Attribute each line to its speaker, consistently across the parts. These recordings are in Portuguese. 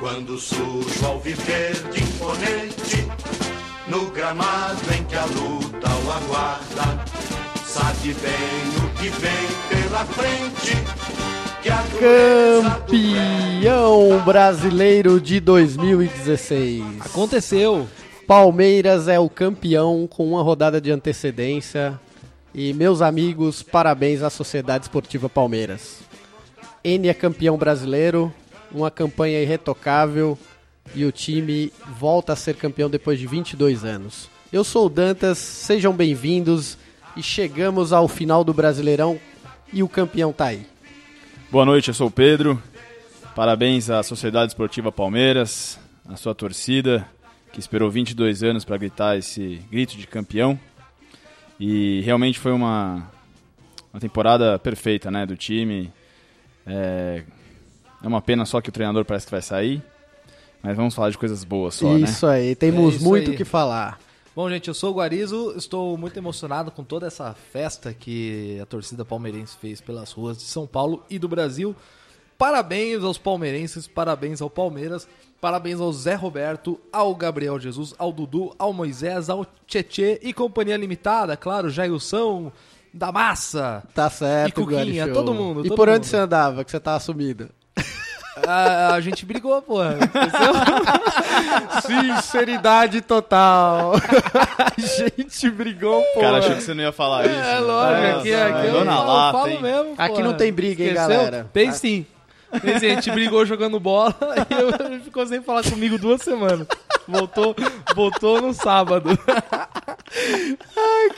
Speaker 1: Quando surjo ao viver de imponente, no gramado em que a luta o aguarda, sabe bem o que vem pela frente. que a dureza do
Speaker 2: Campeão brasileiro de 2016.
Speaker 3: Aconteceu.
Speaker 2: Palmeiras é o campeão com uma rodada de antecedência. E meus amigos, parabéns à Sociedade Esportiva Palmeiras. N é campeão brasileiro, uma campanha irretocável e o time volta a ser campeão depois de 22 anos. Eu sou o Dantas, sejam bem-vindos e chegamos ao final do Brasileirão e o campeão tá aí.
Speaker 4: Boa noite, eu sou o Pedro. Parabéns à Sociedade Esportiva Palmeiras, à sua torcida, que esperou 22 anos para gritar esse grito de campeão. E realmente foi uma, uma temporada perfeita né, do time. É, é uma pena só que o treinador parece que vai sair, mas vamos falar de coisas boas só, né?
Speaker 2: isso aí, temos
Speaker 3: É isso
Speaker 2: muito o
Speaker 3: aí.
Speaker 2: que falar.
Speaker 3: Bom, gente, eu sou o Guarizo, estou muito emocionado com toda essa festa que a torcida palmeirense fez pelas ruas de São Paulo e do Brasil. Parabéns aos palmeirenses, parabéns ao Palmeiras, parabéns ao Zé Roberto, ao Gabriel Jesus, ao Dudu, ao Moisés, ao Tietê e Companhia Limitada, claro, Jailson da Massa.
Speaker 2: Tá certo,
Speaker 3: E Cuquinha,
Speaker 2: Guari Show.
Speaker 3: todo mundo,
Speaker 2: E
Speaker 3: todo
Speaker 2: por
Speaker 3: mundo.
Speaker 2: onde você andava, que você tava sumido?
Speaker 3: A, a gente brigou, porra.
Speaker 2: Sinceridade total. A gente brigou, pô.
Speaker 4: Cara, achei que você não ia falar isso.
Speaker 3: É lógico,
Speaker 4: Nossa,
Speaker 3: aqui, aqui eu,
Speaker 4: mandou na
Speaker 3: falo-
Speaker 4: lata,
Speaker 3: falo
Speaker 4: hein?
Speaker 3: mesmo.
Speaker 2: Aqui
Speaker 3: porra.
Speaker 2: não tem briga, hein, galera?
Speaker 3: Tem sim. Tem sim, a gente brigou jogando bola e eu- ele ficou sem falar comigo duas semanas. Voltou, voltou no sábado.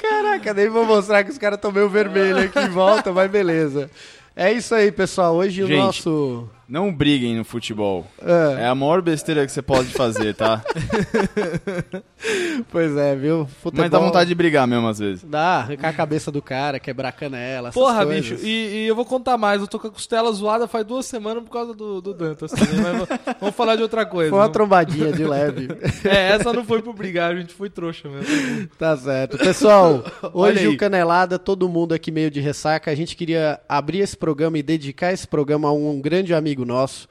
Speaker 2: Caraca, nem vou mostrar que os caras estão meio vermelho aqui em volta, mas beleza. É isso aí, pessoal. Hoje
Speaker 4: Gente.
Speaker 2: o nosso.
Speaker 4: Não briguem no futebol.
Speaker 2: É.
Speaker 4: É a maior besteira que você pode fazer, tá?
Speaker 2: Pois é, viu?
Speaker 3: Tá
Speaker 2: Futebol...
Speaker 4: Mas dá vontade de brigar mesmo às vezes.
Speaker 2: Dá, arrancar a cabeça do cara, quebrar a canela. essas
Speaker 3: Porra,
Speaker 2: coisas.
Speaker 3: bicho, e, e eu vou contar mais. Eu tô com a costela zoada faz duas semanas por causa do, do Dantas. também, mas v- vamos falar de outra coisa.
Speaker 2: Foi uma
Speaker 3: não-
Speaker 2: trombadinha de leve.
Speaker 3: É, essa não foi pro brigar, a gente foi trouxa mesmo.
Speaker 2: Tá certo. Pessoal,
Speaker 4: Olha
Speaker 2: hoje
Speaker 4: aí.
Speaker 2: o Canelada, todo mundo aqui meio de ressaca. A gente queria abrir esse programa e dedicar esse programa a um grande amigo nosso,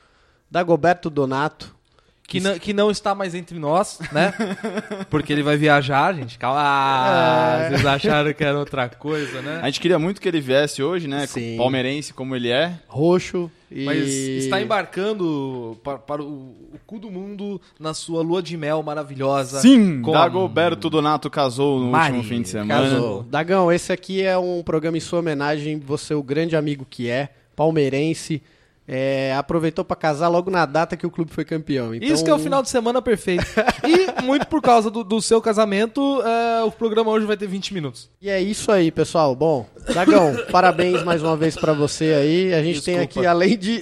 Speaker 2: Dagoberto Donato.
Speaker 3: Que não, que não está mais entre nós, né? Porque ele vai viajar, gente. Calma. Ah, vocês acharam que era outra coisa, né?
Speaker 4: A gente queria muito que ele viesse hoje, né?
Speaker 2: Sim.
Speaker 4: Palmeirense como ele é.
Speaker 2: Roxo. E...
Speaker 3: Mas está embarcando pa- para, o, o cu do mundo na sua lua de mel maravilhosa. com a-
Speaker 4: Dagoberto Donato casou no
Speaker 3: Mari,
Speaker 4: último fim de semana.
Speaker 2: Casou. Dagão, esse aqui é um programa em sua homenagem, você, o grande amigo que é, palmeirense. é, aproveitou pra casar logo na data que o clube foi campeão. Então,
Speaker 3: Isso que é o final de semana perfeito. e muito por causa do, do seu casamento, é, o programa hoje vai ter 20 minutos.
Speaker 2: E é isso aí, pessoal. Bom, Dagão, parabéns mais uma vez pra você aí. A gente tem
Speaker 3: Desculpa.
Speaker 2: aqui, além de.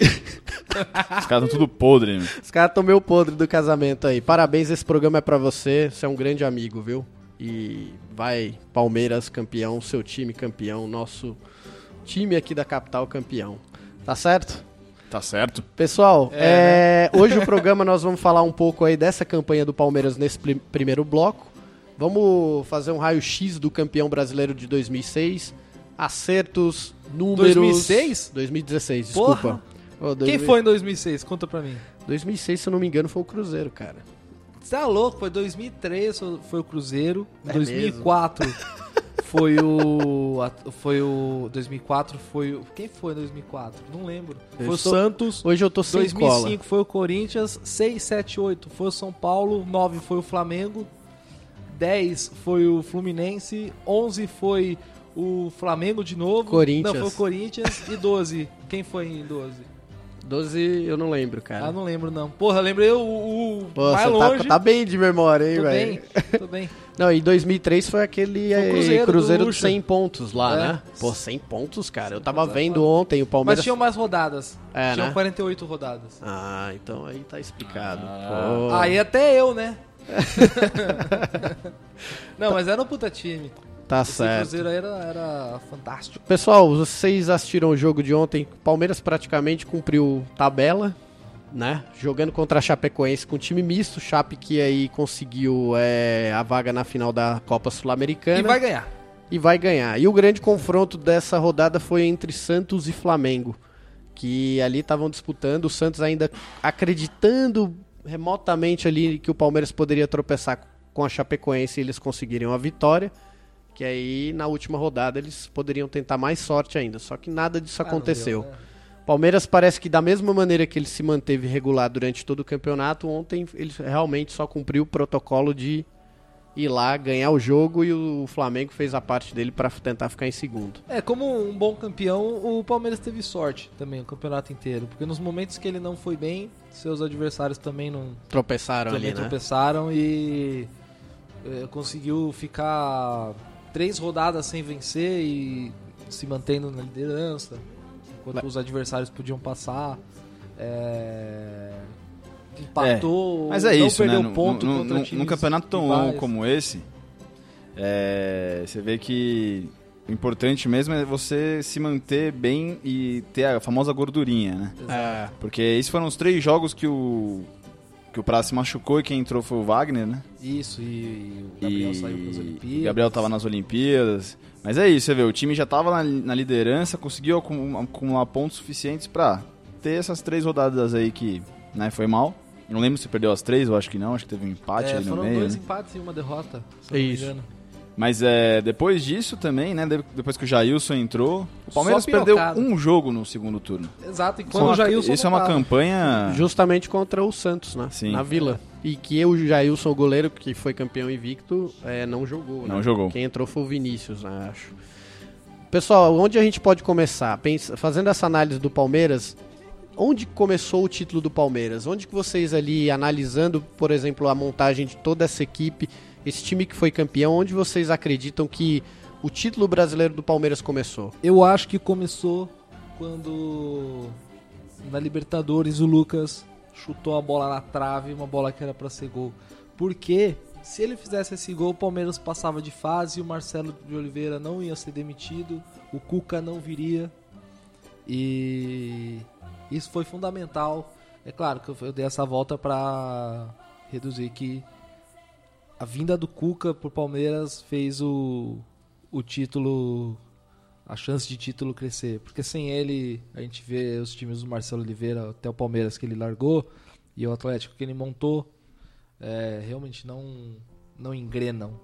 Speaker 4: Os caras estão tudo podre. né?
Speaker 2: Os caras estão meio podre do casamento aí. Parabéns, esse programa é pra você. Você é um grande amigo, viu? E vai, Palmeiras campeão, seu time campeão, nosso time aqui da capital campeão. Tá certo?
Speaker 4: Tá certo?
Speaker 2: Pessoal,
Speaker 3: né?
Speaker 2: é, hoje o programa nós vamos falar um pouco aí dessa campanha do Palmeiras nesse pri- primeiro bloco. Vamos fazer um raio-x do campeão brasileiro de 2006. Acertos, números...
Speaker 3: 2006?
Speaker 2: 2016,
Speaker 3: Porra!
Speaker 2: desculpa. Ô,
Speaker 3: Quem
Speaker 2: 2000
Speaker 3: foi em 2006? Conta pra mim.
Speaker 2: 2006, se eu não me engano, foi o Cruzeiro, cara.
Speaker 3: Você tá louco? Foi 2003 foi- foi o Cruzeiro.
Speaker 2: É
Speaker 3: 2004 foi o. a- Foi o. 2004 foi o. Quem foi em 2004? Não lembro.
Speaker 2: Eu
Speaker 3: foi
Speaker 2: sou-
Speaker 3: o Santos.
Speaker 2: Hoje eu tô sem
Speaker 3: 2005
Speaker 2: cola.
Speaker 3: foi o Corinthians, 6, 7, 8 foi o São Paulo, 9 foi o Flamengo, 10 foi o Fluminense, 11 foi o Flamengo de novo.
Speaker 2: Corinthians.
Speaker 3: Não, foi o Corinthians e 12. Quem foi em 12?
Speaker 2: 12, eu não lembro, cara.
Speaker 3: Ah, não lembro não. Porra, lembrei o, o o
Speaker 2: É. Pô,
Speaker 3: mais
Speaker 2: você tá-
Speaker 3: longe.
Speaker 2: tá, bem de memória, hein,
Speaker 3: tô bem,
Speaker 2: velho?
Speaker 3: tô bem.
Speaker 2: Não, e 2003 foi aquele
Speaker 3: Foi o
Speaker 2: eh,
Speaker 3: Cruzeiro
Speaker 2: Cruzeiro,
Speaker 3: do
Speaker 2: de
Speaker 3: Lucha.
Speaker 2: 100 pontos lá,
Speaker 3: É.
Speaker 2: né? Pô, 100 pontos, cara. Eu tava vendo ontem o
Speaker 3: Mas um-
Speaker 2: Palmeiras...
Speaker 3: tinham mais rodadas.
Speaker 2: É,
Speaker 3: tinham
Speaker 2: né?
Speaker 3: 48 rodadas.
Speaker 2: Ah, então aí tá explicado.
Speaker 4: Ah.
Speaker 2: Pô.
Speaker 3: Aí até eu, né? não, mas era um puta time.
Speaker 2: tá
Speaker 3: Esse
Speaker 2: certo.
Speaker 3: Cruzeiro aí era, era fantástico.
Speaker 2: Pessoal, vocês assistiram o jogo de ontem. Palmeiras praticamente cumpriu tabela, né? Jogando contra a Chapecoense com time misto. Chape que aí conseguiu eh, a vaga na final da Copa Sul-Americana.
Speaker 3: E vai ganhar.
Speaker 2: e vai ganhar. E o grande confronto dessa rodada foi entre Santos e Flamengo. que ali estavam disputando, o Santos ainda acreditando remotamente ali que o Palmeiras poderia tropeçar com a Chapecoense e eles conseguiriam a vitória. Que aí na última rodada eles poderiam tentar mais sorte ainda. Só que nada
Speaker 4: Tá,
Speaker 3: Ah,
Speaker 2: disso
Speaker 3: né?
Speaker 2: aconteceu. Palmeiras parece que da mesma maneira que ele se manteve regular durante todo o campeonato, ontem ele realmente só cumpriu o protocolo de ir lá ganhar o jogo e o Flamengo fez a parte dele para tentar ficar em segundo.
Speaker 3: É, como um bom campeão, o Palmeiras teve sorte também o campeonato inteiro. Porque nos momentos que ele não foi bem, seus adversários também não
Speaker 2: Tropeçaram
Speaker 3: também
Speaker 2: ali, né?
Speaker 3: tropeçaram e eh, conseguiu ficar três rodadas sem vencer e se mantendo na liderança, enquanto
Speaker 2: Mas-
Speaker 3: os adversários podiam passar. É, Empatou,
Speaker 4: Mas é
Speaker 3: não
Speaker 4: isso, né?
Speaker 3: perdeu um
Speaker 4: Num-
Speaker 3: ponto
Speaker 4: num,
Speaker 3: contra
Speaker 4: num-
Speaker 3: times
Speaker 4: num campeonato tão
Speaker 3: rivais.
Speaker 4: longo como esse, é, você vê que o importante mesmo é você se manter bem e ter a famosa gordurinha, né?
Speaker 2: É,
Speaker 4: Porque esses foram os três jogos que o que o Praça se machucou e quem entrou foi o Wagner, né?
Speaker 3: Isso, e o Gabriel
Speaker 4: e,
Speaker 3: saiu para as Olimpíadas.
Speaker 4: O Gabriel tava nas Olimpíadas. Mas é isso, você vê, o time já tava na, na liderança, conseguiu acu- acumular pontos suficientes pra ter essas três rodadas aí que né, foi mal. Eu não lembro se perdeu as três, eu acho que não, acho que teve um empate
Speaker 3: É,
Speaker 4: ali no
Speaker 3: foram
Speaker 4: meio.
Speaker 3: dois
Speaker 4: né?
Speaker 3: empates e uma derrota. se
Speaker 2: É
Speaker 3: eu não me
Speaker 2: isso.
Speaker 3: engano.
Speaker 4: Mas é, depois disso também, né? de- Depois que o Jailson entrou, o
Speaker 3: Só
Speaker 4: Palmeiras perdeu
Speaker 3: pirocada.
Speaker 4: um jogo no segundo turno.
Speaker 3: Exato, e
Speaker 4: Isso é
Speaker 3: quando
Speaker 4: uma-
Speaker 3: o Jailson
Speaker 4: Isso é
Speaker 3: não
Speaker 4: uma
Speaker 3: tava.
Speaker 4: campanha.
Speaker 2: Justamente contra o Santos, né?
Speaker 4: Sim.
Speaker 2: Na Vila. E que o Jailson, o goleiro, que foi campeão invicto, é, não jogou.
Speaker 4: Não
Speaker 2: né?
Speaker 4: jogou.
Speaker 2: Quem entrou foi o Vinícius, né, acho. Pessoal, onde a gente pode começar? Pensa- fazendo essa análise do Palmeiras, onde começou o título do Palmeiras? Onde que vocês ali, analisando, por exemplo, a montagem de toda essa equipe, esse time que foi campeão, onde vocês acreditam que o título brasileiro do Palmeiras começou?
Speaker 3: Eu acho que começou quando na Libertadores o Lucas chutou a bola na trave, uma bola que era pra ser gol. Porque se ele fizesse esse gol, o Palmeiras passava de fase, o Marcelo de Oliveira não ia ser demitido, o Cuca não viria. E isso foi fundamental. É claro que eu- eu dei essa volta pra reduzir que a vinda do Cuca pro Palmeiras fez o, o título a chance de título crescer. Porque sem ele, a gente vê os times do Marcelo Oliveira, até o Palmeiras que ele largou e o Atlético que ele montou, é, realmente não, não engrenam.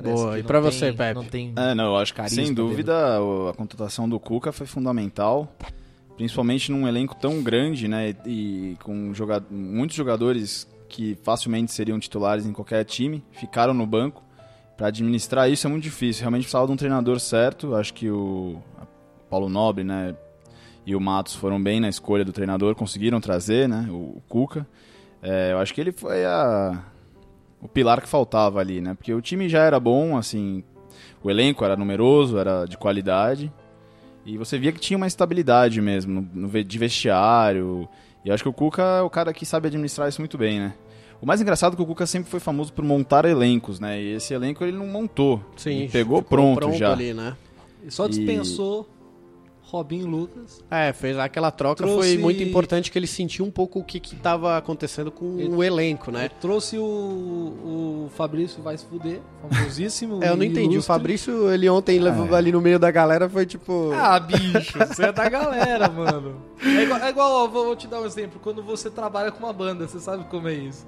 Speaker 2: Boa, e
Speaker 3: que não
Speaker 2: pra
Speaker 3: tem-
Speaker 2: você, Pepe?
Speaker 3: Não tem
Speaker 4: É, não, eu acho que
Speaker 3: carisma
Speaker 4: sem
Speaker 3: dele.
Speaker 4: dúvida o- a contratação do Cuca foi fundamental, principalmente num elenco tão grande, né? E, e com joga- muitos jogadores que facilmente seriam titulares em qualquer time ficaram no banco. Para administrar isso é muito difícil. Realmente precisava de um treinador certo. Acho que o Paulo Nobre, né? E o Matos foram bem na escolha do treinador, conseguiram trazer, né? O, o Cuca. É, eu acho que ele foi a- o pilar que faltava ali, né? Porque o time já era bom, assim, o elenco era numeroso, era de qualidade. E você via que tinha uma estabilidade mesmo, no, no ve- de vestiário. E eu acho que o Cuca é o cara que sabe administrar isso muito bem, né? O mais engraçado é que o Cuca sempre foi famoso por montar elencos, né? E esse elenco ele não montou. ele pegou
Speaker 2: ficou
Speaker 4: pronto, já.
Speaker 2: ali, né?
Speaker 3: E Só dispensou Robinho e Lucas.
Speaker 2: É, fez aquela troca
Speaker 3: Trouxe-
Speaker 2: foi muito importante que ele sentiu um pouco o que estava acontecendo com
Speaker 3: Ele-
Speaker 2: o elenco, né?
Speaker 3: Trouxe o, o Fabrício vai se fuder, famosíssimo.
Speaker 2: É, eu não
Speaker 3: e
Speaker 2: entendi. O
Speaker 3: ilustre. É.
Speaker 2: Fabrício, ele ontem levou ali no meio da galera, foi tipo.
Speaker 3: Ah, bicho, você é da galera, mano. É igual, é igual, ó, vou, vou te dar um exemplo. Quando você trabalha com uma banda, você sabe como é isso.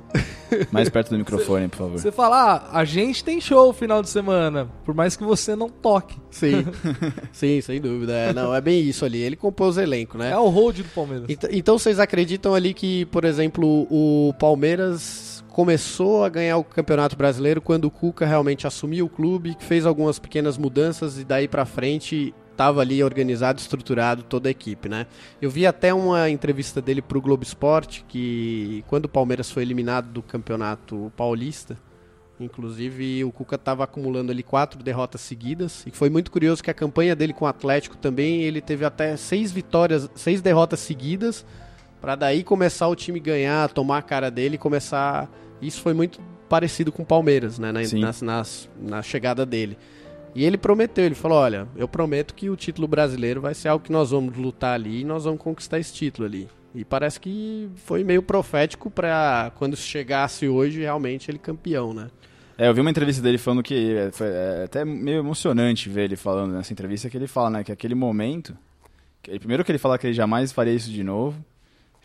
Speaker 4: Mais perto do microfone, por favor.
Speaker 3: Você fala, ah, a gente tem show final de semana, por mais que você não toque.
Speaker 2: Sim. Sim, sem dúvida. É, não, é bem isso ali. Ele compôs o elenco, né?
Speaker 3: É o hold do Palmeiras.
Speaker 2: Ent- Então vocês acreditam ali que, por exemplo, o Palmeiras começou a ganhar o Campeonato Brasileiro quando o Cuca realmente assumiu o clube, que fez algumas pequenas mudanças e daí pra frente tava ali organizado, estruturado toda a equipe, né? Eu vi até uma entrevista dele pro Globo Esporte que quando o Palmeiras foi eliminado do Campeonato Paulista, Inclusive, o Cuca estava acumulando ali quatro derrotas seguidas. E foi muito curioso que a campanha dele com o Atlético também, ele teve até seis vitórias, seis derrotas seguidas, para daí começar o time ganhar, tomar a cara dele e começar. Isso foi muito parecido com o Palmeiras, né? Na,
Speaker 4: Sim.
Speaker 2: nas- nas- na chegada dele. E ele prometeu, ele falou: olha, eu prometo que o título brasileiro vai ser algo que nós vamos lutar ali e nós vamos conquistar esse título ali. E parece que foi meio profético para quando chegasse hoje realmente ele campeão, né?
Speaker 4: É, eu vi uma entrevista dele falando que é, foi é, até meio emocionante ver ele falando nessa entrevista que ele fala, né, que aquele momento Ele- Primeiro que ele falar que ele jamais faria isso de novo,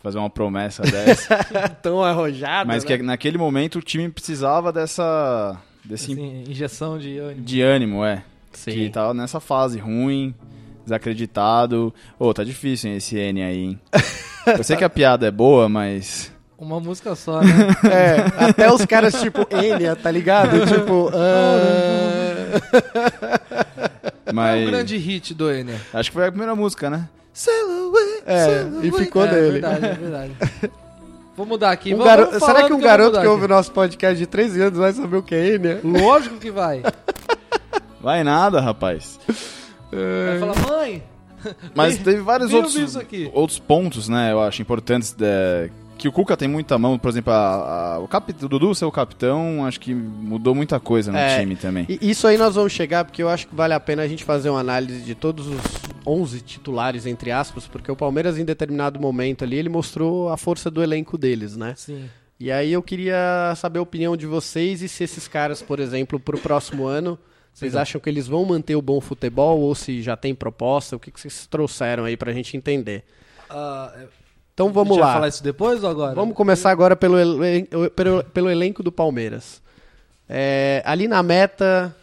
Speaker 4: fazer uma promessa dessa.
Speaker 2: Tão arrojado,
Speaker 4: mas
Speaker 2: né?
Speaker 4: que é naquele momento o time precisava dessa desse
Speaker 3: Assim, injeção de ânimo.
Speaker 4: de ânimo, é.
Speaker 2: Sim.
Speaker 4: Que tava nessa fase ruim, desacreditado. Ô, tá difícil hein, esse N aí, hein? Eu sei que a piada é boa, mas.
Speaker 3: Uma música só, né?
Speaker 2: É, até os caras tipo Enya, tá ligado? Tipo, ah,
Speaker 4: mas...
Speaker 3: É um grande hit do Enya.
Speaker 4: Acho que foi a primeira música, né?
Speaker 2: é, e ficou
Speaker 3: é,
Speaker 2: dele.
Speaker 3: verdade, é verdade. Vou mudar aqui.
Speaker 2: Um
Speaker 3: vamos-
Speaker 2: garo-
Speaker 3: vamos
Speaker 2: Será
Speaker 3: falando
Speaker 2: que um
Speaker 3: eu vou
Speaker 2: garoto
Speaker 3: mudar
Speaker 2: que ouve o
Speaker 3: aqui.
Speaker 2: nosso podcast de 13 anos vai saber o que é Enya?
Speaker 3: Lógico que vai.
Speaker 4: Vai nada, rapaz.
Speaker 3: Vai falar,
Speaker 2: É.
Speaker 3: mãe,
Speaker 4: Mas teve vários
Speaker 3: viu
Speaker 4: outros,
Speaker 3: isso aqui?
Speaker 4: outros pontos, né? Eu acho importantes. é, que o Cuca tem muita mão, por exemplo, a- a- o, cap, o Dudu ser o capitão, acho que mudou muita coisa no
Speaker 2: É,
Speaker 4: time também.
Speaker 2: E isso aí nós vamos chegar, porque eu acho que vale a pena a gente fazer uma análise de todos os 11 titulares, entre aspas, porque o Palmeiras, em determinado momento ali, ele mostrou a força do elenco deles, né?
Speaker 3: Sim.
Speaker 2: E aí eu queria saber a opinião de vocês e se esses caras, por exemplo, pro próximo ano, vocês acham que eles vão manter o bom futebol ou se já tem proposta? O que, que vocês trouxeram aí pra gente entender?
Speaker 3: Ah,
Speaker 2: Então
Speaker 3: a
Speaker 2: vamos
Speaker 3: gente vai
Speaker 2: lá.
Speaker 3: falar isso depois ou agora?
Speaker 2: Vamos começar agora pelo, elen- pelo, pelo elenco do Palmeiras. É, ali na meta,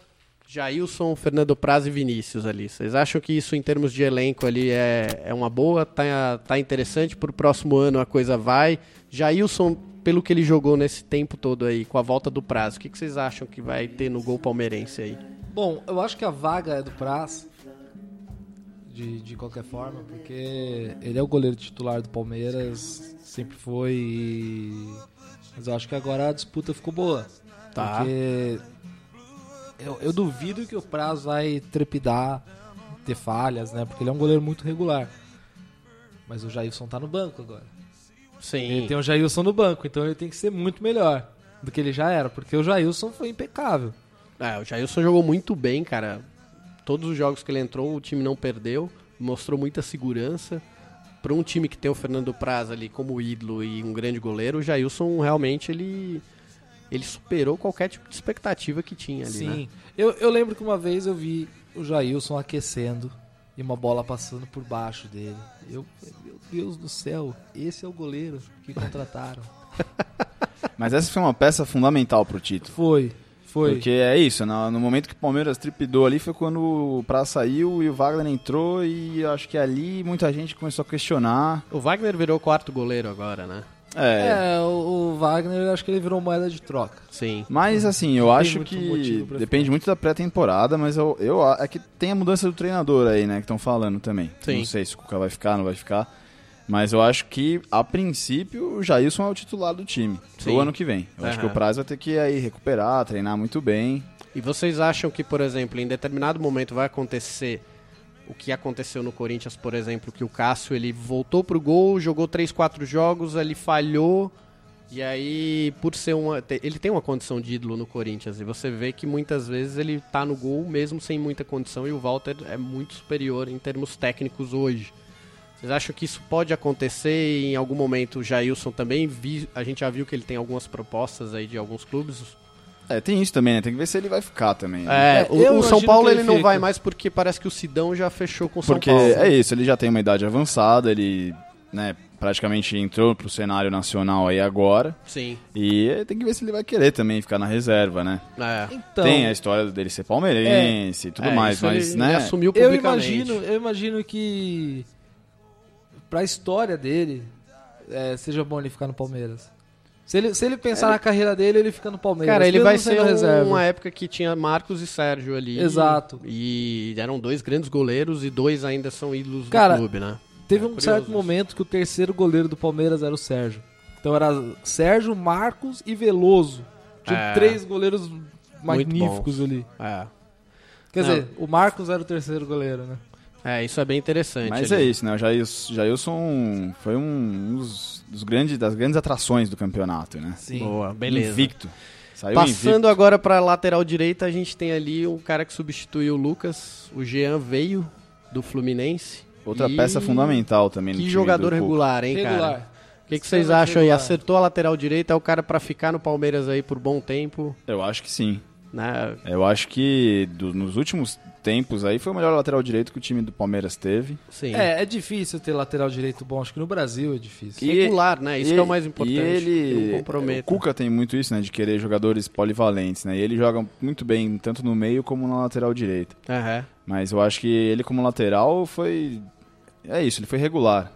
Speaker 2: Jailson, Fernando Praz e Vinícius ali. Vocês acham que isso em termos de elenco ali é, é uma boa? Tá, tá interessante? Pro próximo ano a coisa vai? Jailson, pelo que ele jogou nesse tempo todo aí, com a volta do Praz, o que, que vocês acham que vai ter no gol palmeirense aí?
Speaker 3: Bom, eu acho que a vaga é do Praz. De, de qualquer forma, porque ele é o goleiro titular do Palmeiras, sempre foi. e- Mas eu acho que agora a disputa ficou boa.
Speaker 2: Tá.
Speaker 3: Porque eu, eu duvido que o Praz vai trepidar, ter falhas, né? Porque ele é um goleiro muito regular. Mas o Jailson tá no banco agora. Ele
Speaker 2: Sim.
Speaker 3: tem o Jailson no banco, então ele tem que ser muito melhor do que ele já era, porque o Jailson foi impecável.
Speaker 2: É, o Jailson jogou muito bem, cara. Todos os jogos que ele entrou, o time não perdeu, mostrou muita segurança. Para um time que tem o Fernando Praz ali como ídolo e um grande goleiro, o Jailson realmente ele ele superou qualquer tipo de expectativa que tinha ali, né?
Speaker 3: Sim. Eu, eu lembro que uma vez eu vi o Jailson aquecendo e uma bola passando por baixo dele. Eu, meu Deus do céu, esse é o goleiro que contrataram.
Speaker 4: Mas essa foi uma peça fundamental pro título.
Speaker 3: Foi, foi.
Speaker 4: Porque é isso, na- no, momento que o Palmeiras tripidou ali foi quando o Praça saiu e o Wagner entrou e eu acho que ali muita gente começou a questionar.
Speaker 2: O Wagner virou quarto goleiro agora, né?
Speaker 4: É,
Speaker 3: É, o, o Wagner, eu acho que ele virou moeda de troca.
Speaker 2: Sim.
Speaker 4: Mas assim, eu acho
Speaker 3: muito
Speaker 4: que
Speaker 3: motivo pra
Speaker 4: depende muito da pré-temporada, mas eu, eu a- é que tem a mudança do treinador aí, né, que estão falando também.
Speaker 2: Sim.
Speaker 4: Não sei se o Cuca vai ficar, não vai ficar. Mas eu acho que, a princípio, o Jailson é o titular do time.
Speaker 2: Sim.
Speaker 4: Pro ano que vem. Eu acho que
Speaker 2: Aham.
Speaker 4: o Praz vai ter que aí recuperar, treinar muito bem.
Speaker 2: E vocês acham que, por exemplo, em determinado momento vai acontecer o que aconteceu no Corinthians, por exemplo, que o Cássio ele voltou pro gol, jogou 3, 4 jogos, ele falhou. E aí, por ser uma. te- Ele tem uma condição de ídolo no Corinthians. E você vê que muitas vezes ele tá no gol mesmo sem muita condição. E o Walter é muito superior em termos técnicos hoje. Vocês acham que isso pode acontecer e em algum momento o Jailson também? Vi, a gente já viu que ele tem algumas propostas aí de alguns clubes.
Speaker 4: É, tem isso também, né? Tem que ver se ele vai ficar também.
Speaker 2: É,
Speaker 4: né?
Speaker 3: É, eu
Speaker 2: o, o São
Speaker 3: imagino
Speaker 2: Paulo
Speaker 3: que ele
Speaker 2: ele não
Speaker 3: fica.
Speaker 2: vai mais porque parece que o Sidão já fechou com o São
Speaker 4: Porque
Speaker 2: Paulo.
Speaker 4: é isso, ele já tem uma idade avançada, ele, né, praticamente entrou pro cenário nacional aí agora.
Speaker 2: Sim.
Speaker 4: E tem que ver se ele vai querer também ficar na reserva, né?
Speaker 2: É.
Speaker 3: Então,
Speaker 4: Tem a história dele ser palmeirense e tudo
Speaker 2: É,
Speaker 4: mais,
Speaker 2: isso
Speaker 4: mas,
Speaker 2: ele,
Speaker 4: né?
Speaker 2: ele assumiu
Speaker 3: eu
Speaker 2: publicamente.
Speaker 3: imagino, eu imagino que pra história dele é, seja bom ele ficar no Palmeiras. Se ele, se ele pensar na carreira dele, ele fica no Palmeiras.
Speaker 2: É. Cara, ele
Speaker 3: mesmo
Speaker 2: vai
Speaker 3: sendo
Speaker 2: ser um-
Speaker 3: reserva.
Speaker 2: uma época que tinha Marcos e Sérgio ali.
Speaker 3: Exato.
Speaker 2: E eram dois grandes goleiros e dois ainda são ídolos
Speaker 3: Cara,
Speaker 2: do clube, né?
Speaker 3: Teve
Speaker 2: É
Speaker 3: um
Speaker 2: curioso
Speaker 3: certo
Speaker 2: isso.
Speaker 3: momento que o terceiro goleiro do Palmeiras era o Sérgio. Então era Sérgio, Marcos e Veloso. Tinha
Speaker 2: É.
Speaker 3: três goleiros magníficos ali.
Speaker 2: É.
Speaker 3: Quer
Speaker 2: Não.
Speaker 3: dizer, o Marcos era o terceiro goleiro, né?
Speaker 2: É, isso é bem interessante.
Speaker 4: Mas é
Speaker 2: ali.
Speaker 4: isso, né? O Jails- Jailson foi um, um dos, dos grandes, das grandes atrações do campeonato, né?
Speaker 3: Sim.
Speaker 2: Boa, beleza.
Speaker 4: Invicto. Saiu
Speaker 2: Passando
Speaker 4: invicto.
Speaker 2: agora pra lateral direita, a gente tem ali um cara que substituiu o Lucas, o Jean veio do Fluminense.
Speaker 4: Outra
Speaker 2: E
Speaker 4: peça fundamental também no
Speaker 2: Que
Speaker 4: time
Speaker 2: jogador
Speaker 4: do Cuca.
Speaker 2: regular, hein, cara?
Speaker 3: Regular.
Speaker 2: O que, que vocês acham aí? Acertou a lateral direita, é o cara pra ficar no Palmeiras aí por bom tempo.
Speaker 4: Eu acho que sim.
Speaker 2: né?
Speaker 4: Eu acho que do- nos últimos tempos aí foi o melhor lateral direito que o time do Palmeiras teve.
Speaker 2: Sim.
Speaker 3: É, é difícil ter lateral direito bom, acho que no Brasil é difícil.
Speaker 2: Regular, né? Isso que é o mais
Speaker 4: E
Speaker 2: importante, que
Speaker 4: ele,
Speaker 2: não comprometa.
Speaker 4: o Cuca tem muito isso, né, de querer jogadores polivalentes, né? E ele joga muito bem tanto no meio como na lateral direita.
Speaker 2: Aham.
Speaker 4: Mas eu acho que ele como lateral foi é isso, ele foi regular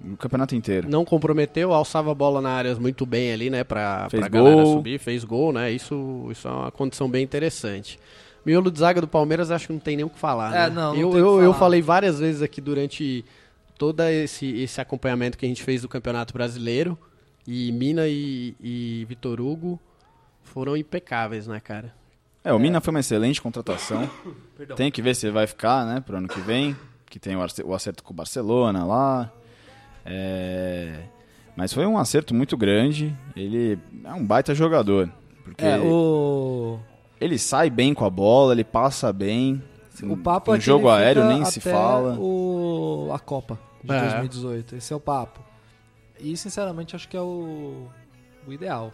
Speaker 4: no campeonato inteiro.
Speaker 2: Não comprometeu, alçava a bola na área muito bem ali, né? Pra,
Speaker 4: Fez
Speaker 2: pra galera
Speaker 4: gol.
Speaker 2: subir, fez gol, né? Isso, isso é uma condição bem interessante. Miolo de zaga do Palmeiras, acho que não tem nem o que falar,
Speaker 3: É,
Speaker 2: né?
Speaker 3: não, não
Speaker 2: eu,
Speaker 3: tem o
Speaker 2: eu,
Speaker 3: que
Speaker 2: eu
Speaker 3: falar.
Speaker 2: falei várias vezes aqui durante todo esse, esse acompanhamento que a gente fez do Campeonato Brasileiro. E Mina e, e Vitor Hugo foram impecáveis, né, cara?
Speaker 4: É, o Mina foi uma excelente contratação.
Speaker 3: Perdão.
Speaker 4: Tem que ver se ele vai ficar, né, pro ano que vem, que tem o arce- o acerto com o Barcelona lá. É, Mas foi um acerto muito grande. Ele é um baita jogador. Porque
Speaker 3: É, o.
Speaker 2: é?
Speaker 4: ele sai bem com a bola, ele passa bem.
Speaker 3: O papo
Speaker 4: um
Speaker 3: é que
Speaker 4: jogo
Speaker 3: ele fica
Speaker 4: aéreo nem se
Speaker 3: até
Speaker 4: fala.
Speaker 3: O... A Copa de
Speaker 2: É.
Speaker 3: 2018. Esse é o papo. E sinceramente acho que é o, o ideal.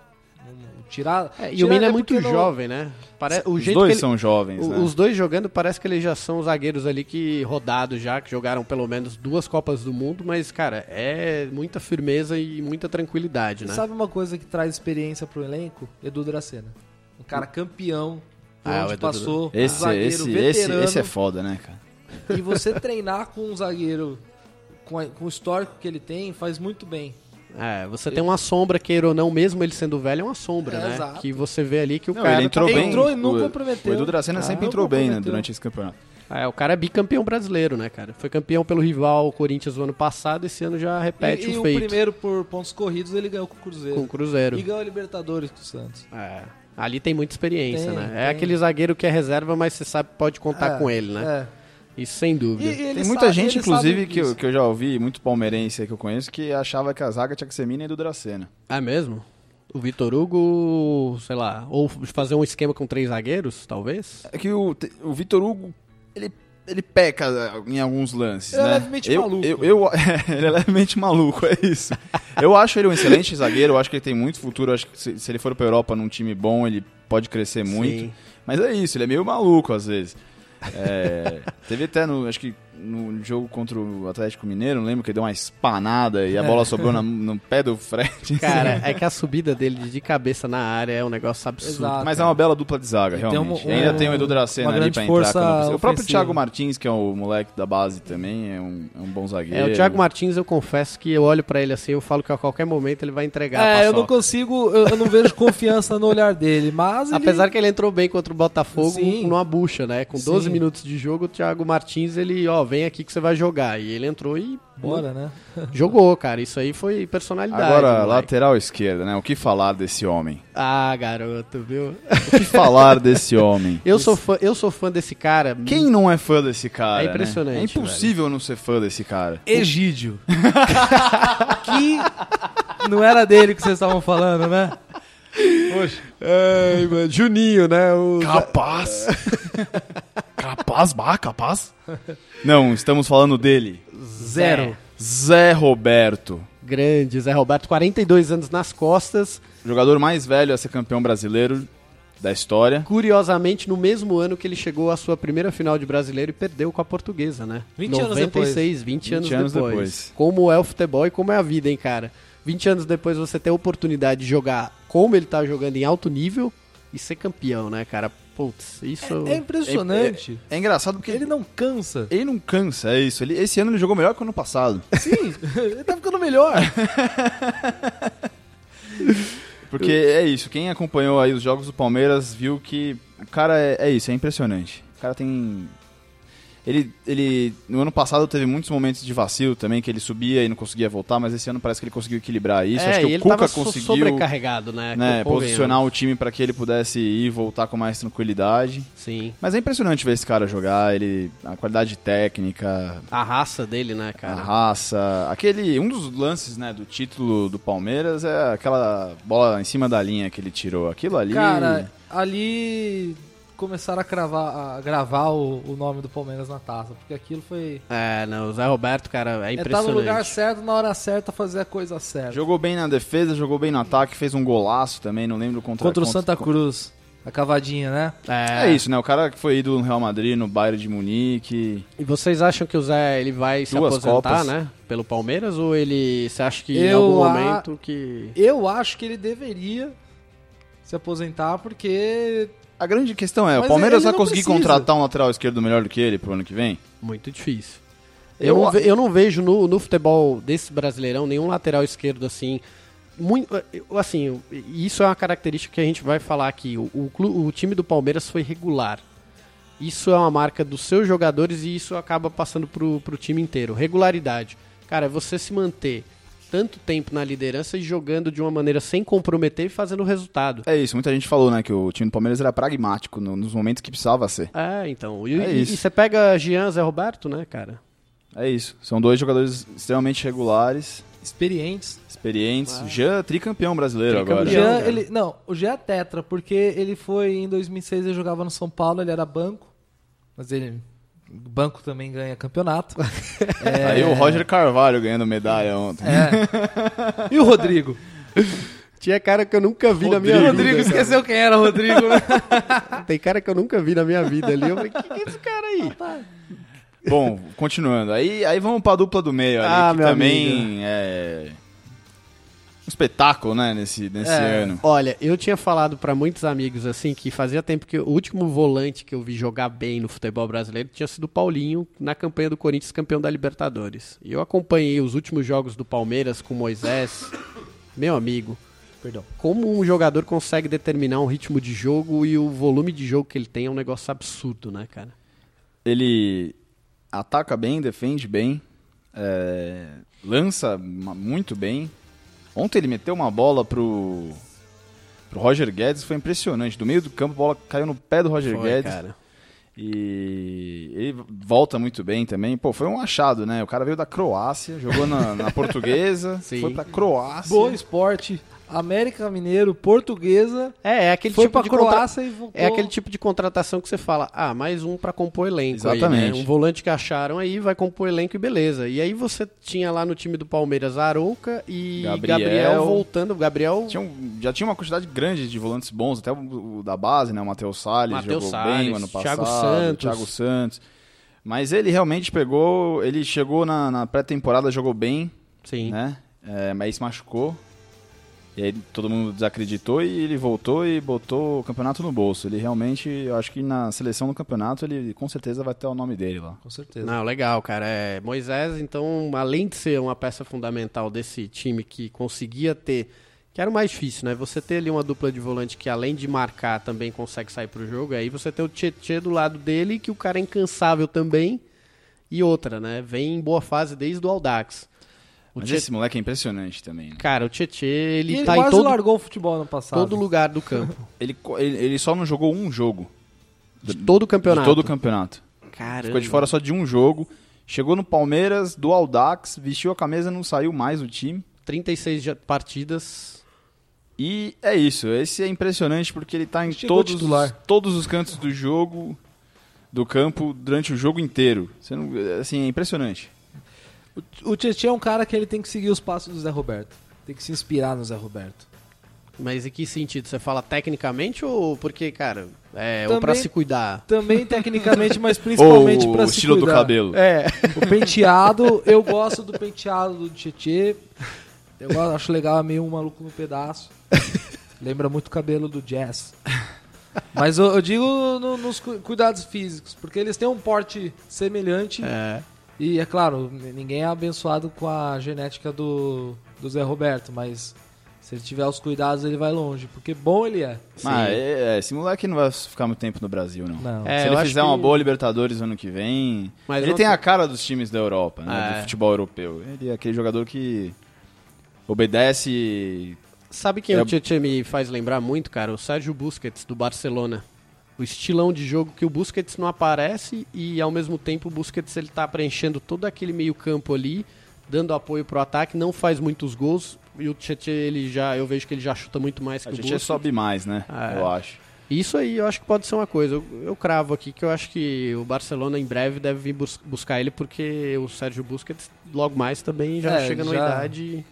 Speaker 3: Um- Tirar,
Speaker 2: É, e
Speaker 3: tirar-
Speaker 2: o Mina é muito
Speaker 3: porque não-
Speaker 2: jovem, né? Pare... O
Speaker 4: Os
Speaker 2: jeito
Speaker 4: dois
Speaker 2: que ele...
Speaker 4: são jovens,
Speaker 2: O-
Speaker 4: né?
Speaker 2: Os dois jogando, parece que eles já são zagueiros ali que rodados já, que jogaram pelo menos duas Copas do Mundo, mas, cara, é muita firmeza e muita tranquilidade, né?
Speaker 3: Sabe uma coisa que traz experiência pro elenco? Edu Dracena. Um cara campeão, por
Speaker 2: Ah, o
Speaker 3: onde
Speaker 2: Edu
Speaker 3: passou, um
Speaker 4: Esse,
Speaker 3: zagueiro
Speaker 4: esse, esse,
Speaker 3: veterano.
Speaker 4: esse é foda, né, cara?
Speaker 3: E você treinar com um zagueiro, com, a- com o histórico que ele tem, faz muito bem.
Speaker 2: É, você tem uma sombra, queira ou não, mesmo ele sendo velho, é uma sombra,
Speaker 3: É,
Speaker 2: né?
Speaker 3: exato.
Speaker 2: Que você vê ali que o
Speaker 4: Não,
Speaker 2: cara.
Speaker 4: ele entrou
Speaker 2: tá-
Speaker 4: bem.
Speaker 3: Entrou e não
Speaker 4: o-
Speaker 3: comprometeu.
Speaker 4: O Edu Dracena
Speaker 3: Ah,
Speaker 4: sempre
Speaker 3: não
Speaker 4: entrou bem, né,
Speaker 3: comprometeu.
Speaker 4: durante esse campeonato.
Speaker 2: É, o cara é bicampeão brasileiro, né, cara? Foi campeão pelo rival o Corinthians no ano passado, esse ano já repete
Speaker 3: e e
Speaker 2: o
Speaker 3: o
Speaker 2: um feito
Speaker 3: primeiro por pontos corridos ele ganhou com o Cruzeiro.
Speaker 2: com o Cruzeiro.
Speaker 3: E ganhou a Libertadores com o Santos.
Speaker 2: É, Ali tem muita experiência,
Speaker 3: Tem,
Speaker 2: né?
Speaker 3: tem.
Speaker 2: É aquele zagueiro que é reserva, mas você sabe que pode contar
Speaker 3: É,
Speaker 2: com ele, né?
Speaker 3: é.
Speaker 2: Isso sem dúvida.
Speaker 3: E- e ele
Speaker 4: Tem muita
Speaker 3: sabe- ele
Speaker 4: gente, inclusive,
Speaker 3: sabe
Speaker 4: que eu,
Speaker 3: disso.
Speaker 4: que eu já ouvi, muito palmeirense aí que eu conheço, que achava que a zaga tinha que ser Mina e do Dracena.
Speaker 2: É mesmo? O Vitor Hugo, sei lá, ou fazer um esquema com três zagueiros, talvez?
Speaker 4: É que o, te- o Vitor Hugo, ele, ele peca em alguns lances,
Speaker 3: Ele é
Speaker 4: né?
Speaker 3: levemente
Speaker 4: eu,
Speaker 3: maluco.
Speaker 4: Eu, eu- ele é levemente maluco, é isso. Eu acho ele um excelente zagueiro, eu acho que ele tem muito futuro, eu acho que se, se ele for pra Europa num time bom, ele pode crescer muito.
Speaker 2: Sim.
Speaker 4: Mas é isso, ele é meio maluco às vezes. É, teve até no, acho que no jogo contra o Atlético Mineiro, não lembro que ele deu uma espanada e a bola sobrou na- no pé do Fred.
Speaker 2: Cara, é que a subida dele de cabeça na área é um negócio absurdo.
Speaker 3: Exato.
Speaker 4: Mas é uma bela dupla de zaga,
Speaker 3: Tem
Speaker 4: realmente.
Speaker 3: um-
Speaker 4: E ainda
Speaker 3: um-
Speaker 4: tem o Edu Dracena
Speaker 3: uma
Speaker 4: ali
Speaker 3: grande
Speaker 4: pra entrar.
Speaker 3: força
Speaker 4: quando precisa. O próprio
Speaker 3: ofensiva.
Speaker 4: Thiago Martins, que é o moleque da base também, é um, é um bom zagueiro.
Speaker 2: É, o Thiago Martins, eu confesso que eu olho pra ele assim, eu falo que a qualquer momento ele vai entregar a
Speaker 3: É, eu não
Speaker 2: paçoca.
Speaker 3: consigo, eu, eu não vejo confiança no olhar dele, mas
Speaker 2: Apesar que ele entrou bem contra o Botafogo
Speaker 3: Sim.
Speaker 2: numa bucha, né? Com 12
Speaker 3: Sim.
Speaker 2: minutos de jogo, o Thiago Martins, ele, ó, vem aqui que você vai jogar. E ele entrou e
Speaker 3: ele... Bora, né?
Speaker 2: jogou, cara. Isso aí foi personalidade.
Speaker 4: Agora,
Speaker 2: é moleque.
Speaker 4: lateral esquerda, né? O que falar desse homem?
Speaker 2: Ah, garoto, viu?
Speaker 4: O que falar desse homem?
Speaker 2: Eu sou fã, eu sou fã desse cara.
Speaker 4: Quem não é fã desse cara?
Speaker 2: É
Speaker 4: né?
Speaker 2: impressionante,
Speaker 4: É impossível não ser fã desse cara.
Speaker 3: Egídio. que não era dele que vocês estavam falando, né? Poxa.
Speaker 2: Ai, mano, Juninho, né? O...
Speaker 4: Capaz! capaz, bah, capaz! Não, estamos falando dele.
Speaker 3: Zero.
Speaker 4: Zé Roberto.
Speaker 2: Grande, Zé Roberto, 42 anos nas costas.
Speaker 4: Jogador mais velho a ser campeão brasileiro da história.
Speaker 2: Curiosamente, no mesmo ano que ele chegou à sua primeira final de brasileiro e perdeu com a portuguesa, né?
Speaker 3: 20 anos
Speaker 2: 96, 20 anos
Speaker 4: 20 anos
Speaker 2: depois.
Speaker 4: depois.
Speaker 2: Como é o futebol e como é a vida, hein, cara? 20 anos depois você ter a oportunidade de jogar como ele tá jogando em alto nível e ser campeão, né, cara? Putz, isso.
Speaker 3: É impressionante.
Speaker 4: É engraçado porque
Speaker 3: Ele
Speaker 4: ele,
Speaker 3: não cansa.
Speaker 4: ele não cansa, é isso. Ele, esse ano ele jogou melhor que o ano passado.
Speaker 3: Sim, ele tá ficando melhor.
Speaker 4: Porque é isso, quem acompanhou aí os jogos do Palmeiras viu que o cara é, é isso, é impressionante. O cara tem. Ele, ele. No ano passado teve muitos momentos de vacilo também, que ele subia e não conseguia voltar, mas esse ano parece que ele conseguiu equilibrar isso.
Speaker 2: É,
Speaker 4: Acho
Speaker 2: e
Speaker 4: que o
Speaker 2: ele
Speaker 4: Cuca
Speaker 2: tava so-
Speaker 4: conseguiu
Speaker 2: sobrecarregado, né?
Speaker 4: né,
Speaker 2: convenhamos.
Speaker 4: posicionar o time para que ele pudesse ir e voltar com mais tranquilidade.
Speaker 2: Sim.
Speaker 4: Mas é impressionante ver esse cara jogar, ele. A qualidade técnica,
Speaker 2: A raça dele, né, cara?
Speaker 4: A raça. Aquele. Um dos lances, né, do título do Palmeiras é aquela bola em cima da linha que ele tirou. Aquilo ali.
Speaker 3: Cara, ali começaram a, cravar, a gravar o, o nome do Palmeiras na taça, porque aquilo foi...
Speaker 2: É, não, o Zé Roberto, cara, é
Speaker 3: É tá no
Speaker 2: impressionante.
Speaker 3: lugar certo, na hora certa, fazer a coisa certa.
Speaker 4: Jogou bem na defesa, jogou bem no ataque, fez um golaço também, não lembro contra
Speaker 3: Contra o Santa Cruz. A cavadinha, né?
Speaker 4: É. isso, né? O cara que foi ido no Real Madrid, no Bayern de Munique.
Speaker 2: E vocês acham que o Zé ele vai se
Speaker 4: Duas
Speaker 2: aposentar,
Speaker 4: Copas.
Speaker 2: né? Pelo Palmeiras? Ou ele. Você acha que em
Speaker 3: Eu
Speaker 2: algum
Speaker 3: a-
Speaker 2: momento que.
Speaker 3: Eu acho que ele deveria se aposentar porque
Speaker 4: A grande questão é,
Speaker 3: Mas
Speaker 4: o Palmeiras
Speaker 3: ele
Speaker 4: vai
Speaker 3: não
Speaker 4: conseguir
Speaker 3: precisa.
Speaker 4: contratar um lateral esquerdo melhor do que ele pro ano que vem?
Speaker 2: Muito difícil.
Speaker 3: Eu-
Speaker 2: Eu, não, ve- eu não vejo no, no futebol desse brasileirão nenhum lateral esquerdo assim. Muito, assim, e isso é uma característica que a gente vai falar aqui. O, o, clu- o time do Palmeiras foi regular. Isso é uma marca dos seus jogadores e isso acaba passando pro, pro time inteiro. Regularidade. Cara, é você se manter tanto tempo na liderança e jogando de uma maneira sem comprometer e fazendo resultado.
Speaker 4: É isso, muita gente falou, né, que o time do Palmeiras era pragmático no- nos momentos que precisava ser.
Speaker 2: É, então. E,
Speaker 4: É
Speaker 2: e- e
Speaker 4: isso.
Speaker 2: você pega Jean, Zé Roberto, né, cara?
Speaker 4: É isso. São dois jogadores extremamente regulares,
Speaker 3: experientes.
Speaker 4: experientes. Jean, tricampeão brasileiro
Speaker 2: Tricampeão.
Speaker 3: O
Speaker 4: agora.
Speaker 2: Leão,
Speaker 3: Jean,
Speaker 2: cara.
Speaker 3: ele, não, o Jean é tetra, porque ele foi em 2006, ele jogava no São Paulo, ele era banco, mas ele banco também ganha campeonato. É,
Speaker 4: Aí o Roger Carvalho ganhando medalha ontem.
Speaker 3: E o Rodrigo?
Speaker 2: Tinha cara que eu nunca vi na
Speaker 4: minha
Speaker 2: minha
Speaker 4: Rodrigo.
Speaker 2: vida.
Speaker 3: Rodrigo
Speaker 4: vida,
Speaker 3: esqueceu quem era o Rodrigo. né?
Speaker 2: Tem cara que eu nunca vi na minha vida ali. Eu falei, que que é esse cara aí?
Speaker 4: Bom, continuando. Aí, aí vamos pra dupla do meio ali,
Speaker 2: Ah,
Speaker 4: que
Speaker 2: meu
Speaker 4: também é um espetáculo, né, nesse, nesse
Speaker 3: É.
Speaker 4: ano.
Speaker 2: Olha, eu tinha falado pra muitos amigos assim que fazia tempo que o último volante que eu vi jogar bem no futebol brasileiro tinha sido o Paulinho na campanha do Corinthians campeão da Libertadores. E eu acompanhei os últimos jogos do Palmeiras com o Moisés, meu amigo.
Speaker 3: Perdão.
Speaker 2: Como um jogador consegue determinar um ritmo de jogo e o volume de jogo que ele tem é um negócio absurdo, né, cara?
Speaker 4: Ele ataca bem, defende bem, é, lança ma- muito bem. Ontem ele meteu uma bola pro, pro Roger Guedes, foi impressionante. Do meio do campo, a bola caiu no pé do Roger Guedes. E ele volta muito bem também. Pô, foi um achado, né? O cara veio da Croácia, jogou na, na portuguesa,
Speaker 2: Sim.
Speaker 4: foi pra Croácia.
Speaker 3: Boa esporte, América Mineiro, Portuguesa,
Speaker 2: É, é aquele
Speaker 3: foi
Speaker 2: tipo
Speaker 3: pra
Speaker 2: de contra-
Speaker 3: Croácia e voltou.
Speaker 2: É aquele tipo de contratação que você fala, ah, mais um pra compor elenco. Aí, né?
Speaker 4: Exatamente.
Speaker 2: Um volante que acharam aí, vai compor elenco e beleza. E aí você tinha lá no time do Palmeiras a Arouca e
Speaker 4: Gabriel.
Speaker 2: Gabriel, voltando. Gabriel.
Speaker 4: Tinha um- já tinha uma quantidade grande de volantes bons, até o, o da base, né? O Matheus Salles
Speaker 2: Matheus
Speaker 4: jogou bem
Speaker 2: Salles,
Speaker 4: o ano passado.
Speaker 2: Thiago
Speaker 4: o
Speaker 2: Santos.
Speaker 4: Thiago Santos. Mas ele realmente pegou. Ele chegou na, na pré-temporada, jogou bem,
Speaker 2: Sim.
Speaker 4: né? É, mas se machucou. E aí todo mundo desacreditou e ele voltou e botou o campeonato no bolso. Ele realmente, eu acho que na seleção do campeonato, ele com certeza vai ter o nome dele lá.
Speaker 3: Com certeza.
Speaker 2: Não, legal, cara. É, Moisés, então, além de ser uma peça fundamental desse time que conseguia ter. Que era o mais difícil, né? Você ter ali uma dupla de volante que, além de marcar, também consegue sair pro jogo. Aí você tem o Tietchan do lado dele, que o cara é incansável também. E outra, né? Vem em boa fase desde o Aldax. O
Speaker 4: Mas
Speaker 2: Tietê-
Speaker 4: esse moleque é impressionante também. né?
Speaker 2: Cara, o Tietchan,
Speaker 3: E
Speaker 2: ele
Speaker 3: ele
Speaker 2: tá
Speaker 3: quase
Speaker 2: em todo,
Speaker 3: largou o futebol no passado.
Speaker 2: todo lugar do campo.
Speaker 4: Ele, co- ele, ele só não jogou um jogo
Speaker 2: De todo o
Speaker 4: de
Speaker 2: campeonato.
Speaker 4: todo o campeonato.
Speaker 2: Caramba.
Speaker 4: Ficou de fora só de um jogo. Chegou no Palmeiras, do Aldax, vestiu a camisa, não saiu mais do time.
Speaker 2: 36 ja- partidas.
Speaker 4: E é isso. Esse é impressionante porque ele tá em
Speaker 3: Chegou
Speaker 4: todos,
Speaker 3: titular.
Speaker 4: todos os cantos do jogo, do campo, durante o jogo inteiro. Você não, assim, é impressionante.
Speaker 3: O Tietchan é um cara que ele tem que seguir os passos do Zé Roberto. Tem que se inspirar no Zé Roberto.
Speaker 2: Mas em que sentido? Você fala tecnicamente ou porque, cara, é, ou
Speaker 3: Também-
Speaker 2: pra se cuidar?
Speaker 3: Também tecnicamente, mas principalmente
Speaker 4: Ou
Speaker 3: pra
Speaker 4: o
Speaker 3: se
Speaker 4: estilo
Speaker 3: cuidar.
Speaker 4: do cabelo.
Speaker 2: É.
Speaker 3: O penteado, eu gosto do penteado do Tietchan. Eu gosto- acho legal, é meio um maluco no pedaço. Lembra muito o cabelo do Jazz. Mas eu, eu digo no- nos cu- cuidados físicos, porque eles têm um porte semelhante. E é claro, n- ninguém é abençoado com a genética do, do Zé Roberto, mas se ele tiver os cuidados, ele vai longe. Porque bom ele é.
Speaker 4: Mas é, é, esse moleque não vai ficar muito tempo no Brasil, não.
Speaker 3: Não.
Speaker 2: É,
Speaker 4: Se
Speaker 2: eu
Speaker 4: ele
Speaker 2: acho
Speaker 4: fizer
Speaker 2: que-
Speaker 4: uma boa Libertadores ano que vem.
Speaker 2: Mas
Speaker 4: ele
Speaker 2: ontem-
Speaker 4: tem a cara dos times da Europa, né?
Speaker 2: É.
Speaker 4: Do futebol europeu. Ele é aquele jogador que obedece
Speaker 2: Sabe quem
Speaker 4: É-
Speaker 2: o Tietchan me faz lembrar muito, cara? O Sérgio Busquets, do Barcelona. O estilão de jogo que o Busquets não aparece e, ao mesmo tempo, o Busquets ele tá preenchendo todo aquele meio campo ali, dando apoio pro ataque, não faz muitos gols. E o Tietchan, ele já, eu vejo que ele já chuta muito mais que
Speaker 4: A
Speaker 2: o
Speaker 4: gente
Speaker 2: Busquets.
Speaker 4: sobe mais, né?
Speaker 2: Ah,
Speaker 4: Eu acho.
Speaker 2: Isso aí eu acho que pode ser uma coisa. Eu, eu cravo aqui que eu acho que o Barcelona em breve deve vir bus- buscar ele, porque o Sérgio Busquets logo mais também já
Speaker 3: É,
Speaker 2: chega numa
Speaker 3: já-
Speaker 2: idade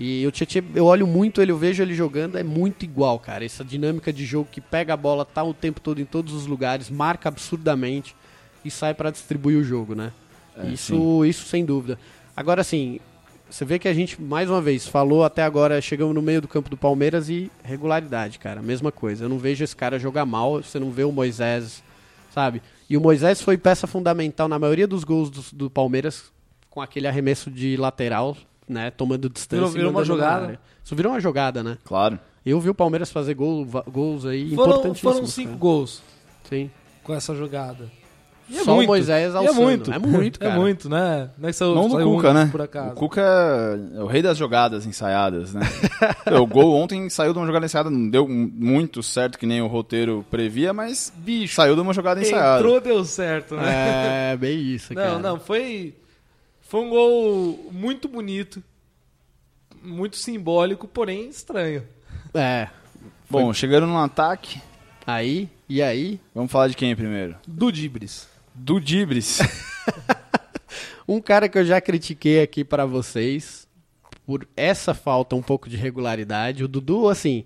Speaker 2: E o Tietchan, eu olho muito ele, eu vejo ele jogando, é muito igual, cara. Essa dinâmica de jogo que pega a bola, tá o tempo todo em todos os lugares, marca absurdamente e sai para distribuir o jogo, né? isso, isso sem dúvida. Agora assim, sim, você vê que a gente, mais uma vez, falou até agora, chegamos no meio do campo do Palmeiras e regularidade, cara. Mesma coisa. Eu não vejo esse cara jogar mal, você não vê o Moisés, sabe? E o Moisés foi peça fundamental na maioria dos gols do, do Palmeiras com aquele arremesso de lateral, né? Tomando distância.
Speaker 3: Virou-
Speaker 2: e
Speaker 3: virou uma
Speaker 2: mandando na
Speaker 3: jogada.
Speaker 2: área. Isso virou uma jogada, né?
Speaker 4: Claro.
Speaker 2: Eu vi o Palmeiras fazer gol, va- gols aí
Speaker 3: Foram,
Speaker 2: importantíssimos.
Speaker 3: foram cinco
Speaker 2: cara.
Speaker 3: gols
Speaker 2: Sim.
Speaker 3: com essa jogada. E
Speaker 2: Só o Moisés
Speaker 3: E
Speaker 2: alçando.
Speaker 3: É muito.
Speaker 2: É muito,
Speaker 3: É
Speaker 2: cara.
Speaker 3: muito, né? Não é que saiu,
Speaker 4: Não do
Speaker 3: saiu
Speaker 4: Cuca,
Speaker 3: um,
Speaker 4: né?
Speaker 3: Por acaso.
Speaker 4: O Cuca é o rei das jogadas ensaiadas, né? o gol ontem saiu de uma jogada ensaiada, não deu muito certo que nem o roteiro previa, mas bicho, saiu de uma
Speaker 3: é
Speaker 4: jogada ensaiada.
Speaker 3: Entrou, deu certo, né?
Speaker 2: É, bem isso, cara.
Speaker 3: Não, não, foi. Foi um gol muito bonito, muito simbólico, porém estranho.
Speaker 2: É.
Speaker 4: Bom, chegando no ataque,
Speaker 2: Aí, e aí?
Speaker 4: vamos falar de quem primeiro?
Speaker 3: Do Dibris.
Speaker 4: Do Dibris.
Speaker 2: Um cara que eu já critiquei aqui pra vocês por essa falta um pouco de regularidade. O Dudu, assim,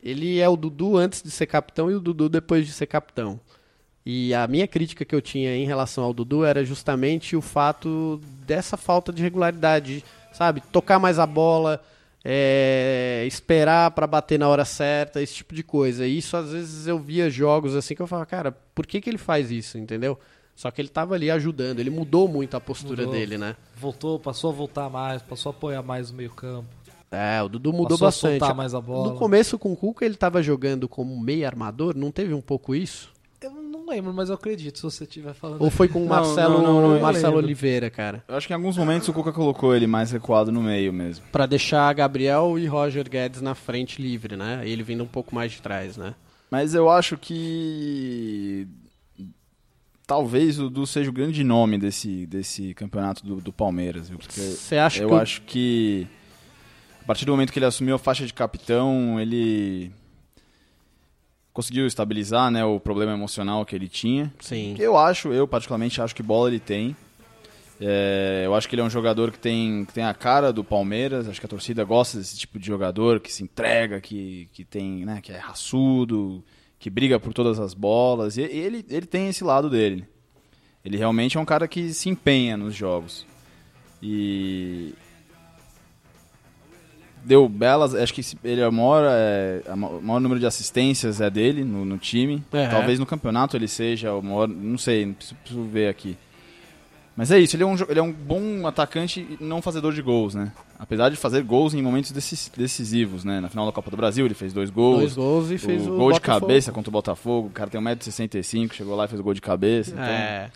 Speaker 2: ele é o Dudu antes de ser capitão e o Dudu depois de ser capitão. E a minha crítica que eu tinha em relação ao Dudu era justamente o fato dessa falta de regularidade, sabe? Tocar mais a bola, é, esperar pra bater na hora certa, esse tipo de coisa. E isso às vezes eu via jogos assim que eu falava, cara, por que, que ele faz isso, entendeu? Só que ele tava ali ajudando, ele mudou muito a postura
Speaker 3: Mudou.
Speaker 2: dele, né?
Speaker 3: Voltou, passou a voltar mais, passou a apoiar mais o meio-campo.
Speaker 2: É, o Dudu mudou
Speaker 3: Passou a
Speaker 2: bastante.
Speaker 3: soltar mais a bola.
Speaker 2: No começo com o Cuca ele tava jogando como meio armador, não teve um pouco isso?
Speaker 3: Eu não lembro, mas eu acredito se você estiver falando.
Speaker 2: Ou foi com o
Speaker 4: Não,
Speaker 2: Marcelo,
Speaker 4: não, não, não, eu
Speaker 2: Marcelo
Speaker 3: lembro.
Speaker 2: Oliveira, cara?
Speaker 4: Eu acho que em alguns momentos o Cuca colocou ele mais recuado no meio mesmo.
Speaker 2: Pra deixar Gabriel e Roger Guedes na frente livre, né? Ele vindo um pouco mais de trás, né?
Speaker 4: Mas eu acho que talvez o Du seja o grande nome desse, desse campeonato do, do Palmeiras, viu? Porque
Speaker 2: Você acha
Speaker 4: eu
Speaker 2: que o-
Speaker 4: acho que a partir do momento que ele assumiu a faixa de capitão, ele conseguiu estabilizar, né, o problema emocional que ele tinha.
Speaker 2: Sim.
Speaker 4: Eu acho, eu particularmente acho que bola ele tem. É, eu acho que ele é um jogador que tem, que tem a cara do Palmeiras. Acho que a torcida gosta desse tipo de jogador que se entrega, que, que tem, né, que é raçudo, que briga por todas as bolas. E e ele, ele tem esse lado dele. Ele realmente é um cara que se empenha nos jogos. E deu belas. Acho que esse- ele é o maior, é, a ma- o maior número de assistências é dele no, no time.
Speaker 2: É.
Speaker 4: Talvez no campeonato ele seja o maior. Não sei, preciso, preciso ver aqui. Mas é isso, ele é, um, jo- ele é um bom atacante e não fazedor de gols, né? Apesar de fazer gols em momentos decis- decisivos, né? Na final da Copa do Brasil ele fez dois gols.
Speaker 2: Dois gols e fez o
Speaker 4: gol de
Speaker 2: Botafogo.
Speaker 4: cabeça contra o Botafogo. O cara tem 1,65m, chegou lá e fez o gol de cabeça. então-
Speaker 2: É.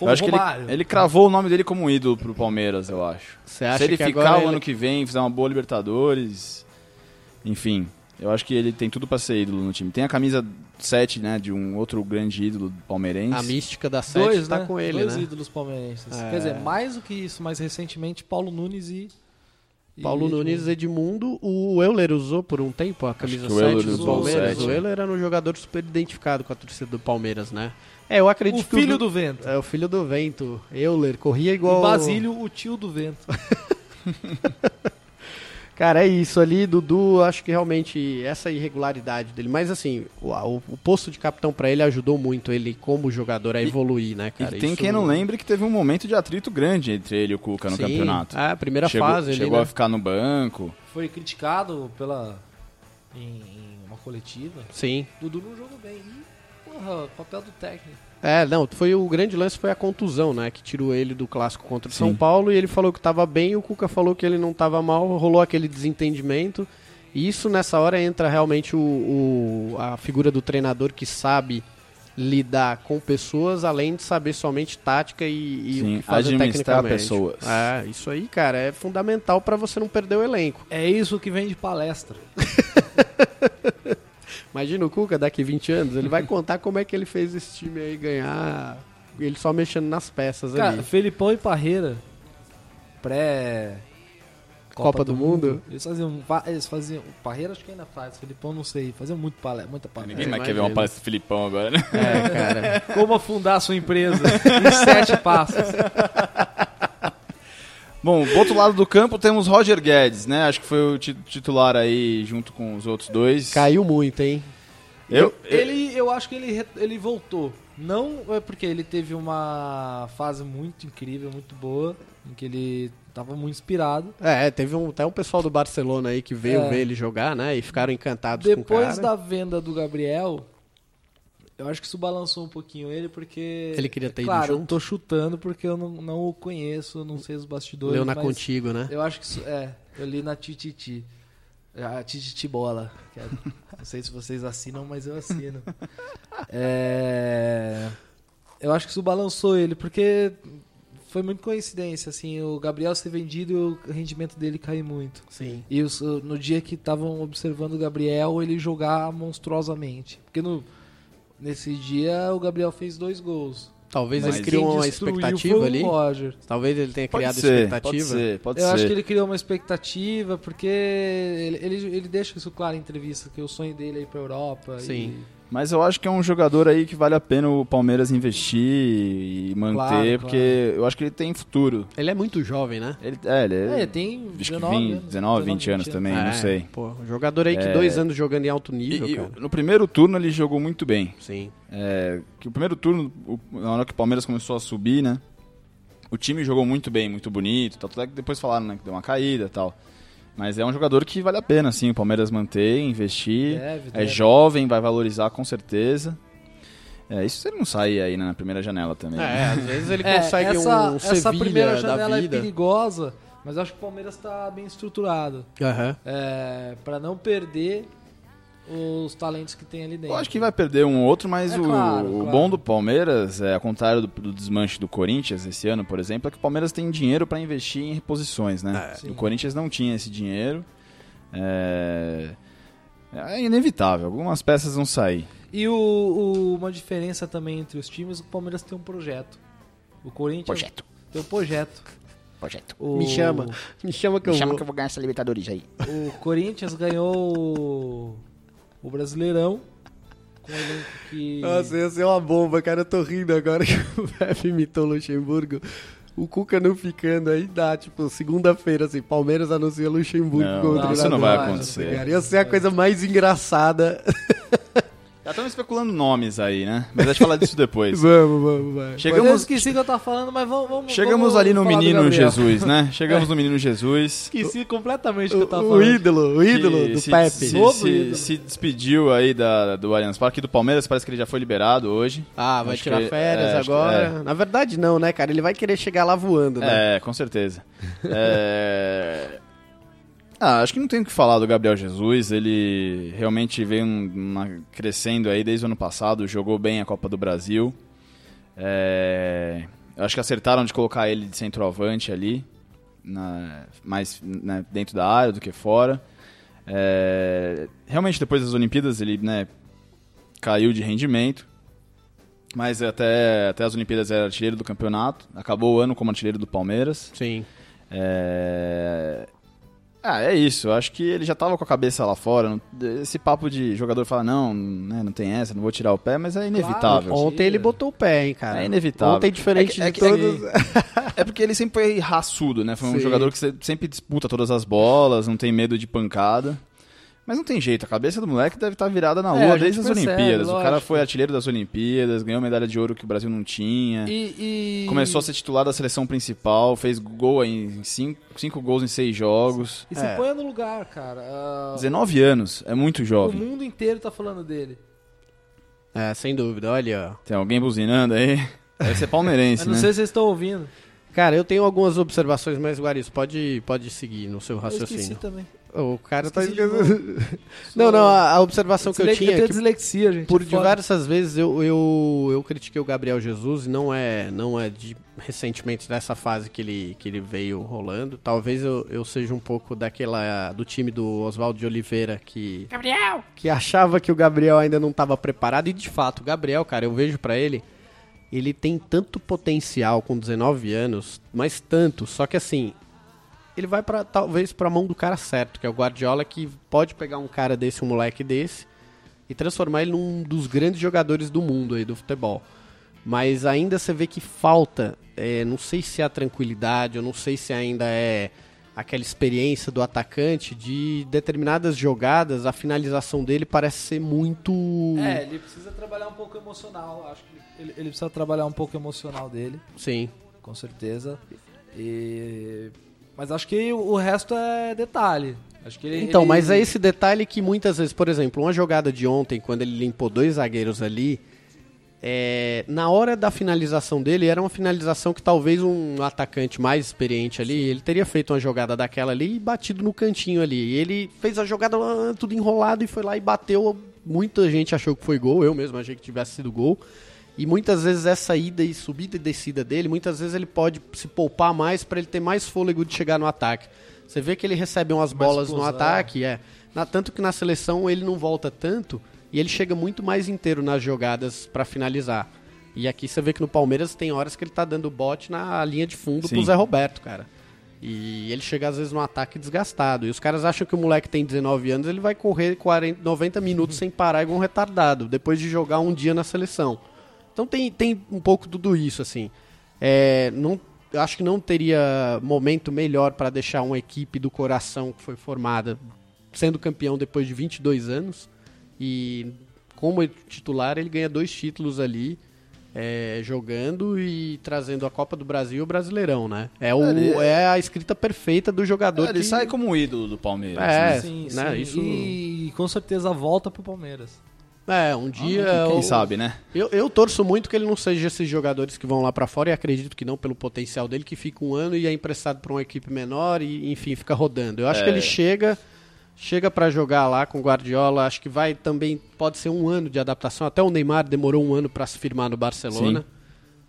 Speaker 4: eu acho que ele, ele cravou o nome dele como um ídolo pro Palmeiras, eu acho.
Speaker 2: Você acha
Speaker 4: Se ele
Speaker 2: que
Speaker 4: ficar
Speaker 2: agora
Speaker 4: o
Speaker 2: ele-
Speaker 4: ano que vem, fizer uma boa Libertadores, enfim, eu acho que ele tem tudo pra ser ídolo no time. Tem a camisa 7, né, de um outro grande ídolo palmeirense.
Speaker 2: A mística da sete
Speaker 3: Dois,
Speaker 2: tá
Speaker 3: né?
Speaker 2: com ele,
Speaker 3: Dois
Speaker 2: né?
Speaker 3: ídolos palmeirenses.
Speaker 2: É.
Speaker 3: Quer dizer, mais do que isso, mais recentemente, Paulo Nunes e. e
Speaker 2: Paulo
Speaker 3: Edmundo.
Speaker 2: Nunes, é Edmundo, o Euler usou por um tempo a camisa
Speaker 4: que o Euler
Speaker 2: 7 do
Speaker 4: usou
Speaker 2: Palmeiras.
Speaker 4: sete,
Speaker 2: O
Speaker 4: é.
Speaker 2: Euler era um jogador super identificado com a torcida do Palmeiras, né? É, eu acredito
Speaker 3: O filho
Speaker 2: que
Speaker 3: do vento.
Speaker 2: É o filho do vento. Euler corria igual
Speaker 3: O Basílio, o tio do vento.
Speaker 2: Cara, é isso ali, Dudu, acho que realmente essa irregularidade dele, mas assim, o, o- o posto de capitão pra ele ajudou muito ele como jogador a evoluir, né,
Speaker 4: E
Speaker 2: cara?
Speaker 4: tem
Speaker 2: Isso-
Speaker 4: quem não lembre que teve um momento de atrito grande entre ele e o Cuca no
Speaker 2: Sim,
Speaker 4: campeonato.
Speaker 2: É, a primeira
Speaker 4: chegou
Speaker 2: fase ali,
Speaker 4: chegou
Speaker 2: né?
Speaker 4: a ficar no banco.
Speaker 3: Foi criticado pela. em, em uma coletiva.
Speaker 2: Sim.
Speaker 3: Dudu não jogou bem. E, porra, papel do técnico.
Speaker 2: É, não, foi o grande lance foi a contusão, né, que tirou ele do clássico contra o
Speaker 4: Sim.
Speaker 2: São Paulo e ele falou que tava bem, o Cuca falou que ele não tava mal, rolou aquele desentendimento. E isso nessa hora entra realmente o, o- a figura do treinador que sabe lidar com pessoas, além de saber somente tática e, e
Speaker 4: Sim,
Speaker 2: o que fazer
Speaker 4: administrar
Speaker 2: tecnicamente.
Speaker 4: pessoas.
Speaker 2: É, isso aí, cara, é fundamental pra você não perder o elenco.
Speaker 3: É isso que vem de palestra.
Speaker 2: Imagina o Cuca daqui 20 anos, ele vai contar como é que ele fez esse time aí ganhar, ele só mexendo nas peças ali.
Speaker 3: Cara, Felipão e Parreira, pré.
Speaker 2: Copa do Mundo?
Speaker 3: Eles faziam, va- eles faziam. O Parreira acho que ainda faz, Felipão não sei. Faziam muito pale- muita
Speaker 2: É,
Speaker 3: palestra.
Speaker 4: Ninguém mais quer ver
Speaker 2: imagina.
Speaker 4: uma palestra do Filipão agora, né?
Speaker 2: É, cara.
Speaker 3: Como afundar sua empresa em sete passos.
Speaker 4: Bom, do outro lado do campo temos Roger Guedes, né? Acho que foi o ti- titular aí junto com os outros dois.
Speaker 2: Caiu muito, hein?
Speaker 4: Eu, eu-
Speaker 3: Ele, eu acho que ele, re- ele voltou. Não é porque ele teve uma fase muito incrível, muito boa, em que ele tava muito inspirado.
Speaker 2: É, teve um, até um pessoal do Barcelona aí que veio
Speaker 3: É.
Speaker 2: ver ele jogar, né? E ficaram encantados com o
Speaker 3: Depois
Speaker 2: cara.
Speaker 3: da venda do Gabriel, eu acho que isso balançou um pouquinho ele, porque. é
Speaker 2: Ele queria ter ido
Speaker 3: claro, eu
Speaker 2: junto?
Speaker 3: tô chutando porque eu não, não o conheço, não sei os bastidores.
Speaker 2: Leu na
Speaker 3: mas
Speaker 2: Contigo, né?
Speaker 3: Eu acho que isso. É, eu li na Tititi. A Tititi Bola. que é- não sei se vocês assinam, mas eu assino. É, eu acho que isso balançou ele, porque foi muito coincidência, assim, o Gabriel ser vendido e o rendimento dele cair muito.
Speaker 2: Sim.
Speaker 3: E os- no dia que estavam observando o Gabriel, ele jogar monstruosamente. Porque no, nesse dia o Gabriel fez dois gols.
Speaker 2: Talvez
Speaker 4: Mas
Speaker 2: ele um
Speaker 3: Quem
Speaker 2: criou uma
Speaker 3: destruiu
Speaker 2: expectativa
Speaker 3: foi o
Speaker 2: ali.
Speaker 3: Roger.
Speaker 2: Talvez ele tenha
Speaker 4: pode
Speaker 2: criado
Speaker 4: ser, Pode
Speaker 2: expectativa.
Speaker 4: ser, pode
Speaker 3: eu
Speaker 4: ser.
Speaker 3: acho que ele criou uma expectativa, porque ele, ele, ele deixa isso claro em entrevista, que o sonho dele é ir pra Europa.
Speaker 2: Sim.
Speaker 4: Mas eu acho que é um jogador aí que vale a pena o Palmeiras investir e manter,
Speaker 3: Claro,
Speaker 4: porque eu acho que ele tem futuro.
Speaker 2: Ele é muito jovem, né?
Speaker 4: Ele, é, ele
Speaker 3: E,
Speaker 4: é,
Speaker 3: é, tem
Speaker 4: acho
Speaker 3: 19
Speaker 4: que 20, 19, 20 anos também,
Speaker 2: É,
Speaker 4: não sei.
Speaker 2: Pô, um jogador aí que
Speaker 4: É.
Speaker 2: dois anos jogando em alto
Speaker 4: E-
Speaker 2: nível,
Speaker 4: e
Speaker 2: cara.
Speaker 4: no primeiro turno ele jogou muito bem.
Speaker 2: Sim.
Speaker 4: É, que o primeiro turno, o- na hora que o Palmeiras começou a subir, né? O time jogou muito bem, muito bonito, tal, tanto é que depois falaram né, que deu uma caída e tal. Mas é um jogador que vale a pena, assim, o Palmeiras manter, investir.
Speaker 3: Deve,
Speaker 4: é
Speaker 3: deve.
Speaker 4: jovem, vai valorizar com certeza. É, isso se ele não sair aí né, na primeira janela também. né?
Speaker 2: É, às vezes ele
Speaker 3: É,
Speaker 2: consegue
Speaker 3: essa,
Speaker 2: um
Speaker 3: essa primeira
Speaker 2: Sevilha da
Speaker 3: janela é
Speaker 2: vida.
Speaker 3: perigosa, mas eu acho que o Palmeiras tá bem estruturado.
Speaker 2: Aham.
Speaker 3: É, para não perder os talentos que tem ali dentro.
Speaker 4: Eu acho que vai perder um ou outro, mas
Speaker 3: É
Speaker 4: o,
Speaker 3: claro,
Speaker 4: o
Speaker 3: claro.
Speaker 4: bom do Palmeiras, é, ao contrário do, do desmanche do Corinthians esse ano, por exemplo, é que o Palmeiras tem dinheiro para investir em reposições, né?
Speaker 3: Sim.
Speaker 4: O Corinthians não tinha esse dinheiro. É, é inevitável, algumas peças vão sair.
Speaker 3: E o- o- uma diferença também entre os times, o Palmeiras tem um projeto. O Corinthians
Speaker 5: Projeto.
Speaker 3: tem um projeto.
Speaker 5: Projeto.
Speaker 3: O-
Speaker 2: Me chama. Me chama que
Speaker 5: Me
Speaker 2: eu
Speaker 5: chama
Speaker 2: vou.
Speaker 5: que eu vou ganhar essa Libertadores aí.
Speaker 3: O Corinthians ganhou o, o Brasileirão com um elenco que
Speaker 4: Ah,
Speaker 2: Nossa, ia ser uma bomba, cara. Eu tô rindo agora que o Pepe imitou o Luxemburgo. O Cuca não ficando aí dá, tipo, segunda-feira, assim, Palmeiras anuncia Luxemburgo
Speaker 4: Não,
Speaker 2: como
Speaker 4: não, isso
Speaker 2: treinador.
Speaker 4: não vai
Speaker 3: Não,
Speaker 4: acontecer.
Speaker 2: Cara, ia ser a coisa mais engraçada.
Speaker 4: Já estamos especulando nomes aí, né? Mas a gente fala disso depois.
Speaker 2: vamos, vamos, vai.
Speaker 3: Chegamos... Eu
Speaker 4: Chegamos,
Speaker 3: esqueci o que eu tava falando, mas vamos. vamos
Speaker 4: chegamos
Speaker 3: vamos
Speaker 4: ali no
Speaker 3: falar do
Speaker 4: menino
Speaker 3: Gabriel.
Speaker 4: Jesus, né?
Speaker 3: É.
Speaker 4: Chegamos no menino Jesus.
Speaker 3: Esqueci completamente o que eu tava
Speaker 2: O, o
Speaker 3: falando.
Speaker 2: ídolo, o ídolo
Speaker 4: que
Speaker 2: do
Speaker 4: se,
Speaker 2: Pepe.
Speaker 4: Se,
Speaker 3: Novo
Speaker 4: se-
Speaker 3: ídolo.
Speaker 4: se despediu aí da, do Allianz Parque e do Palmeiras, parece que ele já foi liberado hoje.
Speaker 2: Ah, vai
Speaker 4: Acho
Speaker 2: tirar
Speaker 4: que-
Speaker 2: férias
Speaker 4: é, acho que-
Speaker 2: agora. Na verdade, não, né, cara? Ele vai querer chegar lá voando, né?
Speaker 4: É, com certeza. É... Ah, acho que não tem o que falar do Gabriel Jesus. Ele realmente veio um- uma- crescendo aí desde o ano passado, jogou bem a Copa do Brasil. É... eu Acho que acertaram de colocar ele de centroavante ali, na- mais né, dentro da área do que fora. É, Realmente, depois das Olimpíadas, ele né, caiu de rendimento. Mas até, até as Olimpíadas era artilheiro do campeonato. Acabou o ano como artilheiro do Palmeiras.
Speaker 2: Sim.
Speaker 4: É... Ah, é isso. Eu Acho que ele já tava com a cabeça lá fora. Não- Esse papo de jogador falar, não, né, não tem essa, não vou tirar o pé, mas é inevitável.
Speaker 3: Claro.
Speaker 2: Ontem ele botou o pé, hein, cara.
Speaker 4: É inevitável.
Speaker 2: Ontem, diferente
Speaker 4: É que-
Speaker 2: de
Speaker 4: é que-
Speaker 2: todos.
Speaker 4: É porque ele sempre foi raçudo, né? Foi um
Speaker 2: Sim.
Speaker 4: jogador que se- sempre disputa todas as bolas, não tem medo de pancada. Mas não tem jeito, a cabeça do moleque deve estar virada na
Speaker 3: É,
Speaker 4: lua
Speaker 3: a gente
Speaker 4: desde as
Speaker 3: percebe,
Speaker 4: Olimpíadas. O cara
Speaker 3: lógico.
Speaker 4: foi artilheiro das Olimpíadas, ganhou medalha de ouro que o Brasil não tinha.
Speaker 3: E, e-
Speaker 5: assim.
Speaker 4: Começou a ser titular da seleção principal, fez gol em 5 gols em 6 jogos.
Speaker 3: E se
Speaker 2: É.
Speaker 3: ponha no lugar, cara. Ah,
Speaker 4: 19 anos, é muito
Speaker 3: o
Speaker 4: jovem.
Speaker 3: mundo inteiro tá falando dele.
Speaker 2: É, sem dúvida, olha, ó.
Speaker 4: Tem alguém buzinando aí? Deve ser
Speaker 3: Mas
Speaker 4: palmeirense,
Speaker 3: não
Speaker 4: né?
Speaker 3: sei se vocês estão ouvindo.
Speaker 2: Cara, eu tenho algumas observações, mas Guaris, pode, pode seguir no seu
Speaker 3: Eu esqueci
Speaker 2: raciocínio.
Speaker 3: também.
Speaker 2: O cara tá
Speaker 3: Esqueci de
Speaker 2: esquecendo. Não, não, a, a observação que eu
Speaker 3: Disle-
Speaker 2: tinha é
Speaker 3: tenho
Speaker 2: que
Speaker 3: dislexia, gente.
Speaker 2: por
Speaker 3: é foda.
Speaker 2: diversas vezes eu, eu, eu critiquei o Gabriel Jesus e não é, não é de recentemente dessa fase que ele, que ele veio rolando. Talvez eu, eu seja um pouco daquela do time do Oswaldo de Oliveira que
Speaker 5: Gabriel!
Speaker 2: que achava que o Gabriel ainda não estava preparado e de fato, o Gabriel, cara, eu vejo pra ele, ele tem tanto potencial com 19 anos, mas tanto, só que assim, ele vai para talvez pra mão do cara certo, que é o Guardiola que pode pegar um cara desse, um moleque desse e transformar ele num dos grandes jogadores do mundo aí do futebol. Mas ainda você vê que falta é, não sei se é a tranquilidade, eu não sei se ainda é aquela experiência do atacante de determinadas jogadas, a finalização dele parece ser muito.
Speaker 3: É, ele precisa trabalhar um pouco emocional. Acho que ele, ele precisa trabalhar um pouco emocional dele,
Speaker 2: Sim.
Speaker 3: com certeza. E... Mas acho que o resto é detalhe. Acho que ele-
Speaker 2: Então,
Speaker 3: ele-
Speaker 2: mas é esse detalhe que muitas vezes, por exemplo, uma jogada de ontem, quando ele limpou dois zagueiros ali, é, na hora da finalização dele, era uma finalização que talvez um atacante mais experiente ali, ele teria feito uma jogada daquela ali e batido no cantinho ali. E ele fez a jogada ah, tudo enrolado e foi lá e bateu. Muita gente achou que foi gol, eu mesmo achei que tivesse sido gol. E muitas vezes essa ida e subida e descida dele, muitas vezes ele pode se poupar mais para ele ter mais fôlego de chegar no ataque. Você vê que ele recebe umas bolas no
Speaker 3: explosão.
Speaker 2: ataque, é. Na- tanto que na seleção ele não volta tanto e ele chega muito mais inteiro nas jogadas para finalizar. E aqui você vê que no Palmeiras tem horas que ele tá dando bote na linha de fundo pro
Speaker 4: Sim.
Speaker 2: Zé Roberto, cara. E ele chega às vezes num ataque desgastado. E os caras acham que o moleque tem 19 anos, ele vai correr 40, 90 minutos sem parar igual um retardado, depois de jogar um dia na seleção. Então tem, tem um pouco tudo isso, assim. É, não, eu acho que não teria momento melhor para deixar uma equipe do coração que foi formada sendo campeão depois de 22 anos. E como titular, ele ganha dois títulos ali. é, jogando e trazendo a Copa do Brasil e o Brasileirão, né? É, o,
Speaker 4: Ele-
Speaker 2: é a escrita perfeita do jogador
Speaker 3: é
Speaker 4: Ele
Speaker 2: que-
Speaker 4: sai como um ídolo do Palmeiras.
Speaker 2: É.
Speaker 4: né?
Speaker 3: Sim,
Speaker 2: né,
Speaker 3: sim.
Speaker 2: isso-
Speaker 3: E com certeza volta pro Palmeiras.
Speaker 2: É, um dia...
Speaker 4: Quem
Speaker 2: eu-
Speaker 4: sabe, né?
Speaker 2: Eu, eu torço muito que ele não seja esses jogadores que vão lá pra fora e acredito que não pelo potencial dele, que fica um ano e é emprestado pra uma equipe menor e, enfim, fica rodando. Eu acho
Speaker 4: É.
Speaker 2: que ele chega, chega para jogar lá com o Guardiola, acho que vai também, pode ser um ano de adaptação. Até o Neymar demorou um ano pra se firmar no Barcelona.
Speaker 4: Sim.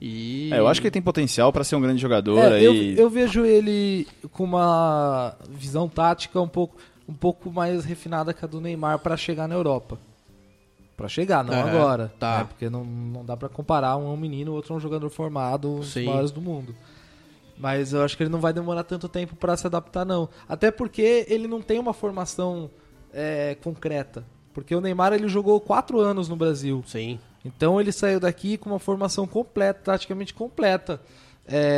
Speaker 2: E...
Speaker 4: É, eu acho que ele tem potencial pra ser um grande jogador
Speaker 3: É,
Speaker 4: aí.
Speaker 3: eu, eu vejo ele com uma visão tática um pouco, um pouco mais refinada que a do Neymar pra chegar na Europa. Pra chegar, não
Speaker 2: É,
Speaker 3: agora.
Speaker 2: tá.
Speaker 3: né? Porque não, não dá pra comparar um é um menino, o outro é um jogador formado, um dos
Speaker 2: Sim.
Speaker 3: maiores do mundo. Mas eu acho que ele não vai demorar tanto tempo pra se adaptar, não. Até porque ele não tem uma formação é, concreta. Porque o Neymar ele jogou quatro anos no Brasil.
Speaker 2: Sim.
Speaker 3: Então ele saiu daqui com uma formação completa, praticamente completa,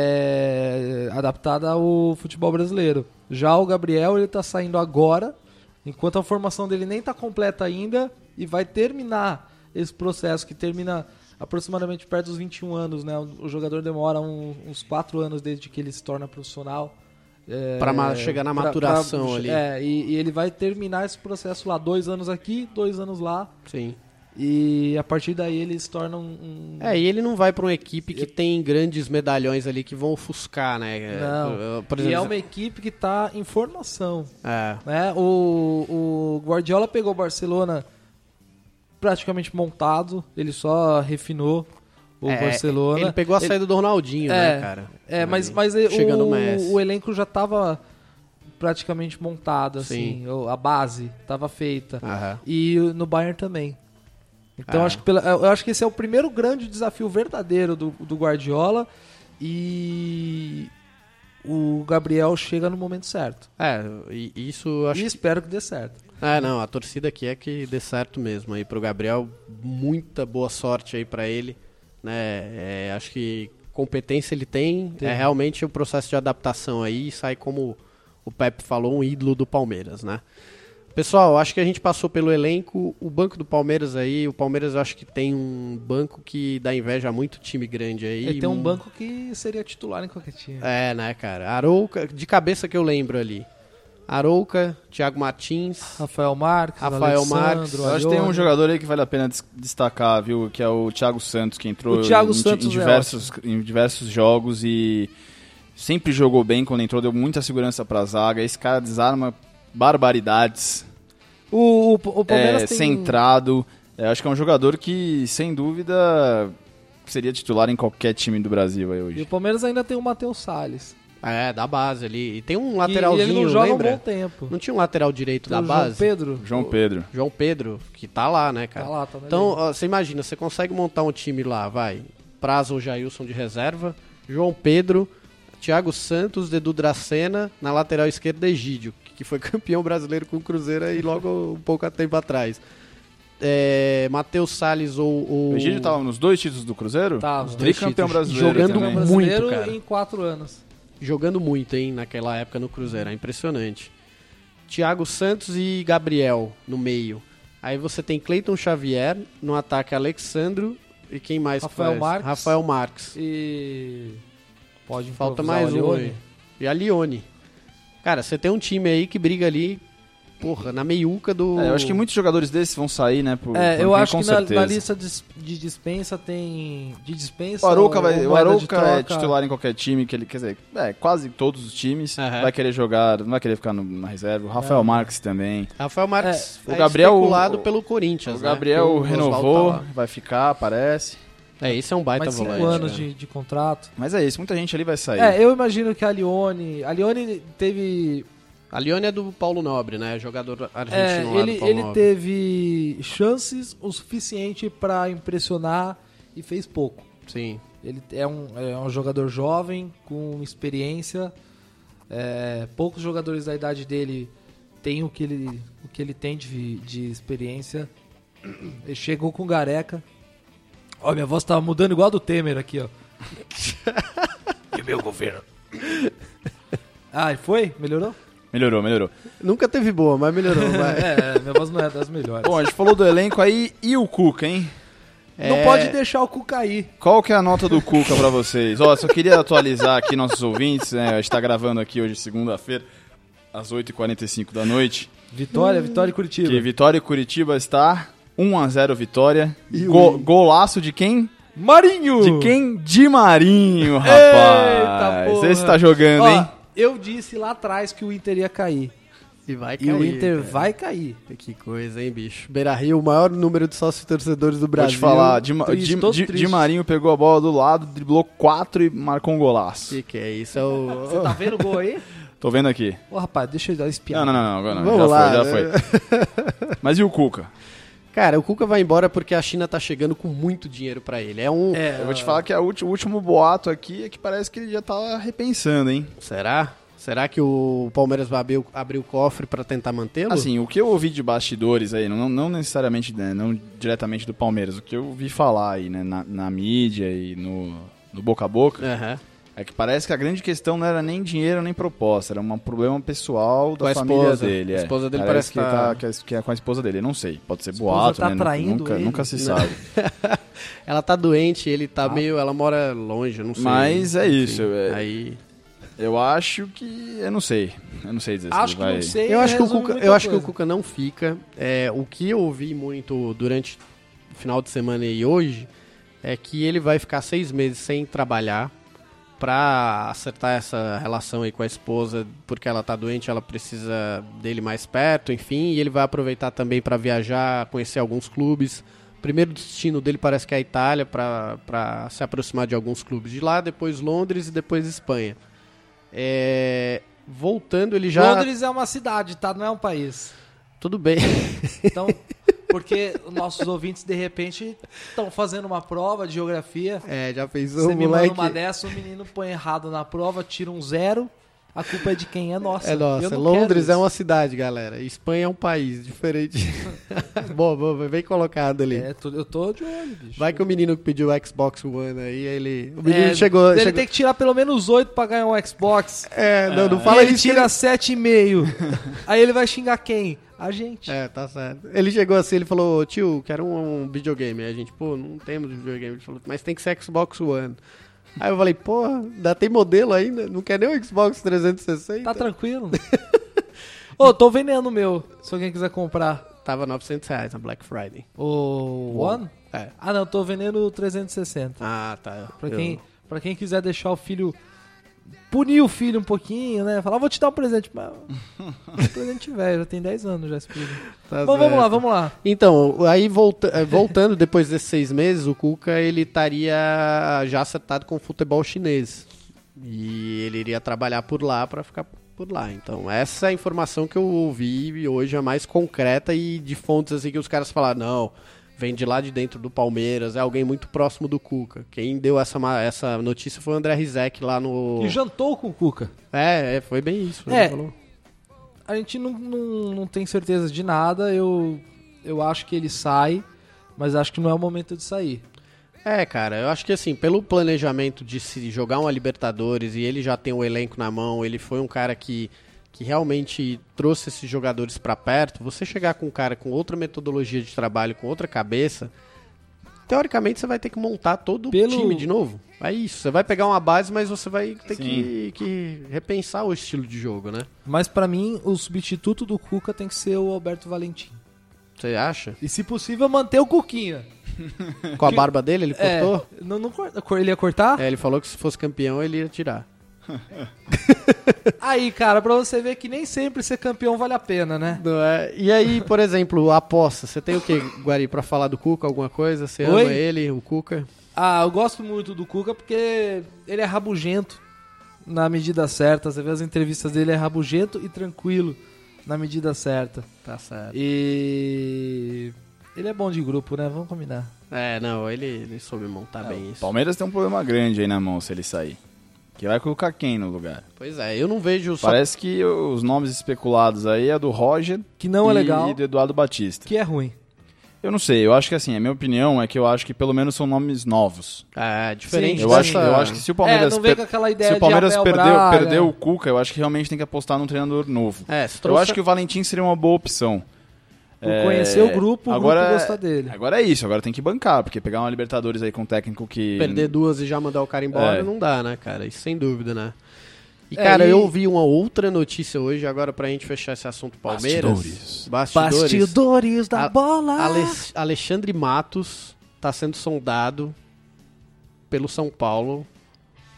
Speaker 3: é, adaptada ao futebol brasileiro. Já o Gabriel ele está saindo agora, enquanto a formação dele nem está completa ainda e vai terminar esse processo que termina aproximadamente perto dos 21 anos, né? O o jogador demora um- uns 4 anos desde que ele se torna profissional. É,
Speaker 2: Pra ma- chegar na maturação ali.
Speaker 3: É, e, e ele vai terminar esse processo lá, dois anos aqui, dois anos lá,
Speaker 2: Sim.
Speaker 3: e a partir daí ele se torna um. um-
Speaker 2: É, e ele não vai pra uma equipe que tem grandes medalhões ali que vão ofuscar, né?
Speaker 3: Não.
Speaker 2: Por
Speaker 3: e é
Speaker 2: exemplo,
Speaker 3: uma equipe que tá em formação.
Speaker 2: é,
Speaker 3: Né? O, o Guardiola pegou o Barcelona praticamente montado, ele só refinou o
Speaker 2: É,
Speaker 3: Barcelona.
Speaker 2: Ele pegou a saída do Ronaldinho,
Speaker 3: É,
Speaker 2: né, cara?
Speaker 3: É, mas,
Speaker 2: Ali,
Speaker 3: mas o,
Speaker 2: Chegando o Messi.
Speaker 3: o elenco já tava praticamente montado, assim. o- A base tava feita.
Speaker 2: Aham.
Speaker 3: E o- no Bayern também. Então
Speaker 2: Ah.
Speaker 3: acho que pela- eu acho que esse é o primeiro grande desafio verdadeiro do, do Guardiola. E o Gabriel chega no momento certo.
Speaker 2: É, e isso eu acho
Speaker 3: e espero que dê certo.
Speaker 2: Ah, não, a torcida aqui é que dê certo mesmo aí pro Gabriel. Muita boa sorte aí pra ele, né? É, acho que competência ele tem, é realmente o processo de adaptação aí e sai como o Pepe falou, um ídolo do Palmeiras, né? Pessoal, acho que a gente passou pelo elenco, o banco do Palmeiras aí, o Palmeiras eu acho que tem um banco que dá inveja a muito time grande aí.
Speaker 3: Ele tem um banco que seria titular em qualquer time.
Speaker 2: É, né, cara? Arouca, de cabeça que eu lembro ali. Arouca, Thiago Martins,
Speaker 3: Rafael Marques,
Speaker 2: Rafael
Speaker 3: Alexandro,
Speaker 2: Marques.
Speaker 4: Eu acho que tem um
Speaker 3: Alione.
Speaker 4: jogador aí que vale a pena des- destacar, viu? Que é o Thiago Santos, que entrou
Speaker 3: O Thiago
Speaker 4: em, di-
Speaker 3: Santos
Speaker 4: em
Speaker 3: é
Speaker 4: diversos, em diversos jogos e sempre jogou bem quando entrou, deu muita segurança pra zaga. Esse cara desarma barbaridades,
Speaker 3: O, o, o Palmeiras
Speaker 4: é,
Speaker 3: tem...
Speaker 4: centrado. É, acho que é um jogador que, sem dúvida, seria titular em qualquer time do Brasil aí
Speaker 3: E o
Speaker 4: hoje.
Speaker 3: Palmeiras ainda tem o Matheus Salles.
Speaker 2: É, da base ali. E tem um
Speaker 3: E
Speaker 2: lateralzinho,
Speaker 3: ele não joga há um
Speaker 2: lembra?
Speaker 3: bom tempo.
Speaker 2: Não tinha um lateral direito
Speaker 3: Tem
Speaker 2: da
Speaker 3: o
Speaker 2: base?
Speaker 3: João Pedro.
Speaker 4: João Pedro.
Speaker 2: João Pedro, que tá lá, né, cara?
Speaker 3: Tá lá, tá na
Speaker 2: Então,
Speaker 3: linha.
Speaker 2: ó, você imagina, você consegue montar um time lá, vai. Prazo ou Jailson de reserva, João Pedro, Thiago Santos, Dedu Dracena, na lateral esquerda, Egídio, que foi campeão brasileiro com o Cruzeiro aí logo um pouco a tempo atrás. é, Matheus Salles ou. ou...
Speaker 4: O Egídio tá tava nos dois títulos do Cruzeiro?
Speaker 3: Tava. um Os
Speaker 2: dois
Speaker 4: Tricampeão
Speaker 2: títulos.
Speaker 4: brasileiro
Speaker 2: Jogando
Speaker 4: também.
Speaker 2: muito,
Speaker 3: é brasileiro
Speaker 2: cara.
Speaker 3: em quatro anos.
Speaker 2: jogando muito, hein, naquela época no Cruzeiro. É impressionante. Thiago Santos e Gabriel no meio. Aí você tem Cleiton Xavier, no ataque Alexandro e quem mais? que
Speaker 3: Rafael
Speaker 2: faz?
Speaker 3: Marques.
Speaker 2: Rafael Marques.
Speaker 3: E. Pode
Speaker 2: Falta
Speaker 3: improvisar
Speaker 2: mais
Speaker 3: o
Speaker 2: um
Speaker 3: Leone.
Speaker 2: aí. E a Lione. Cara, você tem um time aí que briga ali, porra, na meiuca do...
Speaker 4: É, eu acho que muitos jogadores desses vão sair, né? Por,
Speaker 3: É,
Speaker 4: por
Speaker 3: eu
Speaker 4: bem,
Speaker 3: acho
Speaker 4: com
Speaker 3: que na,
Speaker 4: certeza.
Speaker 3: na lista de, de dispensa tem. De dispensa.
Speaker 4: O Arouca,
Speaker 3: ou
Speaker 4: vai, o
Speaker 3: moeda de
Speaker 4: Arouca é
Speaker 3: troca.
Speaker 4: titular em qualquer time que ele. Quer dizer, é, quase todos os times.
Speaker 2: Aham.
Speaker 4: Vai querer jogar, não vai querer ficar no- na reserva. O Rafael
Speaker 3: É.
Speaker 4: Marques também.
Speaker 2: Rafael Marques
Speaker 4: É,
Speaker 2: é,
Speaker 4: o Gabriel-
Speaker 2: especulado
Speaker 4: o-
Speaker 2: pelo Corinthians,
Speaker 4: O
Speaker 2: né?
Speaker 4: Gabriel
Speaker 2: Porque o Oswaldo
Speaker 4: renovou,
Speaker 2: tá lá.
Speaker 4: vai ficar, parece.
Speaker 2: É, esse é um baita
Speaker 3: Mais cinco
Speaker 2: volante.
Speaker 3: anos
Speaker 2: né?
Speaker 3: de, de contrato.
Speaker 4: Mas é isso, muita gente ali vai sair.
Speaker 3: É, eu imagino que a Lione. A Lione teve.
Speaker 2: A Lione é do Paulo Nobre, né? Jogador
Speaker 3: é,
Speaker 2: argentino lá do
Speaker 3: ele,
Speaker 2: Paulo
Speaker 3: ele
Speaker 2: Nobre.
Speaker 3: teve chances o suficiente pra impressionar e fez pouco.
Speaker 2: Sim.
Speaker 3: Ele é um, é um jogador jovem, com experiência. É, poucos jogadores da idade dele têm o que ele, o que ele tem de, de experiência. Ele chegou com Gareca. Ó, minha voz tá mudando igual a do Temer aqui, ó. e meu governo. Ah, e foi? Melhorou?
Speaker 4: Melhorou, melhorou.
Speaker 2: Nunca teve boa, mas melhorou. vai.
Speaker 3: É, minha voz não é das melhores.
Speaker 4: Bom, a gente falou do elenco aí e o Cuca, hein?
Speaker 3: não
Speaker 2: É,
Speaker 3: pode deixar o cu cair.
Speaker 4: Qual que é a nota do Cuca pra vocês? Ó, só queria atualizar aqui nossos ouvintes, né? A gente tá gravando aqui hoje, segunda-feira, às 8h45 da noite.
Speaker 3: Vitória,
Speaker 4: Hum.
Speaker 3: Vitória e Curitiba.
Speaker 4: Que Vitória e Curitiba está 1x0 Vitória.
Speaker 2: E
Speaker 4: Go-
Speaker 2: o-
Speaker 4: golaço de quem?
Speaker 3: Marinho!
Speaker 4: De quem? De Marinho,
Speaker 3: Eita,
Speaker 4: rapaz.
Speaker 3: porra.
Speaker 4: Esse tá jogando,
Speaker 3: Ó,
Speaker 4: hein?
Speaker 3: eu disse lá atrás que o Inter ia cair.
Speaker 2: E vai
Speaker 3: E o
Speaker 2: cair,
Speaker 3: Inter
Speaker 2: cara.
Speaker 3: vai cair.
Speaker 2: Que coisa, hein, bicho? Beira Rio, o maior número de sócios torcedores do
Speaker 4: Vou
Speaker 2: Brasil.
Speaker 4: te falar, de,
Speaker 3: triste, todos tristes.
Speaker 4: Marinho pegou a bola do lado, driblou 4 e marcou um golaço.
Speaker 2: Que que é isso? É o...
Speaker 3: Você tá vendo o gol aí?
Speaker 4: Tô vendo aqui.
Speaker 3: Ô, rapaz, deixa eu dar espiar.
Speaker 4: Não, não, não, não, não,
Speaker 2: Vamos
Speaker 4: já
Speaker 2: lá,
Speaker 4: foi,
Speaker 3: né?
Speaker 4: já foi. Mas e o Cuca?
Speaker 2: Cara, o Cuca vai embora porque a China tá chegando com muito dinheiro pra ele. É um...
Speaker 3: É,
Speaker 4: Eu vou te falar que a ulti- o último boato aqui é que parece que ele já tá repensando, hein?
Speaker 2: Será? Será que o Palmeiras vai abrir, o- abrir o cofre pra tentar mantê-lo?
Speaker 4: Assim, o que eu ouvi de bastidores aí, não, não necessariamente, né, não diretamente do Palmeiras, o que eu vi falar aí, né, na, na mídia e no, no boca a boca,
Speaker 2: Aham.
Speaker 4: é que parece que a grande questão não era nem dinheiro nem proposta, era um problema pessoal
Speaker 2: Com
Speaker 4: da
Speaker 2: a
Speaker 4: família
Speaker 2: esposa.
Speaker 4: dele.
Speaker 2: A
Speaker 4: é.
Speaker 2: esposa dele parece
Speaker 4: parece,
Speaker 2: que
Speaker 4: que,
Speaker 2: tá-
Speaker 4: tá- que é- que é com a esposa dele, eu não sei, pode ser
Speaker 3: esposa
Speaker 4: boato,
Speaker 3: tá
Speaker 4: né, nu-
Speaker 3: traindo
Speaker 4: nunca,
Speaker 3: ele.
Speaker 4: nunca se
Speaker 2: Não.
Speaker 4: sabe.
Speaker 2: Ela tá doente, ele tá meio... Ela mora longe, eu não sei.
Speaker 4: Ah. Mas é
Speaker 2: Enfim,
Speaker 4: isso, é-
Speaker 2: Aí...
Speaker 4: Eu acho que, eu não sei, eu não sei dizer se
Speaker 3: Acho
Speaker 4: ele
Speaker 3: que
Speaker 4: vai...
Speaker 3: não sei.
Speaker 2: Eu acho que o
Speaker 3: resume
Speaker 2: Cuca,
Speaker 3: muita
Speaker 2: eu acho que o
Speaker 3: coisa.
Speaker 2: Cuca não fica. É, o que eu ouvi muito durante o final de semana e hoje é que ele vai ficar seis meses sem trabalhar pra acertar essa relação aí com a esposa, porque ela tá doente, ela precisa dele mais perto, enfim, e ele vai aproveitar também pra viajar, conhecer alguns clubes. Primeiro destino dele parece que é a Itália, pra pra se aproximar de alguns clubes de lá, depois Londres e depois Espanha. É, voltando, ele já
Speaker 3: Londres é uma cidade, tá? Não é um país.
Speaker 2: tudo bem.
Speaker 3: Então, porque nossos ouvintes, de repente, estão fazendo uma prova de geografia.
Speaker 2: É, já fez
Speaker 3: Você
Speaker 2: o
Speaker 3: me manda
Speaker 2: moleque.
Speaker 3: uma dessa, o menino põe errado na prova, tira um zero. A culpa é de quem? É nossa.
Speaker 2: É
Speaker 3: Eu
Speaker 2: nossa,
Speaker 3: não
Speaker 2: Londres
Speaker 3: quero
Speaker 2: é uma cidade, galera. Espanha é um país diferente. boa, boa, bem colocado ali.
Speaker 3: isso. É, tô- eu tô de olho, bicho.
Speaker 2: Vai que o menino que pediu o Xbox One aí, ele. O menino
Speaker 3: É,
Speaker 2: chegou.
Speaker 3: Ele
Speaker 2: chegou-
Speaker 3: tem que tirar pelo menos 8 pra ganhar um Xbox.
Speaker 2: É, não, não
Speaker 3: Fala,
Speaker 2: fala
Speaker 3: ele
Speaker 2: isso. que
Speaker 3: tira 7,5. Aí ele vai xingar quem? A gente.
Speaker 2: É, tá certo. Ele chegou assim, ele falou, tio, quero um, um videogame. Aí a gente, pô, não temos videogame. Ele falou, mas tem que ser Xbox One. Aí eu falei, porra, ainda tem modelo ainda? Não quer nem o Xbox 360?
Speaker 3: Tá tranquilo? Ô, tô vendendo o meu, se alguém quiser comprar.
Speaker 2: Tava 900 reais na Black Friday.
Speaker 3: O One?
Speaker 2: É.
Speaker 3: Ah, não, tô vendendo o 360.
Speaker 2: Ah, tá.
Speaker 3: Pra
Speaker 2: Eu-
Speaker 3: quem, pra quem quiser deixar o filho... Punir o filho um pouquinho, né? Falar, vou te dar um presente. Mas... Um presente velho, já tem 10 anos já esse filho.
Speaker 2: Tá
Speaker 3: Bom, vamos lá,
Speaker 2: certo.
Speaker 3: vamos lá.
Speaker 2: Então, aí volta- eh, voltando depois desses seis meses, o Cuca ele estaria já acertado com o futebol chinês e ele iria trabalhar por lá para ficar por lá. Então, essa é a informação que eu ouvi hoje é mais concreta e de fontes assim que os caras falaram, não, vem de lá de dentro do Palmeiras, é alguém muito próximo do Cuca. Quem deu essa, ma- essa notícia foi o André Rizek lá no...
Speaker 3: E jantou com o Cuca.
Speaker 2: É, é, foi bem isso.
Speaker 3: É.
Speaker 2: falou.
Speaker 3: A gente não, não, não tem certeza de nada. Eu, eu acho que ele sai, mas acho que não é o momento de sair.
Speaker 2: É, cara, eu acho que assim, pelo planejamento de se jogar uma Libertadores e ele já tem o elenco na mão, ele foi um cara que, que realmente trouxe esses jogadores pra perto. Você chegar com um cara com outra metodologia de trabalho, com outra cabeça, teoricamente você vai ter que montar todo
Speaker 3: Pelo-
Speaker 2: o time de novo. É isso, você vai pegar uma base, mas você vai ter
Speaker 4: Sim.
Speaker 2: que, que repensar o estilo de jogo, né?
Speaker 3: Mas pra mim, o substituto do Cuca tem que ser o Alberto Valentim.
Speaker 2: Você acha?
Speaker 3: E se possível, manter o Cuquinha.
Speaker 2: Com a barba dele, ele
Speaker 3: É,
Speaker 2: cortou?
Speaker 3: não, não corta- cor- ele ia cortar?
Speaker 2: É, ele falou que se fosse campeão ele ia tirar.
Speaker 3: Aí, cara, pra você ver que nem sempre ser campeão vale a pena, né?
Speaker 2: Não é? E aí, por exemplo, a aposta. Você tem o que, Guari, pra falar do Cuca? Alguma coisa? Você ama
Speaker 3: Oi?
Speaker 2: ele, o Cuca?
Speaker 3: Ah, eu gosto muito do Cuca porque ele é rabugento na medida certa. Você vê as entrevistas dele, é rabugento e tranquilo na medida certa.
Speaker 2: Tá certo.
Speaker 3: E ele é bom de grupo, né? Vamos combinar.
Speaker 2: É, não, ele, ele soube montar bem isso.
Speaker 4: Palmeiras tem um problema grande aí na mão se ele sair. Que vai colocar quem no lugar?
Speaker 2: Pois é, eu não vejo só.
Speaker 4: Parece que os nomes especulados aí é do Roger
Speaker 3: Que não é
Speaker 4: e
Speaker 3: legal,
Speaker 4: do Eduardo Batista.
Speaker 3: que é ruim.
Speaker 4: Eu não sei, eu acho que assim, a minha opinião é que eu acho que pelo menos são nomes novos.
Speaker 2: É, diferente
Speaker 3: Sim,
Speaker 4: Eu
Speaker 3: Dessa-
Speaker 4: acho, eu acho que se o
Speaker 3: Então, É,
Speaker 4: Palmeiras
Speaker 3: não vem
Speaker 4: per-
Speaker 3: com aquela ideia
Speaker 4: se o Palmeiras
Speaker 3: de Abel
Speaker 4: perdeu,
Speaker 3: Braga.
Speaker 4: perdeu o Cuca, eu acho que realmente tem que apostar num treinador novo.
Speaker 2: É, se
Speaker 4: Eu
Speaker 2: trouxe-
Speaker 4: acho que o Valentim seria uma boa opção. É,
Speaker 3: Conhecer o grupo, o
Speaker 4: agora,
Speaker 3: grupo gostar dele.
Speaker 4: Agora é isso, agora tem que bancar, porque pegar uma Libertadores aí com um técnico que
Speaker 2: Perder duas e já mandar o cara embora
Speaker 4: É.
Speaker 2: não dá, né, cara? Isso sem dúvida, né? E,
Speaker 3: É,
Speaker 2: cara,
Speaker 3: e-
Speaker 2: eu ouvi uma outra notícia hoje, agora pra gente fechar esse assunto Palmeiras.
Speaker 4: Bastidores.
Speaker 2: Bastidores.
Speaker 3: da
Speaker 2: A-
Speaker 3: bola.
Speaker 2: Ale- Alexandre Matos está sendo sondado pelo São Paulo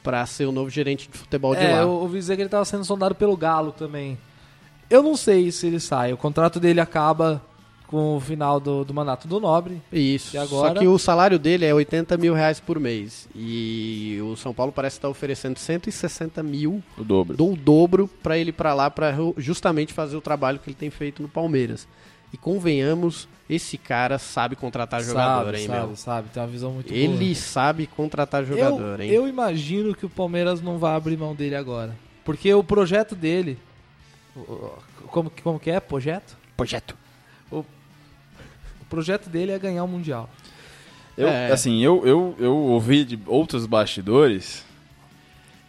Speaker 2: para ser o novo gerente de futebol de
Speaker 3: É,
Speaker 2: lá.
Speaker 3: eu ouvi dizer que ele tava sendo sondado pelo Galo também. Eu não sei se ele sai. O contrato dele acaba com o final do, do mandato do Nobre.
Speaker 2: Isso.
Speaker 3: E agora?
Speaker 2: Só que o salário dele é 80 mil reais por mês. E o São Paulo parece estar oferecendo 160 mil,
Speaker 4: o dobro.
Speaker 2: dou o dobro para ele ir para lá para justamente fazer o trabalho que ele tem feito no Palmeiras. E convenhamos, esse cara sabe contratar Tá jogador,
Speaker 3: sabe,
Speaker 2: hein,
Speaker 3: sabe,
Speaker 2: meu?
Speaker 3: sabe. Tem uma visão muito
Speaker 2: Ele
Speaker 3: boa.
Speaker 2: sabe contratar jogador,
Speaker 3: eu,
Speaker 2: hein?
Speaker 3: eu imagino que o Palmeiras não vai abrir mão dele agora. Porque o projeto dele... o- o- Como, que- como que é? Projeto?
Speaker 5: Projeto.
Speaker 3: O projeto dele é ganhar o Mundial.
Speaker 4: Eu,
Speaker 2: É.
Speaker 4: Assim, eu, eu, eu ouvi de outros bastidores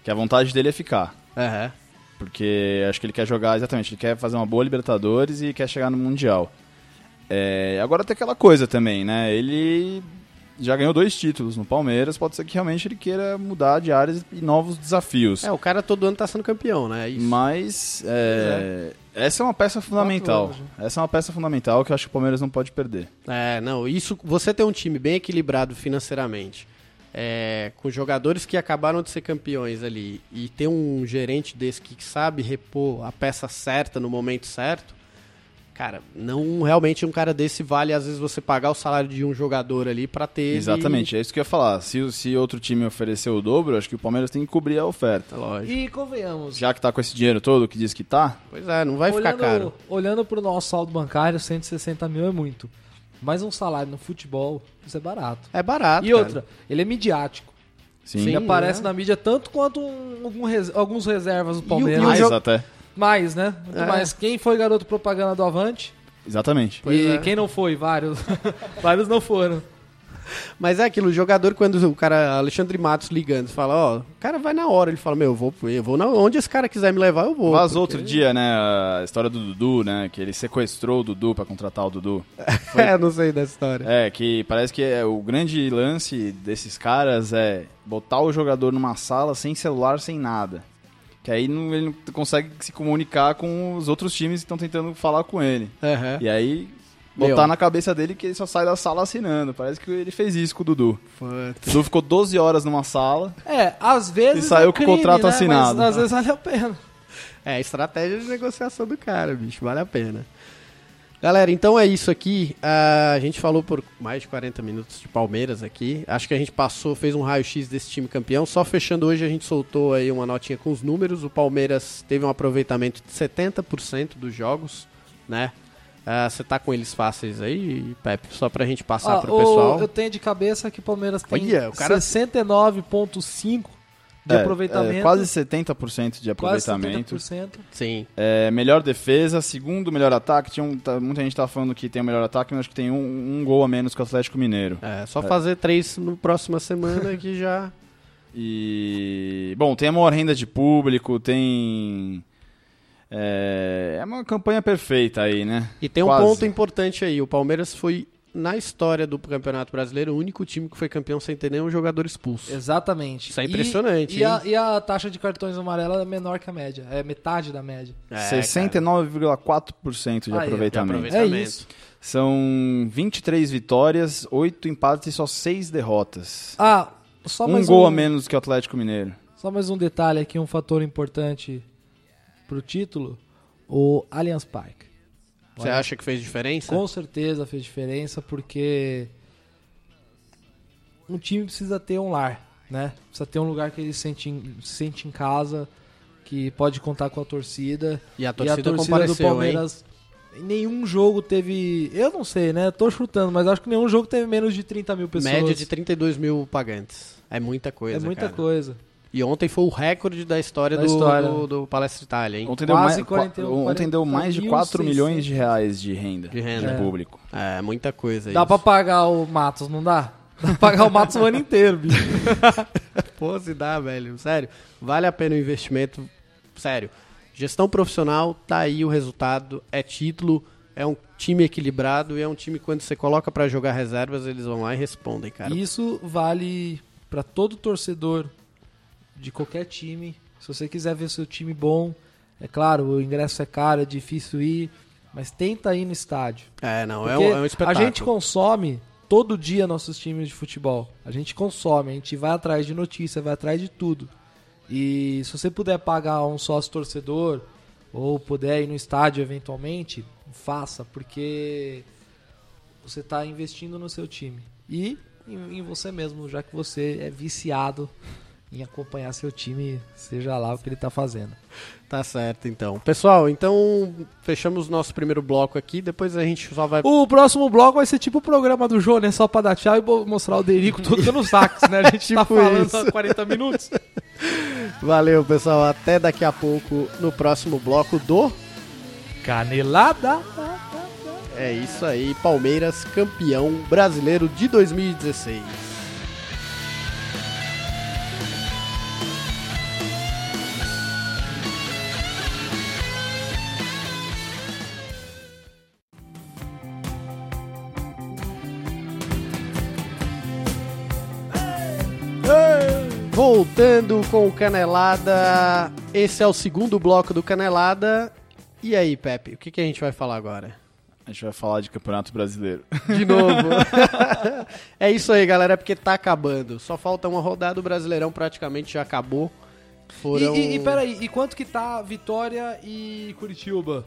Speaker 4: que a vontade dele é ficar.
Speaker 2: Aham.
Speaker 4: Porque acho que ele quer jogar, exatamente, ele quer fazer uma boa Libertadores e quer chegar no Mundial. É, agora tem aquela coisa também, né? Ele já ganhou dois títulos no Palmeiras, pode ser que realmente ele queira mudar de áreas e novos desafios.
Speaker 2: É, o cara todo ano tá sendo campeão, né? Isso.
Speaker 4: Mas é, essa é uma peça fundamental.
Speaker 3: anos,
Speaker 4: Essa é uma peça fundamental que eu acho que o Palmeiras não pode perder.
Speaker 2: É, não, isso. Você tem um time bem equilibrado financeiramente, é, com jogadores que acabaram de ser campeões ali, e ter um gerente desse que sabe repor a peça certa no momento certo, cara, não realmente um cara desse vale, às vezes, você pagar o salário de um jogador ali pra ter. ele-
Speaker 4: Exatamente, é isso que eu ia falar. Se, o- se outro time oferecer o dobro, acho que o Palmeiras tem que cobrir a oferta.
Speaker 2: Lógico.
Speaker 3: E convenhamos...
Speaker 4: Já que tá com esse dinheiro todo que diz que tá,
Speaker 2: Pois é, não vai ficar
Speaker 3: olhando,
Speaker 2: caro.
Speaker 3: Olhando pro nosso saldo bancário, 160 mil é muito. Mas um salário no futebol, isso é barato.
Speaker 2: É barato.
Speaker 3: e
Speaker 2: cara.
Speaker 3: outra, ele é midiático.
Speaker 4: sim,
Speaker 2: Sim.
Speaker 3: Ele aparece
Speaker 2: é.
Speaker 3: na mídia tanto quanto um- algum res- alguns reservas do Palmeiras.
Speaker 2: e o
Speaker 4: mais
Speaker 2: jogo-
Speaker 4: até.
Speaker 3: Mais, né? Muito
Speaker 2: É.
Speaker 3: mais. Quem foi garoto propaganda do Avante?
Speaker 4: Exatamente.
Speaker 2: Pois
Speaker 3: e
Speaker 2: é.
Speaker 3: quem não foi? Vários. Vários não foram.
Speaker 2: Mas é aquilo, o jogador, quando o cara, Alexandre Matos ligando, fala, ó, o cara vai na hora, ele fala, meu, eu vou, eu vou na, onde esse cara quiser me levar, eu vou.
Speaker 4: Vazou outro dia, né, a história do Dudu, né, que ele sequestrou o Dudu pra contratar o Dudu.
Speaker 2: É, não sei dessa história.
Speaker 4: É, que parece que é, o grande lance desses caras é botar o jogador numa sala sem celular, sem nada. Que aí não- ele não consegue se comunicar com os outros times que estão tentando falar com ele.
Speaker 2: Aham.
Speaker 4: E aí
Speaker 2: Meu.
Speaker 4: botar na cabeça dele que ele só sai da sala assinando. Parece que ele fez isso com o Dudu.
Speaker 2: é Puta.
Speaker 4: O Dudu ficou 12 horas numa sala.
Speaker 3: É, às vezes.
Speaker 4: E saiu
Speaker 3: é
Speaker 4: com o
Speaker 3: crime,
Speaker 4: contrato
Speaker 3: né?
Speaker 4: assinado.
Speaker 3: Mas às vezes vale a pena.
Speaker 2: É, estratégia de negociação do cara, bicho, vale a pena. Galera, então é isso aqui. Ah, a gente falou por mais de 40 minutos de Palmeiras aqui. Acho que a gente passou, fez um raio-x desse time campeão. Só fechando hoje, a gente soltou aí uma notinha com os números. O Palmeiras teve um aproveitamento de 70% dos jogos, né? Ah, Você tá com eles fáceis aí, Pepe? Só pra gente passar
Speaker 3: Ó,
Speaker 2: pro
Speaker 3: o-
Speaker 2: pessoal.
Speaker 3: Eu tenho de cabeça que o Palmeiras tem
Speaker 2: Olha, o cara-
Speaker 3: 69,5 de
Speaker 4: É,
Speaker 3: aproveitamento.
Speaker 4: é, quase 70% de
Speaker 3: quase
Speaker 4: aproveitamento.
Speaker 3: 70%.
Speaker 2: Sim.
Speaker 4: É, melhor defesa, segundo melhor ataque. Tinha um- tá- muita gente tá falando que tem o melhor ataque, mas acho que tem um, um gol a menos que o Atlético Mineiro.
Speaker 2: É, só fazer três na próxima semana que já.
Speaker 4: E. Bom, tem a maior renda de público, tem. É, é uma campanha perfeita aí, né?
Speaker 2: E tem um
Speaker 4: Quase.
Speaker 2: ponto importante aí. O Palmeiras foi, na história do Campeonato Brasileiro, o único time que foi campeão sem ter nenhum jogador expulso.
Speaker 3: Exatamente.
Speaker 2: Isso é
Speaker 3: E-
Speaker 2: impressionante,
Speaker 3: E, a, e a taxa de cartões amarelos é menor que a média. É metade da média.
Speaker 2: É, cara.
Speaker 4: 69,4% de
Speaker 3: Aí, ó, de
Speaker 4: aproveitamento.
Speaker 3: É
Speaker 2: Pensamento.
Speaker 3: isso.
Speaker 4: São 23 vitórias, 8 empates e só 6 derrotas.
Speaker 3: Ah, só
Speaker 4: um
Speaker 3: mais
Speaker 4: gol a menos que o Atlético Mineiro.
Speaker 3: Só mais um detalhe aqui, um fator importante pro título, o Allianz Parque.
Speaker 2: Você acha que fez diferença?
Speaker 3: Com certeza fez diferença porque um time precisa ter um lar, né? Precisa ter um lugar que ele se sente em, se sente em casa, que pode contar com a torcida.
Speaker 2: E a
Speaker 3: E a
Speaker 2: torcida,
Speaker 3: torcida do
Speaker 2: compareceu, hein?
Speaker 3: Palmeiras em nenhum jogo teve, eu não sei, né? Tô chutando, mas acho que nenhum jogo teve menos de 30 mil pessoas.
Speaker 2: Média de 32 mil pagantes. É muita coisa,
Speaker 3: é muita
Speaker 2: cara.
Speaker 3: coisa.
Speaker 2: E ontem foi o recorde da história,
Speaker 3: Da
Speaker 2: do,
Speaker 3: história.
Speaker 2: do, do Palestra Itália, hein?
Speaker 4: Ontem
Speaker 3: Quase
Speaker 4: deu mais,
Speaker 3: 41,
Speaker 4: ontem deu mais de 4
Speaker 3: 4600.
Speaker 4: milhões de reais de renda
Speaker 2: um, De renda. É.
Speaker 4: público.
Speaker 2: É, muita coisa
Speaker 3: Dá
Speaker 2: isso.
Speaker 3: pra pagar o Matos, não dá? Dá pra pagar o Matos o ano inteiro, bicho.
Speaker 2: Pô, se dá, velho. Sério, vale a pena o investimento. Sério. Gestão profissional, tá aí o resultado. É título, é um time equilibrado e é um time que quando você coloca pra jogar reservas, eles vão lá e respondem, cara.
Speaker 3: Isso vale pra todo torcedor de qualquer time. Se você quiser ver seu time bom, é claro, o ingresso é caro, é difícil ir, mas tenta ir no estádio.
Speaker 2: É, não, é um,
Speaker 3: Porque
Speaker 2: é um espetáculo.
Speaker 3: A gente consome todo dia nossos times de futebol. A gente consome, a gente vai atrás de notícia, vai atrás de tudo. E se você puder pagar um sócio torcedor ou puder ir no estádio eventualmente, faça, porque você está investindo no seu time e em, em você mesmo, já que você é viciado em acompanhar seu time, seja lá o que ele está fazendo.
Speaker 2: Tá certo, então. Pessoal, então fechamos nosso primeiro bloco aqui, depois a gente só vai...
Speaker 3: O próximo bloco vai ser tipo o programa do Jô, né? Só pra dar tchau e bo- mostrar o Derico tocando sax, né? A gente tá
Speaker 2: Tipo
Speaker 3: falando
Speaker 2: isso.
Speaker 3: há 40 minutos.
Speaker 2: Valeu, pessoal. Até daqui a pouco no próximo bloco do...
Speaker 3: Canelada.
Speaker 2: É isso aí, Palmeiras campeão brasileiro de 2016. Voltando com o Canelada, esse é o segundo bloco do Canelada. E aí, Pepe, o que, que a gente vai falar agora?
Speaker 4: A gente vai falar de Campeonato Brasileiro.
Speaker 2: De novo. é isso aí, galera, é porque tá acabando. Só falta uma rodada, o Brasileirão praticamente já acabou. Foram...
Speaker 3: E, e, e peraí, e quanto que tá Vitória e Curitiba?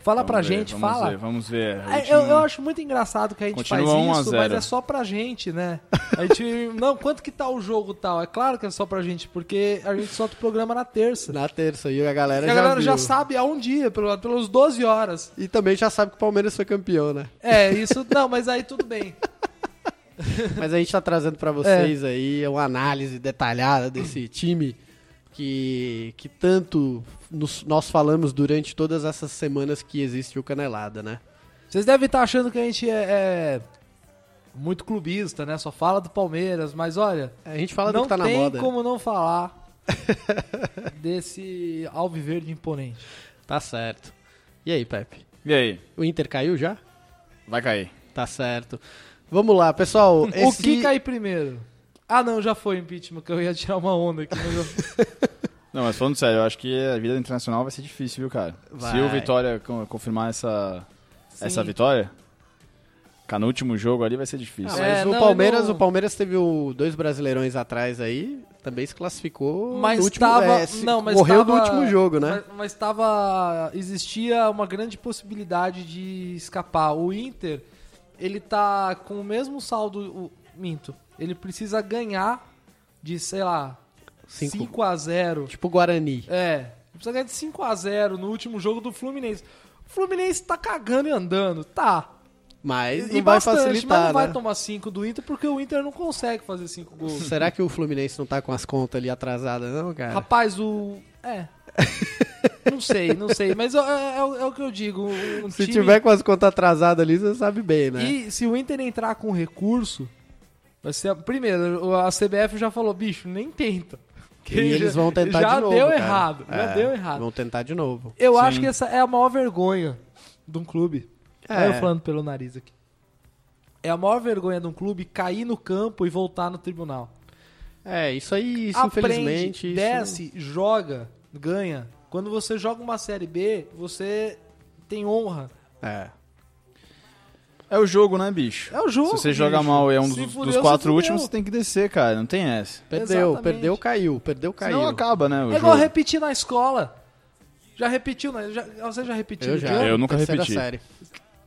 Speaker 3: Fala
Speaker 4: Vamos
Speaker 3: pra
Speaker 4: ver,
Speaker 3: gente,
Speaker 4: vamos
Speaker 3: fala.
Speaker 4: Ver, vamos ver. A
Speaker 3: É,
Speaker 4: gente
Speaker 3: eu,
Speaker 4: não-
Speaker 3: eu acho muito engraçado que a gente
Speaker 4: Continua um a
Speaker 3: faz isso, mas
Speaker 4: zero.
Speaker 3: é só pra gente, né? A gente. não, quanto que tá o jogo tal? É claro que é só pra gente, porque a gente solta o programa na terça.
Speaker 2: Na terça, e a galera,
Speaker 3: E a galera
Speaker 2: viu.
Speaker 3: já sabe há um dia, pelo, pelos 12 horas.
Speaker 2: E também já sabe que o Palmeiras foi campeão, né?
Speaker 3: É, isso. Não, mas aí tudo bem.
Speaker 2: Mas a gente tá trazendo
Speaker 3: É.
Speaker 2: pra vocês aí uma análise detalhada desse time que, que tanto nos- nós falamos durante todas essas semanas que existe o Canelada, né?
Speaker 3: Vocês devem estar achando que a gente é, é muito clubista, né? Só fala do Palmeiras, mas olha,
Speaker 2: A gente fala do
Speaker 3: não
Speaker 2: que tá na
Speaker 3: tem
Speaker 2: moda.
Speaker 3: como não falar desse alviverde imponente.
Speaker 2: Tá certo. E aí, Pepe?
Speaker 4: E aí?
Speaker 2: O Inter caiu já?
Speaker 4: Vai cair.
Speaker 2: Tá certo. Vamos lá, pessoal.
Speaker 3: O que cair primeiro? Ah, não, já foi impeachment, que eu ia tirar uma onda aqui. Mas eu...
Speaker 4: Não, mas falando sério, eu acho que a vida internacional vai ser difícil, viu, cara?
Speaker 2: Vai.
Speaker 4: Se o Vitória con- confirmar essa, essa vitória, cá no último jogo ali vai ser
Speaker 2: Ah,
Speaker 4: difícil.
Speaker 2: mas
Speaker 3: É,
Speaker 2: o
Speaker 3: não,
Speaker 2: Palmeiras,
Speaker 3: eu não-
Speaker 2: o Palmeiras teve o- dois brasileirões atrás aí, também se classificou.
Speaker 3: Mas
Speaker 2: no último,
Speaker 3: tava-
Speaker 2: é, se-
Speaker 3: não, mas
Speaker 2: morreu
Speaker 3: tava-
Speaker 2: no último jogo, né?
Speaker 3: Mas, mas tava. Existia uma grande possibilidade de escapar. O Inter, ele tá com o mesmo saldo. O, minto. Ele precisa ganhar de, sei lá,
Speaker 2: Cinco.
Speaker 3: 5 a 0
Speaker 2: Tipo Guarani.
Speaker 3: É. Ele precisa ganhar de 5 a 0 no último jogo do Fluminense. O Fluminense tá cagando e andando. Tá.
Speaker 2: Mas não
Speaker 3: E
Speaker 2: vai
Speaker 3: bastante,
Speaker 2: facilitar,
Speaker 3: mas não vai
Speaker 2: né?
Speaker 3: tomar 5 do Inter porque o Inter não consegue fazer 5 gols.
Speaker 2: Será que o Fluminense não tá com as contas ali atrasadas, não, cara?
Speaker 3: Rapaz, o. É. não sei, não sei. Mas é, é- é o- é o que eu digo. Um
Speaker 2: Se
Speaker 3: time-
Speaker 2: tiver com as contas atrasadas ali, você sabe bem, né?
Speaker 3: E se o Inter entrar com recurso, vai ser. a- Primeiro, a CBF já falou, bicho, nem tenta. Porque
Speaker 2: E eles
Speaker 3: já-
Speaker 2: vão tentar
Speaker 3: já
Speaker 2: de novo.
Speaker 3: Deu
Speaker 2: cara.
Speaker 3: errado, já
Speaker 2: É,
Speaker 3: deu errado.
Speaker 2: Vão tentar de novo.
Speaker 3: Eu acho que essa é a maior vergonha de um clube.
Speaker 2: É.
Speaker 3: Olha eu falando pelo nariz aqui. É a maior vergonha de um clube cair no campo e voltar no tribunal.
Speaker 2: É, isso aí, isso, infelizmente.
Speaker 3: Aprende,
Speaker 2: isso-
Speaker 3: desce, joga, ganha. Quando você joga uma Série B, você tem honra.
Speaker 2: É.
Speaker 4: É o jogo, né, bicho?
Speaker 3: É o jogo.
Speaker 4: Se você joga
Speaker 3: bicho.
Speaker 4: mal e é um
Speaker 3: Se
Speaker 4: dos,
Speaker 3: fudeu,
Speaker 4: dos
Speaker 3: se
Speaker 4: quatro
Speaker 3: fudeu.
Speaker 4: últimos, você tem que descer, cara. Não tem essa.
Speaker 2: Perdeu,
Speaker 3: Exatamente.
Speaker 2: perdeu, caiu. Perdeu, caiu.
Speaker 4: Senão acaba, né? O
Speaker 3: É
Speaker 4: jogo.
Speaker 3: igual repetir na escola. Já repetiu, né? Já, você já repetiu?
Speaker 2: Eu
Speaker 3: de
Speaker 2: já.
Speaker 3: ano?
Speaker 4: Eu nunca
Speaker 2: Terceira
Speaker 4: repeti.
Speaker 2: Série.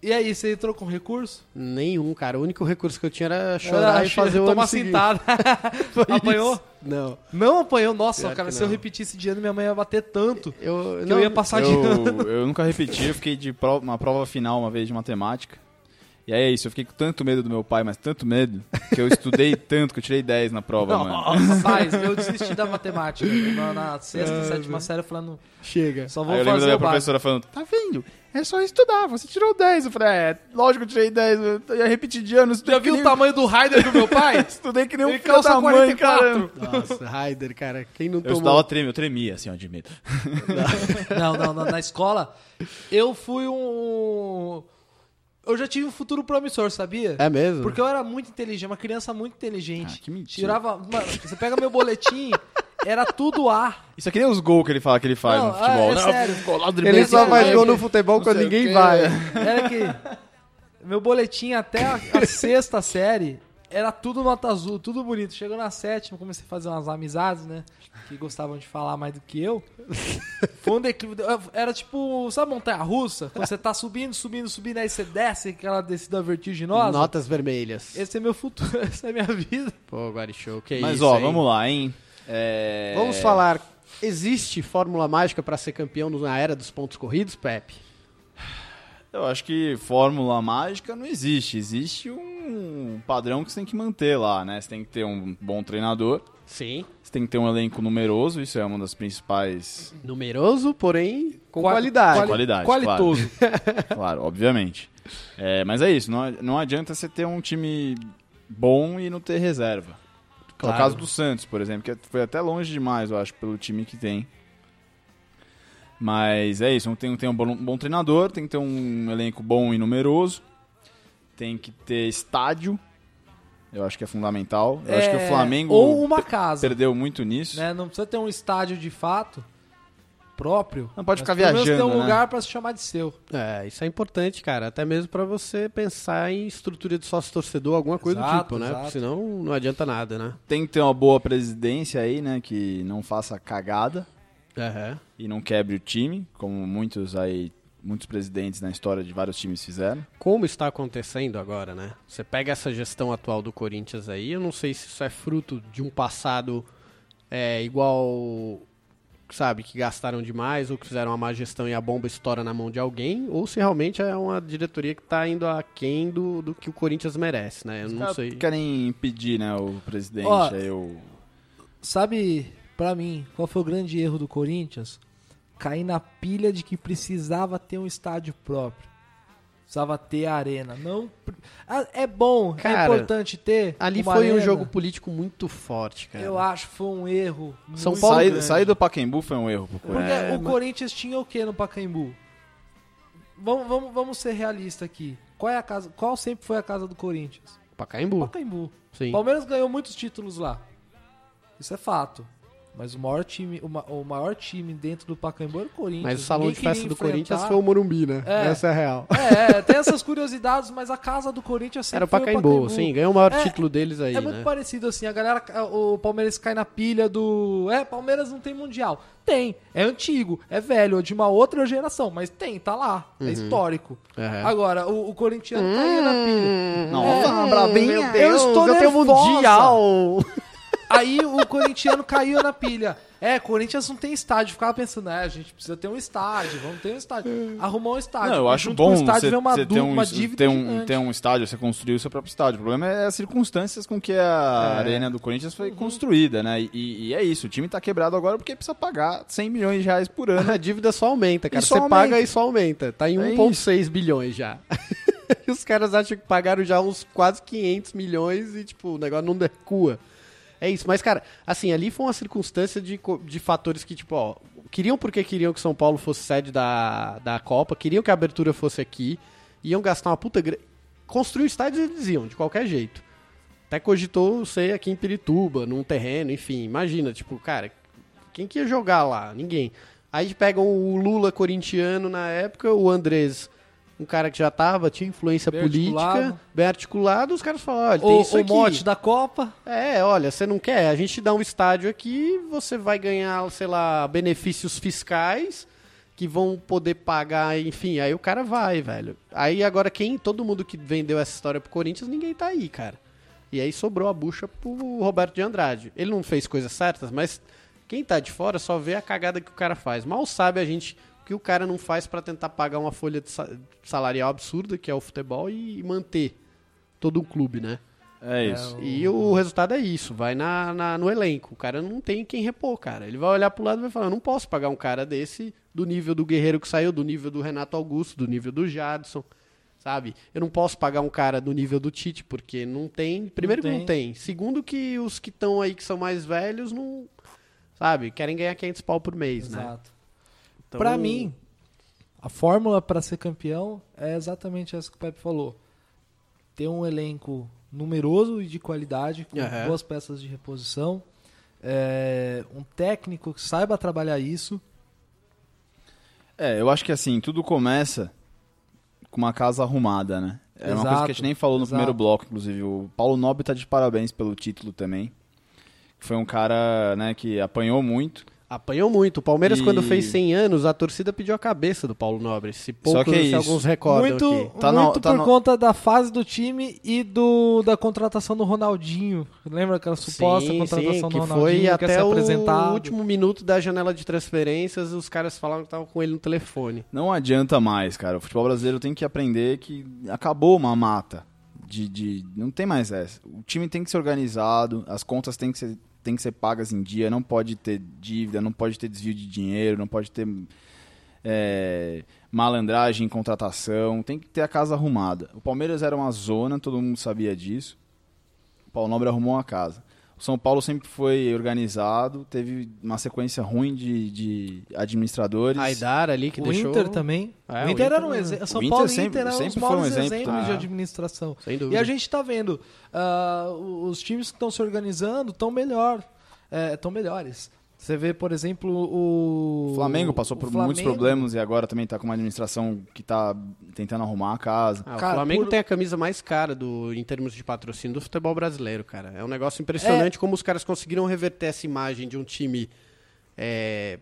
Speaker 3: E aí, você entrou com recurso?
Speaker 2: Nenhum, cara. O único recurso que eu tinha era chorar
Speaker 3: Era
Speaker 2: e fazer o
Speaker 3: tomar
Speaker 2: ano seguinte.
Speaker 3: cintada.
Speaker 2: Foi isso.
Speaker 3: Apanhou?
Speaker 2: Não.
Speaker 3: Não apanhou. Nossa,
Speaker 2: Pior
Speaker 3: cara,
Speaker 2: que
Speaker 3: se eu
Speaker 2: não.
Speaker 3: repetisse de ano, minha mãe ia bater tanto.
Speaker 2: Eu,
Speaker 3: que
Speaker 2: não,
Speaker 3: eu ia passar Tá de ano.
Speaker 4: Eu, eu nunca repeti, eu fiquei de prova, uma prova final uma vez de matemática. E aí é isso, eu fiquei com tanto medo do meu pai, mas tanto medo, que eu estudei tanto que eu tirei 10 na prova, mano.
Speaker 3: Rapaz, eu desisti da matemática. Na, na sexta, sétima série, falando,
Speaker 2: Chega.
Speaker 3: só vou
Speaker 4: Aí eu lembro da
Speaker 3: fazer
Speaker 4: minha
Speaker 3: o básico.
Speaker 4: professora falando, tá vendo? É só estudar, você tirou 10. Eu falei, é, lógico que eu tirei 10, eu ia repetir de ano,
Speaker 3: Já
Speaker 4: eu estudei, que
Speaker 3: viu o
Speaker 4: nem,
Speaker 3: tamanho do Raider do meu pai?
Speaker 4: estudei que nem um
Speaker 3: Ele
Speaker 4: filho
Speaker 3: calça
Speaker 4: da mãe,
Speaker 3: 44.
Speaker 4: cara.
Speaker 2: Nossa, Raider, cara. Quem não
Speaker 4: Eu
Speaker 2: tomou...
Speaker 4: estudava, trem- eu tremia, assim, ó, de medo.
Speaker 3: Não, não, não, na escola, eu fui um... Eu já tive um futuro promissor, sabia?
Speaker 2: É mesmo?
Speaker 3: Porque eu era muito inteligente, uma criança muito inteligente.
Speaker 4: Ah, que mentira.
Speaker 3: Tirava. Mano, você pega meu boletim, era tudo A.
Speaker 4: Isso aqui nem os gols que ele fala que ele faz
Speaker 3: Não,
Speaker 4: no futebol,
Speaker 3: é, é
Speaker 4: né?
Speaker 3: sério.
Speaker 4: Ficou lá
Speaker 2: Ele
Speaker 4: driblando.
Speaker 2: só
Speaker 3: Esse
Speaker 2: faz
Speaker 3: é
Speaker 2: gol
Speaker 3: o
Speaker 2: no
Speaker 3: que-
Speaker 2: futebol quando ninguém vai.
Speaker 3: Era que. Meu boletim até a, a sexta série era tudo nota azul, tudo bonito. Chegou na sétima, comecei a fazer umas amizades, né? Que gostavam de falar mais do que eu. Foi um declive. Era tipo, sabe montanha russa? Quando você tá subindo, subindo, subindo, aí você desce, aquela descida vertiginosa.
Speaker 2: Notas vermelhas.
Speaker 3: Esse é meu futuro, essa é minha vida.
Speaker 2: Pô, Guarichou, que
Speaker 4: Mas
Speaker 2: isso,
Speaker 4: ó,
Speaker 2: hein?
Speaker 4: vamos lá, hein? É...
Speaker 2: Vamos falar. Existe fórmula mágica pra ser campeão na era dos pontos corridos, Pepe?
Speaker 4: Eu acho que fórmula mágica não existe. Existe um padrão que você tem que manter lá, né? Você tem que ter um bom treinador,
Speaker 2: Sim.
Speaker 4: você tem que ter um elenco numeroso, isso é uma das principais
Speaker 2: Numeroso, porém com
Speaker 3: Quali-
Speaker 2: qualidade.
Speaker 3: quali-
Speaker 4: qualidades.
Speaker 3: Qualitoso.
Speaker 4: Claro, Ah, claro obviamente. É, mas é isso, não, a- não adianta você ter um time bom e não ter reserva. Que É
Speaker 2: Claro.
Speaker 4: o caso do Santos, por exemplo, que foi até longe demais, eu acho, pelo time que tem. Mas é isso, tem, tem um bom, um bom treinador, tem que ter um elenco bom e numeroso, tem que ter estádio, eu acho que é fundamental. Eu acho que o
Speaker 3: É,
Speaker 4: Flamengo
Speaker 3: Ou uma casa.
Speaker 4: perdeu muito nisso.
Speaker 3: né? Não precisa ter um estádio de fato próprio.
Speaker 4: Não pode
Speaker 3: mas
Speaker 4: ficar
Speaker 3: pelo menos
Speaker 4: viajando,
Speaker 3: ter um
Speaker 4: né?
Speaker 3: lugar pra se chamar de seu.
Speaker 2: É, isso é importante, cara. Até mesmo pra você pensar em estrutura de sócio-torcedor, alguma coisa do
Speaker 3: Exato,
Speaker 2: tipo, né?
Speaker 3: exato.
Speaker 2: Porque senão não adianta nada, né?
Speaker 4: Tem que ter uma boa presidência aí, né, que não faça cagada.
Speaker 2: Aham.
Speaker 4: e não quebre o time, como muitos aí, muitos presidentes na história de vários times fizeram.
Speaker 2: Como está acontecendo agora, né? Você pega essa gestão atual do Corinthians aí, eu não sei se isso é fruto de um passado é, igual, sabe, que gastaram demais ou que fizeram uma má gestão e a bomba estoura na mão de alguém, ou se realmente é uma diretoria que está indo aquém do, do que o Corinthians merece, né? Eu não
Speaker 4: Os caras
Speaker 2: sei.
Speaker 4: Querem impedir, né, o presidente,
Speaker 3: Ó,
Speaker 4: aí o
Speaker 3: Sabe, pra mim, qual foi o grande erro do Corinthians? Cair na pilha de que precisava ter um estádio próprio. Precisava ter a arena. Não... pre- Ah, É bom, é
Speaker 2: Cara,
Speaker 3: importante ter.
Speaker 2: Ali
Speaker 3: uma
Speaker 2: foi um
Speaker 3: arena.
Speaker 2: jogo político muito forte, cara.
Speaker 3: Eu acho que foi um erro.
Speaker 2: São É,
Speaker 3: muito
Speaker 2: Paulo
Speaker 4: sair,
Speaker 3: grande.
Speaker 4: sair do Pacaembu foi um erro pro
Speaker 3: Porque
Speaker 4: Corinthians.
Speaker 3: o Corinthians tinha o que no Pacaembu? Vamos, vamos, vamos ser realistas aqui. Qual, é a casa, qual sempre foi a casa do Corinthians?
Speaker 2: Pacaembu,
Speaker 3: Pacaembu.
Speaker 2: sim.
Speaker 3: Palmeiras ganhou muitos títulos lá. Isso é fato. Mas o maior time, o, ma- o maior time dentro do Pacaembu era o Corinthians.
Speaker 2: Mas o salão de
Speaker 3: Ninguém
Speaker 2: festa
Speaker 3: queria
Speaker 2: do
Speaker 3: enfrentar.
Speaker 2: Corinthians foi o Morumbi, né?
Speaker 3: É.
Speaker 2: Essa é a real.
Speaker 3: É, é, tem essas curiosidades, mas a casa do Corinthians sempre
Speaker 2: Era o
Speaker 3: foi
Speaker 2: Pacaembu, sim. Ganhou o maior
Speaker 3: É,
Speaker 2: título deles aí,
Speaker 3: é muito
Speaker 2: né?
Speaker 3: parecido assim, a galera, o Palmeiras cai na pilha do, é, Palmeiras não tem mundial. Tem, é antigo, é velho, é de uma outra geração, mas tem, tá lá, é histórico.
Speaker 2: Uhum. Aham. Hum,
Speaker 3: Agora, o, o corintiano tá aí na pilha.
Speaker 4: Não, vamos lá, Brabinha.
Speaker 2: Meu
Speaker 3: É. estou
Speaker 2: eu tenho um
Speaker 3: nervosa.
Speaker 2: mundial.
Speaker 3: Aí o corintiano caiu na pilha. É, Corinthians não tem estádio. Ficava pensando, né? A gente precisa ter um estádio, vamos ter um estádio. Arrumar um estádio.
Speaker 4: Não, eu
Speaker 3: porque
Speaker 4: acho
Speaker 3: junto
Speaker 4: bom
Speaker 3: com o estádio
Speaker 4: você,
Speaker 3: vem uma,
Speaker 4: você
Speaker 3: du-
Speaker 4: ter, um,
Speaker 3: uma dívida
Speaker 4: ter, um,
Speaker 3: gigante.
Speaker 4: ter um estádio, você construir o seu próprio estádio. O problema é as circunstâncias com que a
Speaker 3: É.
Speaker 4: Arena do Corinthians
Speaker 3: Uhum.
Speaker 4: foi construída, né? E, e é isso, o time tá quebrado agora porque precisa pagar 100 milhões de reais por ano.
Speaker 2: A dívida só aumenta, cara.
Speaker 4: E só
Speaker 2: Você paga
Speaker 4: aumenta.
Speaker 2: e só aumenta. Tá em
Speaker 4: É
Speaker 2: 1,6 bilhões já. e os caras acham que pagaram já uns quase 500 milhões e, tipo, o negócio não decua. É isso. Mas, cara, assim, ali foi uma circunstância de, co- de fatores que, tipo, ó, queriam porque queriam que São Paulo fosse sede da, da Copa, queriam que a abertura fosse aqui, iam gastar uma puta grana. Construir o estádio eles iam, de qualquer jeito. Até cogitou ser aqui em Pirituba, num terreno, enfim. Imagina, tipo, cara, quem que ia jogar lá? Ninguém. Aí pegam o Lula corintiano na época, o Andrés, um cara que já tava, tinha influência
Speaker 3: Bem
Speaker 2: política,
Speaker 3: articulado.
Speaker 2: bem articulado, os caras falaram, olha, tem
Speaker 3: O,
Speaker 2: isso
Speaker 3: o
Speaker 2: aqui.
Speaker 3: mote da Copa.
Speaker 2: É, olha, você não quer, a gente dá um estádio aqui, você vai ganhar, sei lá, benefícios fiscais que vão poder pagar, enfim, aí o cara vai, velho. Aí agora quem, todo mundo que vendeu essa história pro Corinthians, ninguém tá aí, cara. E aí sobrou a bucha pro Roberto de Andrade. Ele não fez coisas certas, mas quem tá de fora só vê a cagada que o cara faz. Mal sabe a gente o que o cara não faz pra tentar pagar uma folha de sa- salarial absurda, que é o futebol, e manter todo o clube, né?
Speaker 4: É isso.
Speaker 2: E o resultado é isso, vai na, na- no elenco. O cara não tem quem repor, cara. Ele vai olhar pro lado e vai falar: eu não posso pagar um cara desse do nível do Guerreiro que saiu, do nível do Renato Augusto, do nível do Jadson, sabe? Eu não posso pagar um cara do nível do Tite, porque não tem. Primeiro que não tem. Segundo, que os que estão aí que são mais velhos não. Sabe? Querem ganhar 500 pau por mês, né?
Speaker 3: Exato.
Speaker 2: Então-
Speaker 3: Pra mim, a fórmula pra ser campeão é exatamente essa que o Pepe falou. Ter um elenco numeroso e de qualidade, com
Speaker 2: Aham.
Speaker 3: boas peças de reposição, é, um técnico que saiba trabalhar isso.
Speaker 4: É, eu acho que assim, tudo começa com uma casa arrumada, né? É uma coisa que a
Speaker 3: Exato,
Speaker 4: gente nem falou no
Speaker 3: exato.
Speaker 4: primeiro bloco, inclusive. O Paulo Nobre tá de parabéns pelo título também. Foi um cara, né, que apanhou muito.
Speaker 2: Apanhou muito. O Palmeiras,
Speaker 4: E-
Speaker 2: quando fez 100 anos, a torcida pediu a cabeça do Paulo Nobre. Se poucos,
Speaker 4: que é
Speaker 2: se
Speaker 4: isso.
Speaker 2: alguns recordam. aqui.
Speaker 3: muito
Speaker 4: Tá na-
Speaker 3: muito
Speaker 4: tá
Speaker 3: por
Speaker 4: na-
Speaker 3: conta da fase do time e do da contratação do Ronaldinho. Lembra aquela suposta contratação do
Speaker 2: que
Speaker 3: Ronaldinho
Speaker 2: foi
Speaker 3: que
Speaker 2: até
Speaker 3: ia ser
Speaker 2: o
Speaker 3: apresentado?
Speaker 2: último minuto da janela de transferências, os caras falaram que estavam com ele no telefone.
Speaker 4: Não adianta mais, cara. O futebol brasileiro tem que aprender que acabou uma mata. De, de- Não tem mais essa. O time tem que ser organizado, as contas têm que ser, têm que ser pagas em dia, não pode ter dívida, não pode ter desvio de dinheiro, não pode ter é, malandragem em contratação, tem que ter a casa arrumada. O Palmeiras era uma zona, todo mundo sabia disso. O Paulo Nobre arrumou uma casa. O São Paulo sempre foi organizado, teve uma sequência ruim de, de administradores.
Speaker 2: Aidar ali que
Speaker 3: o
Speaker 2: deixou.
Speaker 3: Inter também.
Speaker 2: É,
Speaker 3: o
Speaker 2: o
Speaker 3: Inter era
Speaker 2: Inter-
Speaker 3: um exemplo. São
Speaker 4: o Inter
Speaker 3: Paulo e
Speaker 4: sempre-
Speaker 3: Inter eram os
Speaker 4: sempre foi um
Speaker 3: maiores
Speaker 4: exemplo
Speaker 3: exemplos
Speaker 4: também.
Speaker 3: de administração.
Speaker 2: Sem dúvida.
Speaker 3: E a gente está vendo, ah, os times que estão se organizando estão melhor, eh, estão melhores. Você vê, por exemplo, o
Speaker 4: O Flamengo passou
Speaker 3: o
Speaker 4: por
Speaker 3: Flamengo-
Speaker 4: muitos problemas e agora também tá com uma administração que tá tentando arrumar a casa.
Speaker 2: Ah, o
Speaker 3: Cara,
Speaker 2: Flamengo
Speaker 3: por-
Speaker 2: tem a camisa mais cara do, em termos de patrocínio do futebol brasileiro, cara. É um negócio impressionante como os caras conseguiram reverter essa imagem de um time é,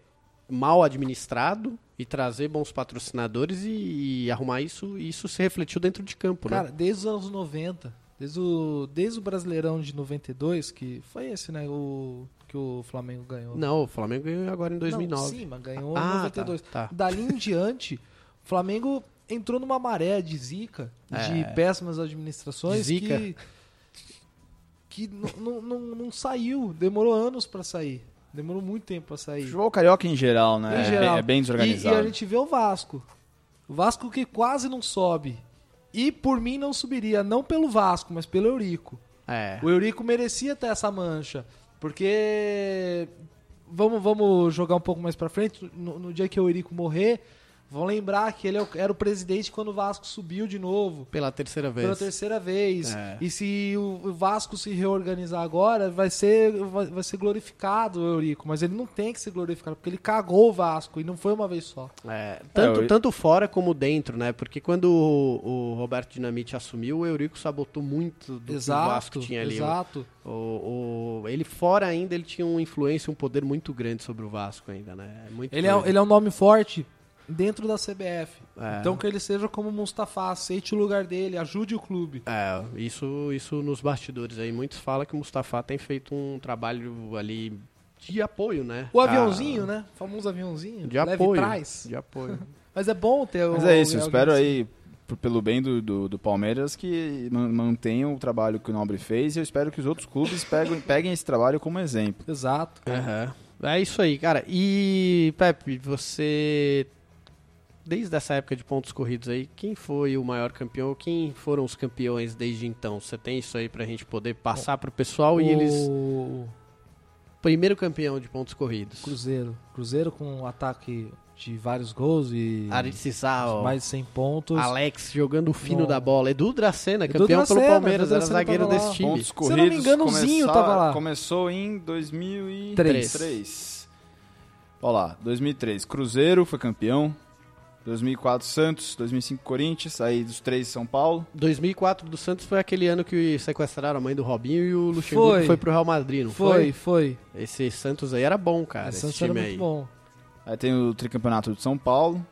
Speaker 2: mal administrado e trazer bons patrocinadores e, e arrumar isso. E isso se refletiu dentro de campo, né?
Speaker 3: Cara, desde os anos 90, desde o, desde o Brasileirão de 92, que foi esse, né, o que o Flamengo ganhou.
Speaker 2: Não, o Flamengo ganhou agora em 2009.
Speaker 3: Não, sim, mas ganhou em
Speaker 2: Ah,
Speaker 3: 92.
Speaker 2: tá, tá.
Speaker 3: Dali em diante, o Flamengo entrou numa maré de zica, de péssimas
Speaker 2: É.
Speaker 3: administrações
Speaker 2: De zica.
Speaker 3: que, que n- n- n- não saiu. Demorou anos pra sair. Demorou muito tempo pra
Speaker 4: O
Speaker 3: sair.
Speaker 4: futebol carioca em geral,
Speaker 3: Em
Speaker 4: né? é,
Speaker 3: geral.
Speaker 4: Bem, é bem desorganizado.
Speaker 3: E, e a gente vê o Vasco. O Vasco que quase não sobe. E por mim não subiria, não pelo Vasco, mas pelo Eurico.
Speaker 2: É.
Speaker 3: O Eurico merecia ter essa mancha, porque vamos, vamos jogar um pouco mais pra frente. No, no dia que o Eurico morrer, vão lembrar que ele é o- era o presidente quando o Vasco subiu de novo.
Speaker 2: Pela terceira vez.
Speaker 3: Pela terceira vez.
Speaker 2: É.
Speaker 3: E se o o Vasco se reorganizar agora, vai ser, vai, vai ser glorificado o Eurico. Mas ele não tem que ser glorificado, porque ele cagou o Vasco e não foi uma vez só.
Speaker 2: É, tanto,
Speaker 4: É, eu-
Speaker 2: tanto fora como dentro, né? Porque quando o, o Roberto Dinamite assumiu, o Eurico sabotou muito do que o Vasco
Speaker 3: Exato.
Speaker 2: tinha ali. né?
Speaker 3: exato.
Speaker 2: O, o- ele fora ainda, ele tinha uma influência, um poder muito grande sobre o Vasco ainda, né? É Muito
Speaker 3: Ele é,
Speaker 2: doido.
Speaker 3: ele é um nome forte dentro da CBF.
Speaker 2: É.
Speaker 3: Então que ele seja como Mustafa, aceite o lugar dele, ajude o clube.
Speaker 2: É, isso, isso nos bastidores aí. Muitos falam que o Mustafa tem feito um trabalho ali de apoio, né? Ah,
Speaker 3: O aviãozinho, né? O famoso aviãozinho.
Speaker 2: De
Speaker 3: leve
Speaker 2: apoio.
Speaker 3: trás.
Speaker 2: De apoio.
Speaker 3: Mas é bom ter
Speaker 4: Mas
Speaker 3: o-
Speaker 4: é isso, eu
Speaker 3: alguém
Speaker 4: espero
Speaker 3: assim.
Speaker 4: aí, por- pelo bem do, do, do Palmeiras, que man- mantenham o trabalho que o Nobre fez e eu espero que os outros clubes peguem, peguem esse trabalho como exemplo.
Speaker 3: Exato.
Speaker 2: Aham. É isso aí, cara. E, Pepe, você. Desde essa época de pontos corridos aí, quem foi o maior campeão? Quem foram os campeões desde então? Você tem isso aí pra gente poder passar pro pessoal e eles.
Speaker 3: O
Speaker 2: Primeiro campeão de pontos corridos.
Speaker 3: Cruzeiro. Cruzeiro com um ataque de vários gols e
Speaker 2: Arisizal,
Speaker 3: mais de 100 pontos.
Speaker 2: Alex jogando o fino
Speaker 3: Não.
Speaker 2: da bola. Edu Dracena,
Speaker 3: Edu
Speaker 2: campeão
Speaker 3: Dracena,
Speaker 2: pelo Palmeiras,
Speaker 3: Edu
Speaker 2: era
Speaker 3: Dracena
Speaker 2: zagueiro
Speaker 3: tava lá.
Speaker 2: desse time.
Speaker 4: Pontos
Speaker 3: Se eu
Speaker 4: corridos.
Speaker 3: não me engano, o Zinho
Speaker 4: começar-
Speaker 3: tava lá.
Speaker 4: Começou em 2003.
Speaker 3: Três.
Speaker 4: Olha lá, 2003, Cruzeiro foi campeão. 2004, Santos. 2005, Corinthians. Aí dos três, São Paulo.
Speaker 2: 2004 do Santos foi aquele ano que sequestraram a mãe do Robinho e o Luxemburgo
Speaker 3: Foi.
Speaker 2: foi, pro Real Madrid, não foi?
Speaker 3: Foi, foi.
Speaker 2: Esse Santos aí era bom, cara.
Speaker 3: O
Speaker 2: Esse,
Speaker 3: Santos era
Speaker 2: time
Speaker 3: muito
Speaker 2: aí.
Speaker 3: bom.
Speaker 4: Aí tem o tricampeonato de São Paulo.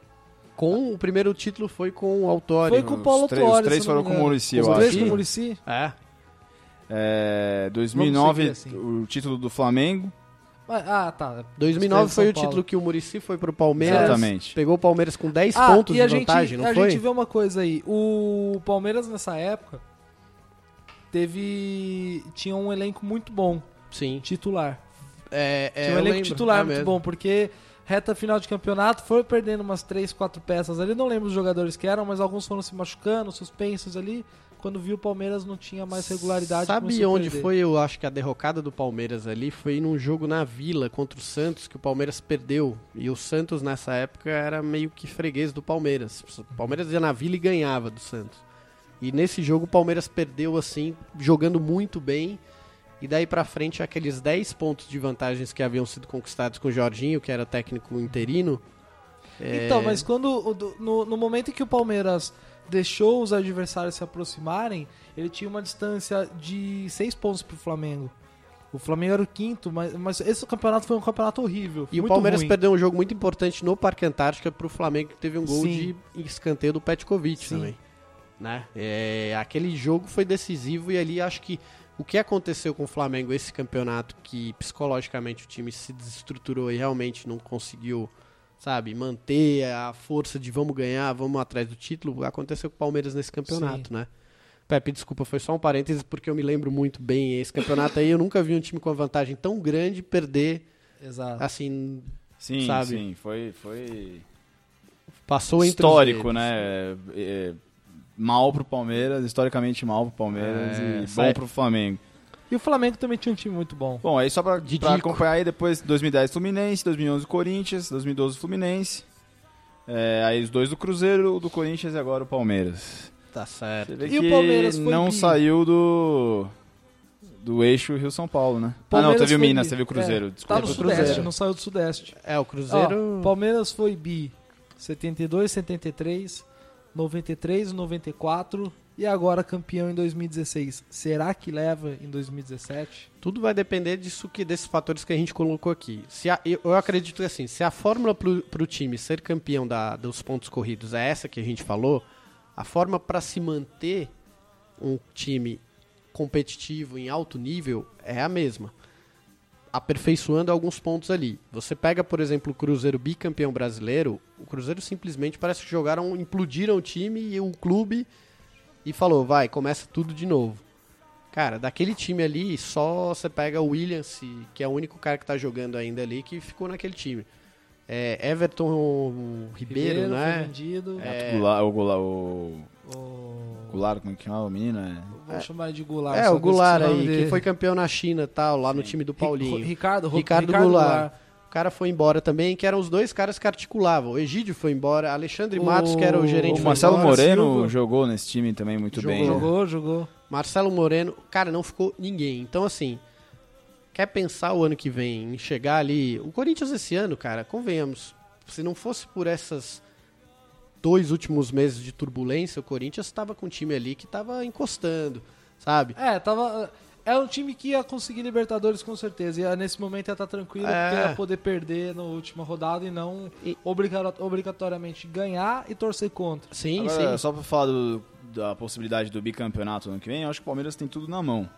Speaker 2: Com o primeiro título foi com o Autório.
Speaker 3: Foi com o
Speaker 4: Os
Speaker 3: Paulo
Speaker 4: três- os
Speaker 3: Torres.
Speaker 4: três
Speaker 3: se eu não me
Speaker 4: foram com o
Speaker 3: engano.
Speaker 4: Muricy,
Speaker 3: Os
Speaker 4: eu
Speaker 3: três
Speaker 4: acho.
Speaker 3: com o Muricy.
Speaker 2: É.
Speaker 4: É, 2009,
Speaker 3: Vamos
Speaker 2: assim.
Speaker 3: seguir
Speaker 4: o título do Flamengo.
Speaker 3: Ah, tá.
Speaker 2: 2009 foi o
Speaker 3: São Paulo.
Speaker 2: título que o Murici foi pro Palmeiras.
Speaker 4: Exatamente.
Speaker 2: Pegou o Palmeiras com 10
Speaker 3: Ah,
Speaker 2: pontos
Speaker 3: e a
Speaker 2: de vantagem,
Speaker 3: gente,
Speaker 2: não
Speaker 3: a
Speaker 2: foi?
Speaker 3: gente vê uma coisa aí. O Palmeiras nessa época teve tinha um elenco muito bom, um
Speaker 2: Sim.
Speaker 3: titular.
Speaker 2: É, é,
Speaker 3: tinha
Speaker 2: eu
Speaker 3: um elenco
Speaker 2: lembro,
Speaker 3: titular
Speaker 2: é
Speaker 3: muito
Speaker 2: mesmo.
Speaker 3: bom, porque reta final de campeonato foi perdendo umas 3, 4 peças ali, não lembro os jogadores que eram, mas alguns foram se machucando, suspensos ali. Quando viu o Palmeiras não tinha mais regularidade.
Speaker 2: Sabe
Speaker 3: começou a
Speaker 2: onde
Speaker 3: perder.
Speaker 2: foi, eu acho que a derrocada do Palmeiras ali? Foi num jogo na Vila contra o Santos, que o Palmeiras perdeu. E o Santos, nessa época, era meio que freguês do Palmeiras. O Palmeiras ia na Vila e ganhava do Santos. E nesse jogo o Palmeiras perdeu, assim, jogando muito bem. E daí pra frente, aqueles 10 pontos de vantagens que haviam sido conquistados com o Jorginho, que era técnico interino. É.
Speaker 3: Então, mas quando o do- no, no momento em que o Palmeiras deixou os adversários se aproximarem, ele tinha uma distância de seis pontos pro Flamengo. O Flamengo era o quinto, mas, mas esse campeonato foi um campeonato horrível.
Speaker 2: E o
Speaker 3: muito
Speaker 2: Palmeiras
Speaker 3: ruim.
Speaker 2: perdeu um jogo muito importante no Parque Antártica pro Flamengo, que teve um gol
Speaker 3: Sim.
Speaker 2: de escanteio do Petkovic
Speaker 3: Sim.
Speaker 2: também. Né? É, aquele jogo foi decisivo e ali acho que o que aconteceu com o Flamengo esse campeonato, que psicologicamente o time se desestruturou e realmente não conseguiu, sabe, manter a força de vamos ganhar, vamos atrás do título, aconteceu com o Palmeiras nesse campeonato, né? Pepe, desculpa, foi só um parênteses, porque eu me lembro muito bem esse campeonato aí. Eu nunca vi um time com uma vantagem tão grande perder,
Speaker 3: Exato.
Speaker 2: assim,
Speaker 4: Sim,
Speaker 2: Sabe.
Speaker 4: sim. Foi, foi
Speaker 2: Passou entre
Speaker 4: histórico,
Speaker 2: os dedos.
Speaker 4: né? É, é, mal pro Palmeiras, historicamente mal pro Palmeiras
Speaker 2: É,
Speaker 4: e
Speaker 2: sai-
Speaker 4: bom pro Flamengo.
Speaker 3: E o Flamengo também tinha um time muito bom.
Speaker 4: Bom, aí só pra,
Speaker 2: Didico.
Speaker 4: pra acompanhar aí depois 2010 Fluminense, 2011 Corinthians, 2012 Fluminense. É, aí os dois do Cruzeiro, o do Corinthians e agora o Palmeiras.
Speaker 2: Tá
Speaker 4: Você
Speaker 2: certo.
Speaker 4: vê
Speaker 3: E
Speaker 4: que
Speaker 3: o Palmeiras foi
Speaker 4: não
Speaker 3: bi.
Speaker 4: saiu do do eixo Rio São Paulo, né? ah, não,
Speaker 3: Palmeiras
Speaker 4: teve o
Speaker 3: foi
Speaker 4: Minas,
Speaker 3: bi.
Speaker 4: teve o Cruzeiro, desculpa.
Speaker 3: Tá no
Speaker 2: Teve o
Speaker 3: Sudeste,
Speaker 2: Cruzeiro.
Speaker 3: não saiu do Sudeste.
Speaker 2: É, o Cruzeiro.
Speaker 3: Ó, Palmeiras foi bi 72, 73, 93, 94 e agora campeão em 2016. Será que leva em 2017?
Speaker 2: Tudo vai depender disso que, desses fatores que a gente colocou aqui. Se a- eu, eu acredito que assim, se a fórmula pro, pro time ser campeão da- dos pontos corridos é essa que a gente falou, a forma para se manter um time competitivo em alto nível é a mesma. Aperfeiçoando alguns pontos ali. Você pega, por exemplo, o Cruzeiro bicampeão brasileiro, o Cruzeiro simplesmente parece que jogaram, implodiram o time e o clube e falou, vai, começa tudo de novo. Cara, daquele time ali, só você pega o Williams, que é o único cara que tá jogando ainda ali, que ficou naquele time. É, Everton Ribeiro,
Speaker 3: foi
Speaker 2: né?
Speaker 3: vendido.
Speaker 4: O Goulart, o Goulart, o
Speaker 3: O-
Speaker 4: Goulart, como é que chamava o menino? É...
Speaker 3: Vou chamar de Goulart.
Speaker 2: É,
Speaker 3: só
Speaker 2: o Goulart
Speaker 3: esqueci o
Speaker 2: aí,
Speaker 3: nome
Speaker 2: que
Speaker 3: dele.
Speaker 2: foi campeão na China e tal, lá no time do
Speaker 3: Ri-
Speaker 2: Paulinho.
Speaker 3: Ricardo, Ro-
Speaker 2: Ricardo, Goulart. O cara foi embora também, que eram os dois caras que articulavam. O Egídio foi embora, Alexandre
Speaker 3: O-
Speaker 2: Matos, que era o gerente
Speaker 4: O
Speaker 2: foi
Speaker 4: Marcelo
Speaker 2: embora,
Speaker 4: Moreno
Speaker 3: Silva.
Speaker 4: jogou nesse time também muito
Speaker 2: Jogou.
Speaker 4: bem. né?
Speaker 3: Jogou, jogou.
Speaker 2: Marcelo Moreno, cara, não ficou ninguém. Então, assim, quer pensar o ano que vem em chegar ali. O Corinthians esse ano, cara, convenhamos. Se não fosse por essas dois últimos meses de turbulência, o Corinthians estava com um time ali que estava encostando, sabe?
Speaker 3: É, tava. É um time que ia conseguir Libertadores com certeza. Ia, nesse momento ia estar tranquilo,
Speaker 2: É.
Speaker 3: porque ia poder perder na última rodada e não
Speaker 2: E-
Speaker 3: obriga- obrigatoriamente ganhar e torcer contra.
Speaker 2: Sim,
Speaker 4: Agora,
Speaker 2: sim.
Speaker 4: Só pra falar do- da possibilidade do bicampeonato ano que vem, eu acho que o Palmeiras tem tudo na mão.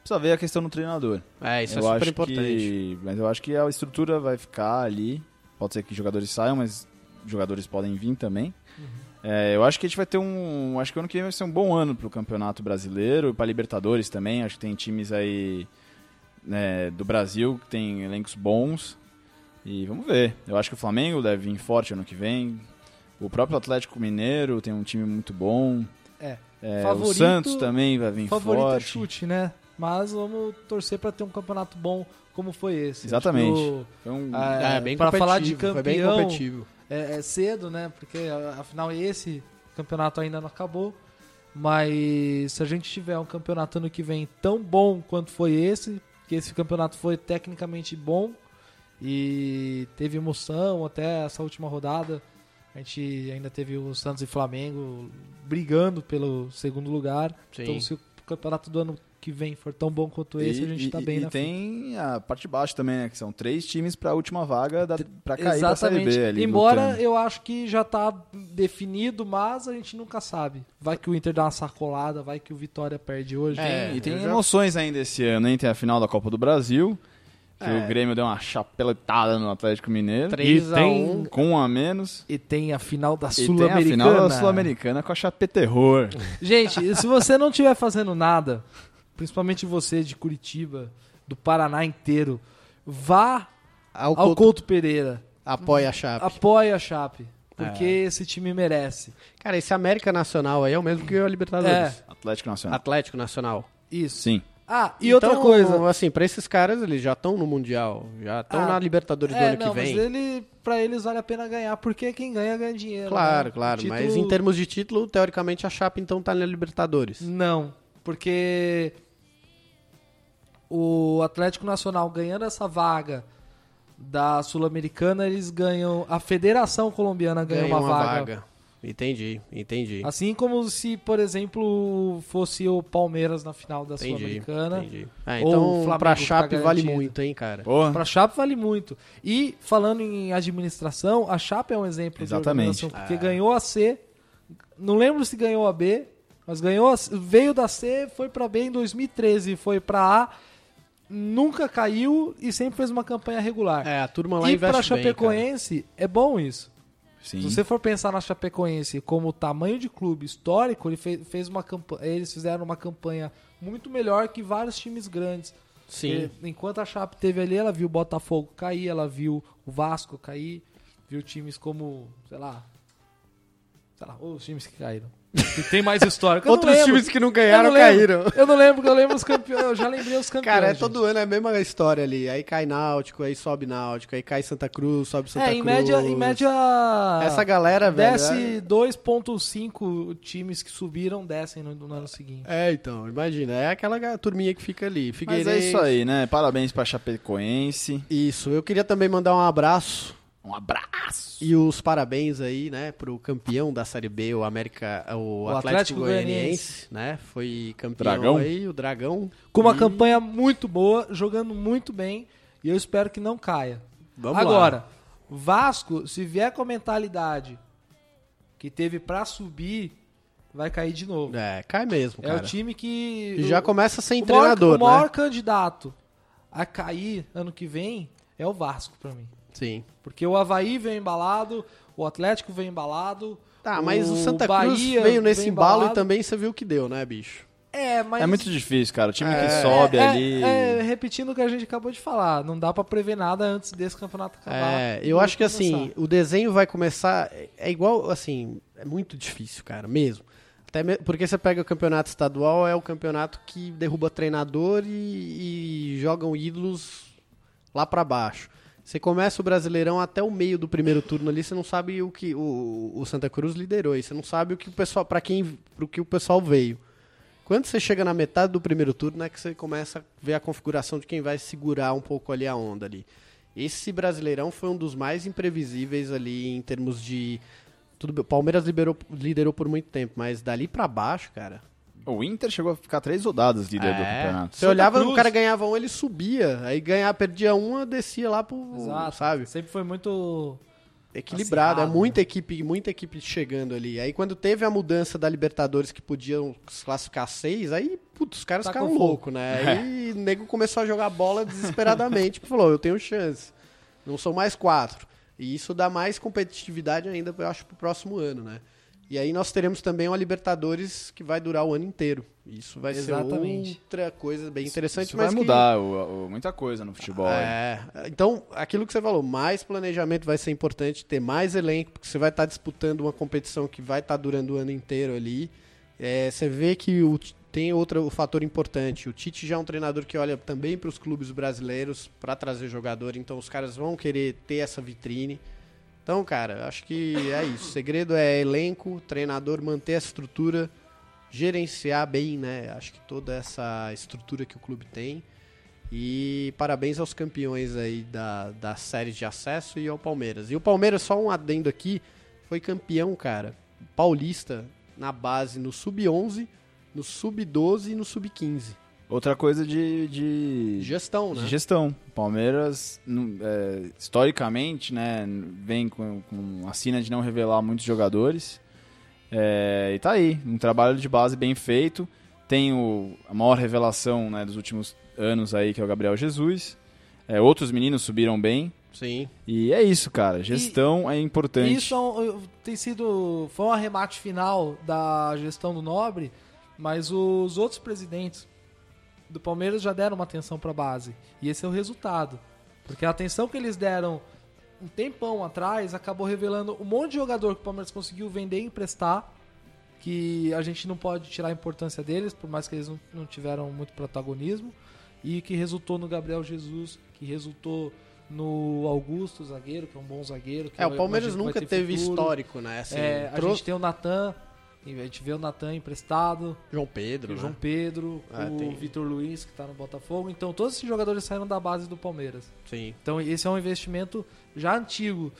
Speaker 4: Precisa ver a questão do treinador.
Speaker 2: É, isso
Speaker 4: eu
Speaker 2: é super
Speaker 4: acho
Speaker 2: importante.
Speaker 4: que- mas eu acho que a estrutura vai ficar ali. Pode ser que jogadores saiam, mas jogadores podem vir também.
Speaker 3: Uhum.
Speaker 4: É, eu acho que a gente vai ter um. Acho que o ano que vem vai ser um bom ano pro Campeonato Brasileiro e pra Libertadores também. Acho que tem times aí né, do Brasil que tem elencos bons. E vamos ver. Eu acho que o Flamengo deve vir forte ano que vem. O próprio Atlético Mineiro tem um time muito bom.
Speaker 3: É.
Speaker 4: É, o
Speaker 3: Favorito-
Speaker 4: Santos também vai vir
Speaker 3: Favorito é
Speaker 4: forte.
Speaker 3: chute, né? Mas vamos torcer pra ter um campeonato bom como foi esse.
Speaker 4: Exatamente.
Speaker 3: Acho que
Speaker 4: Foi um-
Speaker 3: o- é,
Speaker 2: É, bem
Speaker 3: pra falar de
Speaker 2: competitivo, foi bem
Speaker 3: campeão,
Speaker 2: competitivo.
Speaker 3: É, é cedo, né? Porque a- afinal esse campeonato ainda não acabou. Mas se a gente tiver um campeonato ano que vem tão bom quanto foi esse, que esse campeonato foi tecnicamente bom e teve emoção até essa última rodada. A gente ainda teve o Santos e Flamengo brigando pelo segundo lugar.
Speaker 2: Sim.
Speaker 3: Então se o campeonato do ano que vem for tão bom quanto esse, a gente tá bem
Speaker 4: e
Speaker 3: na frente.
Speaker 4: tem a parte de baixo também, né? Que são três times pra última vaga da, pra cair pra Tá Série
Speaker 3: Exatamente.
Speaker 4: B ali. né?
Speaker 3: Embora
Speaker 4: lutando.
Speaker 3: eu acho que já tá definido, mas a gente nunca sabe. Vai que o Inter dá uma sacolada, vai que o Vitória perde hoje.
Speaker 4: É, e tem
Speaker 3: Eu já-
Speaker 4: emoções ainda esse ano, hein? Tem a final da Copa do Brasil, que
Speaker 3: É.
Speaker 4: o Grêmio deu uma chapeletada no Atlético Mineiro.
Speaker 2: 3 a
Speaker 3: tem-
Speaker 2: 1
Speaker 4: Com um a menos.
Speaker 3: E tem a final da
Speaker 4: E tem a final
Speaker 3: Sul-Americana.
Speaker 4: da Sul-Americana com a Chapé Terror.
Speaker 3: Gente, e se você não estiver fazendo nada, principalmente você de Curitiba, do Paraná inteiro, vá
Speaker 2: ao
Speaker 3: ao
Speaker 2: Couto
Speaker 3: Couto Pereira.
Speaker 2: apoia a chapa.
Speaker 3: Apoie a Chape. Porque
Speaker 4: É.
Speaker 3: esse time merece.
Speaker 2: Cara, esse América Nacional aí é o mesmo que o Libertadores.
Speaker 3: É,
Speaker 4: Atlético Nacional.
Speaker 2: Atlético Nacional.
Speaker 3: isso.
Speaker 4: Sim.
Speaker 3: Ah, e
Speaker 2: Então,
Speaker 3: outra coisa.
Speaker 2: assim, pra esses caras, eles já estão no Mundial, já estão
Speaker 3: Ah,
Speaker 2: na Libertadores do
Speaker 3: É,
Speaker 2: ano
Speaker 3: não,
Speaker 2: que vem.
Speaker 3: mas ele, pra eles vale a pena ganhar, porque quem ganha, ganha dinheiro.
Speaker 2: Claro,
Speaker 3: né?
Speaker 2: claro.
Speaker 3: O
Speaker 2: Mas em
Speaker 3: título-
Speaker 2: termos de título, teoricamente a Chapa então tá na Libertadores.
Speaker 3: Não, porque o Atlético Nacional ganhando essa vaga da Sul-Americana, eles ganham. A Federação Colombiana ganha, uma, vaga.
Speaker 2: Entendi, entendi.
Speaker 3: Assim como se, por exemplo, fosse o Palmeiras na final da
Speaker 2: entendi.
Speaker 3: Sul-Americana.
Speaker 2: entendi. Ah,
Speaker 3: ou o
Speaker 2: então
Speaker 3: Flamengo
Speaker 2: pra
Speaker 3: que tá
Speaker 2: Chape vale
Speaker 3: garantido.
Speaker 2: muito, hein, cara.
Speaker 4: Porra.
Speaker 3: Pra Chape vale muito. E falando em administração, a Chape é um exemplo
Speaker 4: Exatamente.
Speaker 3: de organização,
Speaker 2: É.
Speaker 3: porque ganhou a C, não lembro se ganhou a B, mas ganhou a C, veio da C, foi pra B em 2013, foi pra A, nunca caiu e sempre fez uma campanha regular.
Speaker 2: É, a turma lá
Speaker 3: e
Speaker 2: investe
Speaker 3: pra
Speaker 2: bem, cara.
Speaker 3: Chapecoense é bom isso.
Speaker 4: Sim.
Speaker 3: Se você for pensar na Chapecoense como tamanho de clube histórico, ele fe- fez uma campa- eles fizeram uma campanha muito melhor que vários times grandes.
Speaker 2: Sim.
Speaker 3: Porque enquanto a Chape teve ali, ela viu o Botafogo cair, ela viu o Vasco cair, viu times como, sei lá, sei lá, os times que caíram. Que tem mais história.
Speaker 2: que não
Speaker 3: eu não lembro. Eu não lembro, eu lembro os campeões, eu já lembrei os campeões.
Speaker 2: Cara, é
Speaker 3: gente.
Speaker 2: todo ano é a mesma história ali. Aí cai Náutico, aí sobe Náutico, aí cai Santa Cruz, sobe Santa
Speaker 3: É,
Speaker 2: Cruz.
Speaker 3: em média, em média
Speaker 2: Essa galera, velho.
Speaker 3: desce 2.5 times que subiram, descem no, no ano seguinte.
Speaker 2: É, então, imagina. É aquela ga- turminha que fica ali.
Speaker 4: Mas
Speaker 2: Figueirense.
Speaker 4: é isso aí, né? Parabéns pra Chapecoense.
Speaker 2: Isso. Eu queria também mandar um abraço
Speaker 4: Um abraço.
Speaker 2: e os parabéns aí, né, pro campeão da Série B, o América, o,
Speaker 3: O
Speaker 2: Atlético,
Speaker 3: Atlético
Speaker 2: Goianiense, né? Foi campeão
Speaker 4: Dragão.
Speaker 2: aí, o Dragão.
Speaker 3: Com uma
Speaker 2: E
Speaker 3: campanha muito boa, jogando muito bem, e eu espero que não caia.
Speaker 2: Vamos
Speaker 3: Agora,
Speaker 2: lá.
Speaker 3: Vasco, se vier com a mentalidade que teve pra subir, vai cair de novo. É,
Speaker 2: É, cai mesmo, cara.
Speaker 3: o time que.
Speaker 2: E já
Speaker 3: o-
Speaker 2: começa sem
Speaker 3: o maior-
Speaker 2: treinador,
Speaker 3: O maior
Speaker 2: né?
Speaker 3: candidato a cair ano que vem é o Vasco pra mim.
Speaker 2: né? Sim.
Speaker 3: Porque o Havaí veio embalado, o Atlético veio embalado.
Speaker 2: Tá, mas o Santa Cruz
Speaker 3: Bahia
Speaker 2: veio nesse
Speaker 3: veio
Speaker 2: embalo e
Speaker 3: embalado.
Speaker 2: também você viu o que deu, né, bicho?
Speaker 3: É, mas.
Speaker 4: É muito difícil, cara. O time
Speaker 2: É.
Speaker 4: que sobe
Speaker 3: é,
Speaker 4: ali.
Speaker 3: é, repetindo o que a gente acabou de falar, não dá pra prever nada antes desse campeonato acabar.
Speaker 2: É, eu acho que assim, o desenho vai começar. é- É igual, assim, é muito difícil, cara, mesmo. Até me- porque você pega o campeonato estadual, é o campeonato que derruba treinador e, e jogam ídolos lá pra baixo. Você começa o Brasileirão até o meio do primeiro turno ali, você não sabe o que o, o Santa Cruz liderou, e você não sabe o que o pessoal para quem pro que o pessoal veio. Quando você chega na metade do primeiro turno é que você começa a ver a configuração de quem vai segurar um pouco ali a onda ali. Esse Brasileirão foi um dos mais imprevisíveis ali em termos de tudo bem, o Palmeiras liberou- liderou por muito tempo, mas dali pra baixo, cara.
Speaker 4: O Inter chegou a ficar três rodadas líder do
Speaker 2: é,
Speaker 4: campeonato.
Speaker 2: Você olhava, o cara ganhava um, ele subia, aí ganhava, perdia um, descia lá pro,
Speaker 3: Exato.
Speaker 2: sabe?
Speaker 3: Sempre foi muito
Speaker 2: equilibrado, é
Speaker 3: Acirrado,
Speaker 2: muita
Speaker 4: né?
Speaker 2: equipe, muita equipe chegando ali. Aí quando teve a mudança da Libertadores que podiam se classificar seis, aí putz, os
Speaker 4: Tá
Speaker 2: caras
Speaker 3: Tacou
Speaker 2: ficaram
Speaker 3: fogo.
Speaker 2: loucos, né? Aí
Speaker 4: É.
Speaker 2: o nego começou a jogar bola desesperadamente, porque falou, eu tenho chance. Não são mais quatro. E isso dá mais competitividade ainda, eu acho, pro próximo ano, né? E aí nós teremos também uma Libertadores que vai durar o ano inteiro. Isso vai
Speaker 3: Exatamente.
Speaker 2: ser outra coisa bem interessante,
Speaker 4: Isso
Speaker 2: mas
Speaker 4: vai
Speaker 2: que-
Speaker 4: mudar o- o- muita coisa no futebol. né?
Speaker 2: é, então, aquilo que você falou, mais planejamento vai ser importante, ter mais elenco, porque você vai estar disputando uma competição que vai estar durando o ano inteiro ali. É, você vê que o Ti- tem outro fator importante. O Tite já é um treinador que olha também para os clubes brasileiros para trazer jogador, então os caras vão querer ter essa vitrine. Então, cara, acho que é isso. O segredo é elenco, treinador manter a estrutura, gerenciar bem, né? Acho que toda essa estrutura que o clube tem. E parabéns aos campeões aí da, da série de acesso e ao Palmeiras. E o Palmeiras, só um adendo aqui, foi campeão, cara, paulista na base no sub-11, no sub-12 e no sub-15.
Speaker 4: Outra coisa de, de,
Speaker 2: Gestão, né?
Speaker 4: de gestão. Palmeiras, num- é, historicamente, né, vem com, com a sina de não revelar muitos jogadores. É, e tá aí, um trabalho de base bem feito. Tem o, a maior revelação né, dos últimos anos aí, que é o Gabriel Jesus. É, outros meninos subiram bem.
Speaker 2: Sim.
Speaker 4: E é isso, cara. Gestão é importante.
Speaker 3: Isso é um- tem sido. Foi um arremate final da gestão do Nobre, mas os outros presidentes do Palmeiras já deram uma atenção para a base. E esse é o resultado. Porque a atenção que eles deram um tempão atrás acabou revelando um monte de jogador que o Palmeiras conseguiu vender e emprestar. Que a gente não pode tirar a importância deles, por mais que eles não, não tiveram muito protagonismo. E que resultou no Gabriel Jesus, que resultou no Augusto, zagueiro, que é um bom zagueiro. que
Speaker 2: É, o
Speaker 3: eu
Speaker 2: Palmeiras
Speaker 3: imagino
Speaker 2: nunca
Speaker 3: que vai ter
Speaker 2: teve
Speaker 3: futuro.
Speaker 2: histórico, né? Assim,
Speaker 3: É, a
Speaker 2: trouxe
Speaker 3: gente tem o Natan, a gente vê o Natan emprestado,
Speaker 2: João Pedro,
Speaker 3: o
Speaker 2: né?
Speaker 3: João Pedro,
Speaker 2: Ah,
Speaker 3: o
Speaker 2: tem-
Speaker 3: Vitor Luiz, que tá no Botafogo. Então, todos esses jogadores saíram da base do Palmeiras.
Speaker 2: Sim.
Speaker 3: Então, esse é um investimento já antigo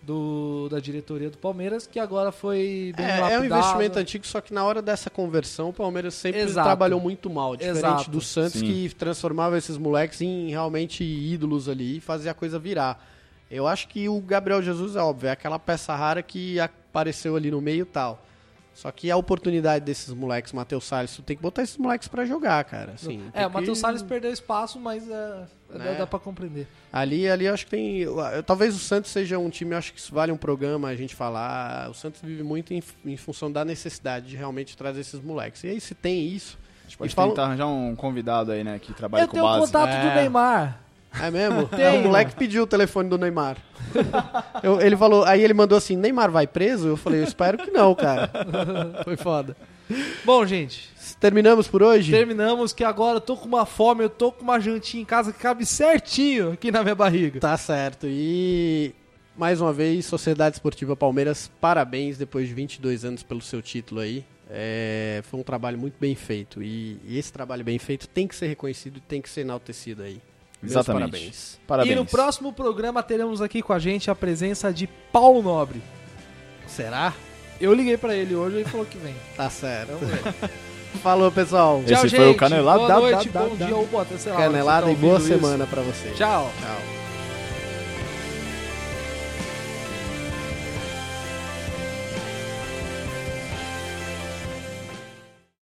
Speaker 3: do, da diretoria do Palmeiras, que agora foi bem
Speaker 2: É, é um
Speaker 3: lapidado.
Speaker 2: investimento antigo, só que na hora dessa conversão, o Palmeiras sempre
Speaker 3: Exato.
Speaker 2: trabalhou muito mal. Diferente
Speaker 3: Exato.
Speaker 2: do Santos,
Speaker 4: Sim.
Speaker 2: que transformava esses moleques em realmente ídolos ali e fazia a coisa virar. Eu acho que o Gabriel Jesus, é óbvio, é aquela peça rara que apareceu ali no meio e tal. Só que a oportunidade desses moleques, Matheus Salles, tu tem que botar esses moleques pra jogar, cara. Assim,
Speaker 3: É,
Speaker 2: tem
Speaker 3: o Matheus
Speaker 2: que-
Speaker 3: Salles perdeu espaço, mas é,
Speaker 2: Né?
Speaker 3: dá, dá pra compreender.
Speaker 2: Ali, ali eu acho que tem. eu- eu- Talvez o Santos seja um time, eu acho que isso vale um programa a gente falar. O Santos vive muito em, em função da necessidade de realmente trazer esses moleques. E aí, se tem isso.
Speaker 4: A gente pode
Speaker 2: e fala-
Speaker 4: tentar arranjar um convidado aí, né, que trabalha
Speaker 3: Eu
Speaker 4: com
Speaker 3: tenho o
Speaker 4: base.
Speaker 3: contato do
Speaker 2: É.
Speaker 3: Neymar.
Speaker 2: É mesmo?
Speaker 3: Tem,
Speaker 2: É, o moleque pediu o telefone do Neymar. Eu- ele falou, aí ele mandou assim: Neymar vai preso? Eu falei, eu espero que não, cara. Foi foda.
Speaker 3: Bom, gente,
Speaker 2: Terminamos por hoje?
Speaker 3: terminamos que agora eu tô com uma fome, eu tô com uma jantinha em casa que cabe certinho aqui na minha barriga.
Speaker 2: Tá certo. E mais uma vez, Sociedade Esportiva Palmeiras, parabéns depois de 22 anos pelo seu título aí. É, foi um trabalho muito bem feito. E, e esse trabalho bem feito tem que ser reconhecido e tem que ser enaltecido aí. Meus
Speaker 4: Exatamente.
Speaker 2: parabéns.
Speaker 4: Parabéns.
Speaker 3: E no próximo programa teremos aqui com a gente a presença de Paulo Nobre.
Speaker 2: Será?
Speaker 3: Eu liguei pra ele hoje e ele falou que vem.
Speaker 2: Tá certo.
Speaker 3: Vamos ver.
Speaker 2: Falou, pessoal.
Speaker 4: Esse foi o Canelada.
Speaker 3: Boa
Speaker 4: Dá,
Speaker 3: noite,
Speaker 4: dá,
Speaker 3: bom
Speaker 4: dá,
Speaker 3: dia ou boa, sei lá,
Speaker 2: Canelada
Speaker 3: você
Speaker 2: e
Speaker 3: tá
Speaker 2: boa
Speaker 3: ouvindo isso.
Speaker 2: semana pra vocês.
Speaker 3: Tchau.
Speaker 2: Tchau.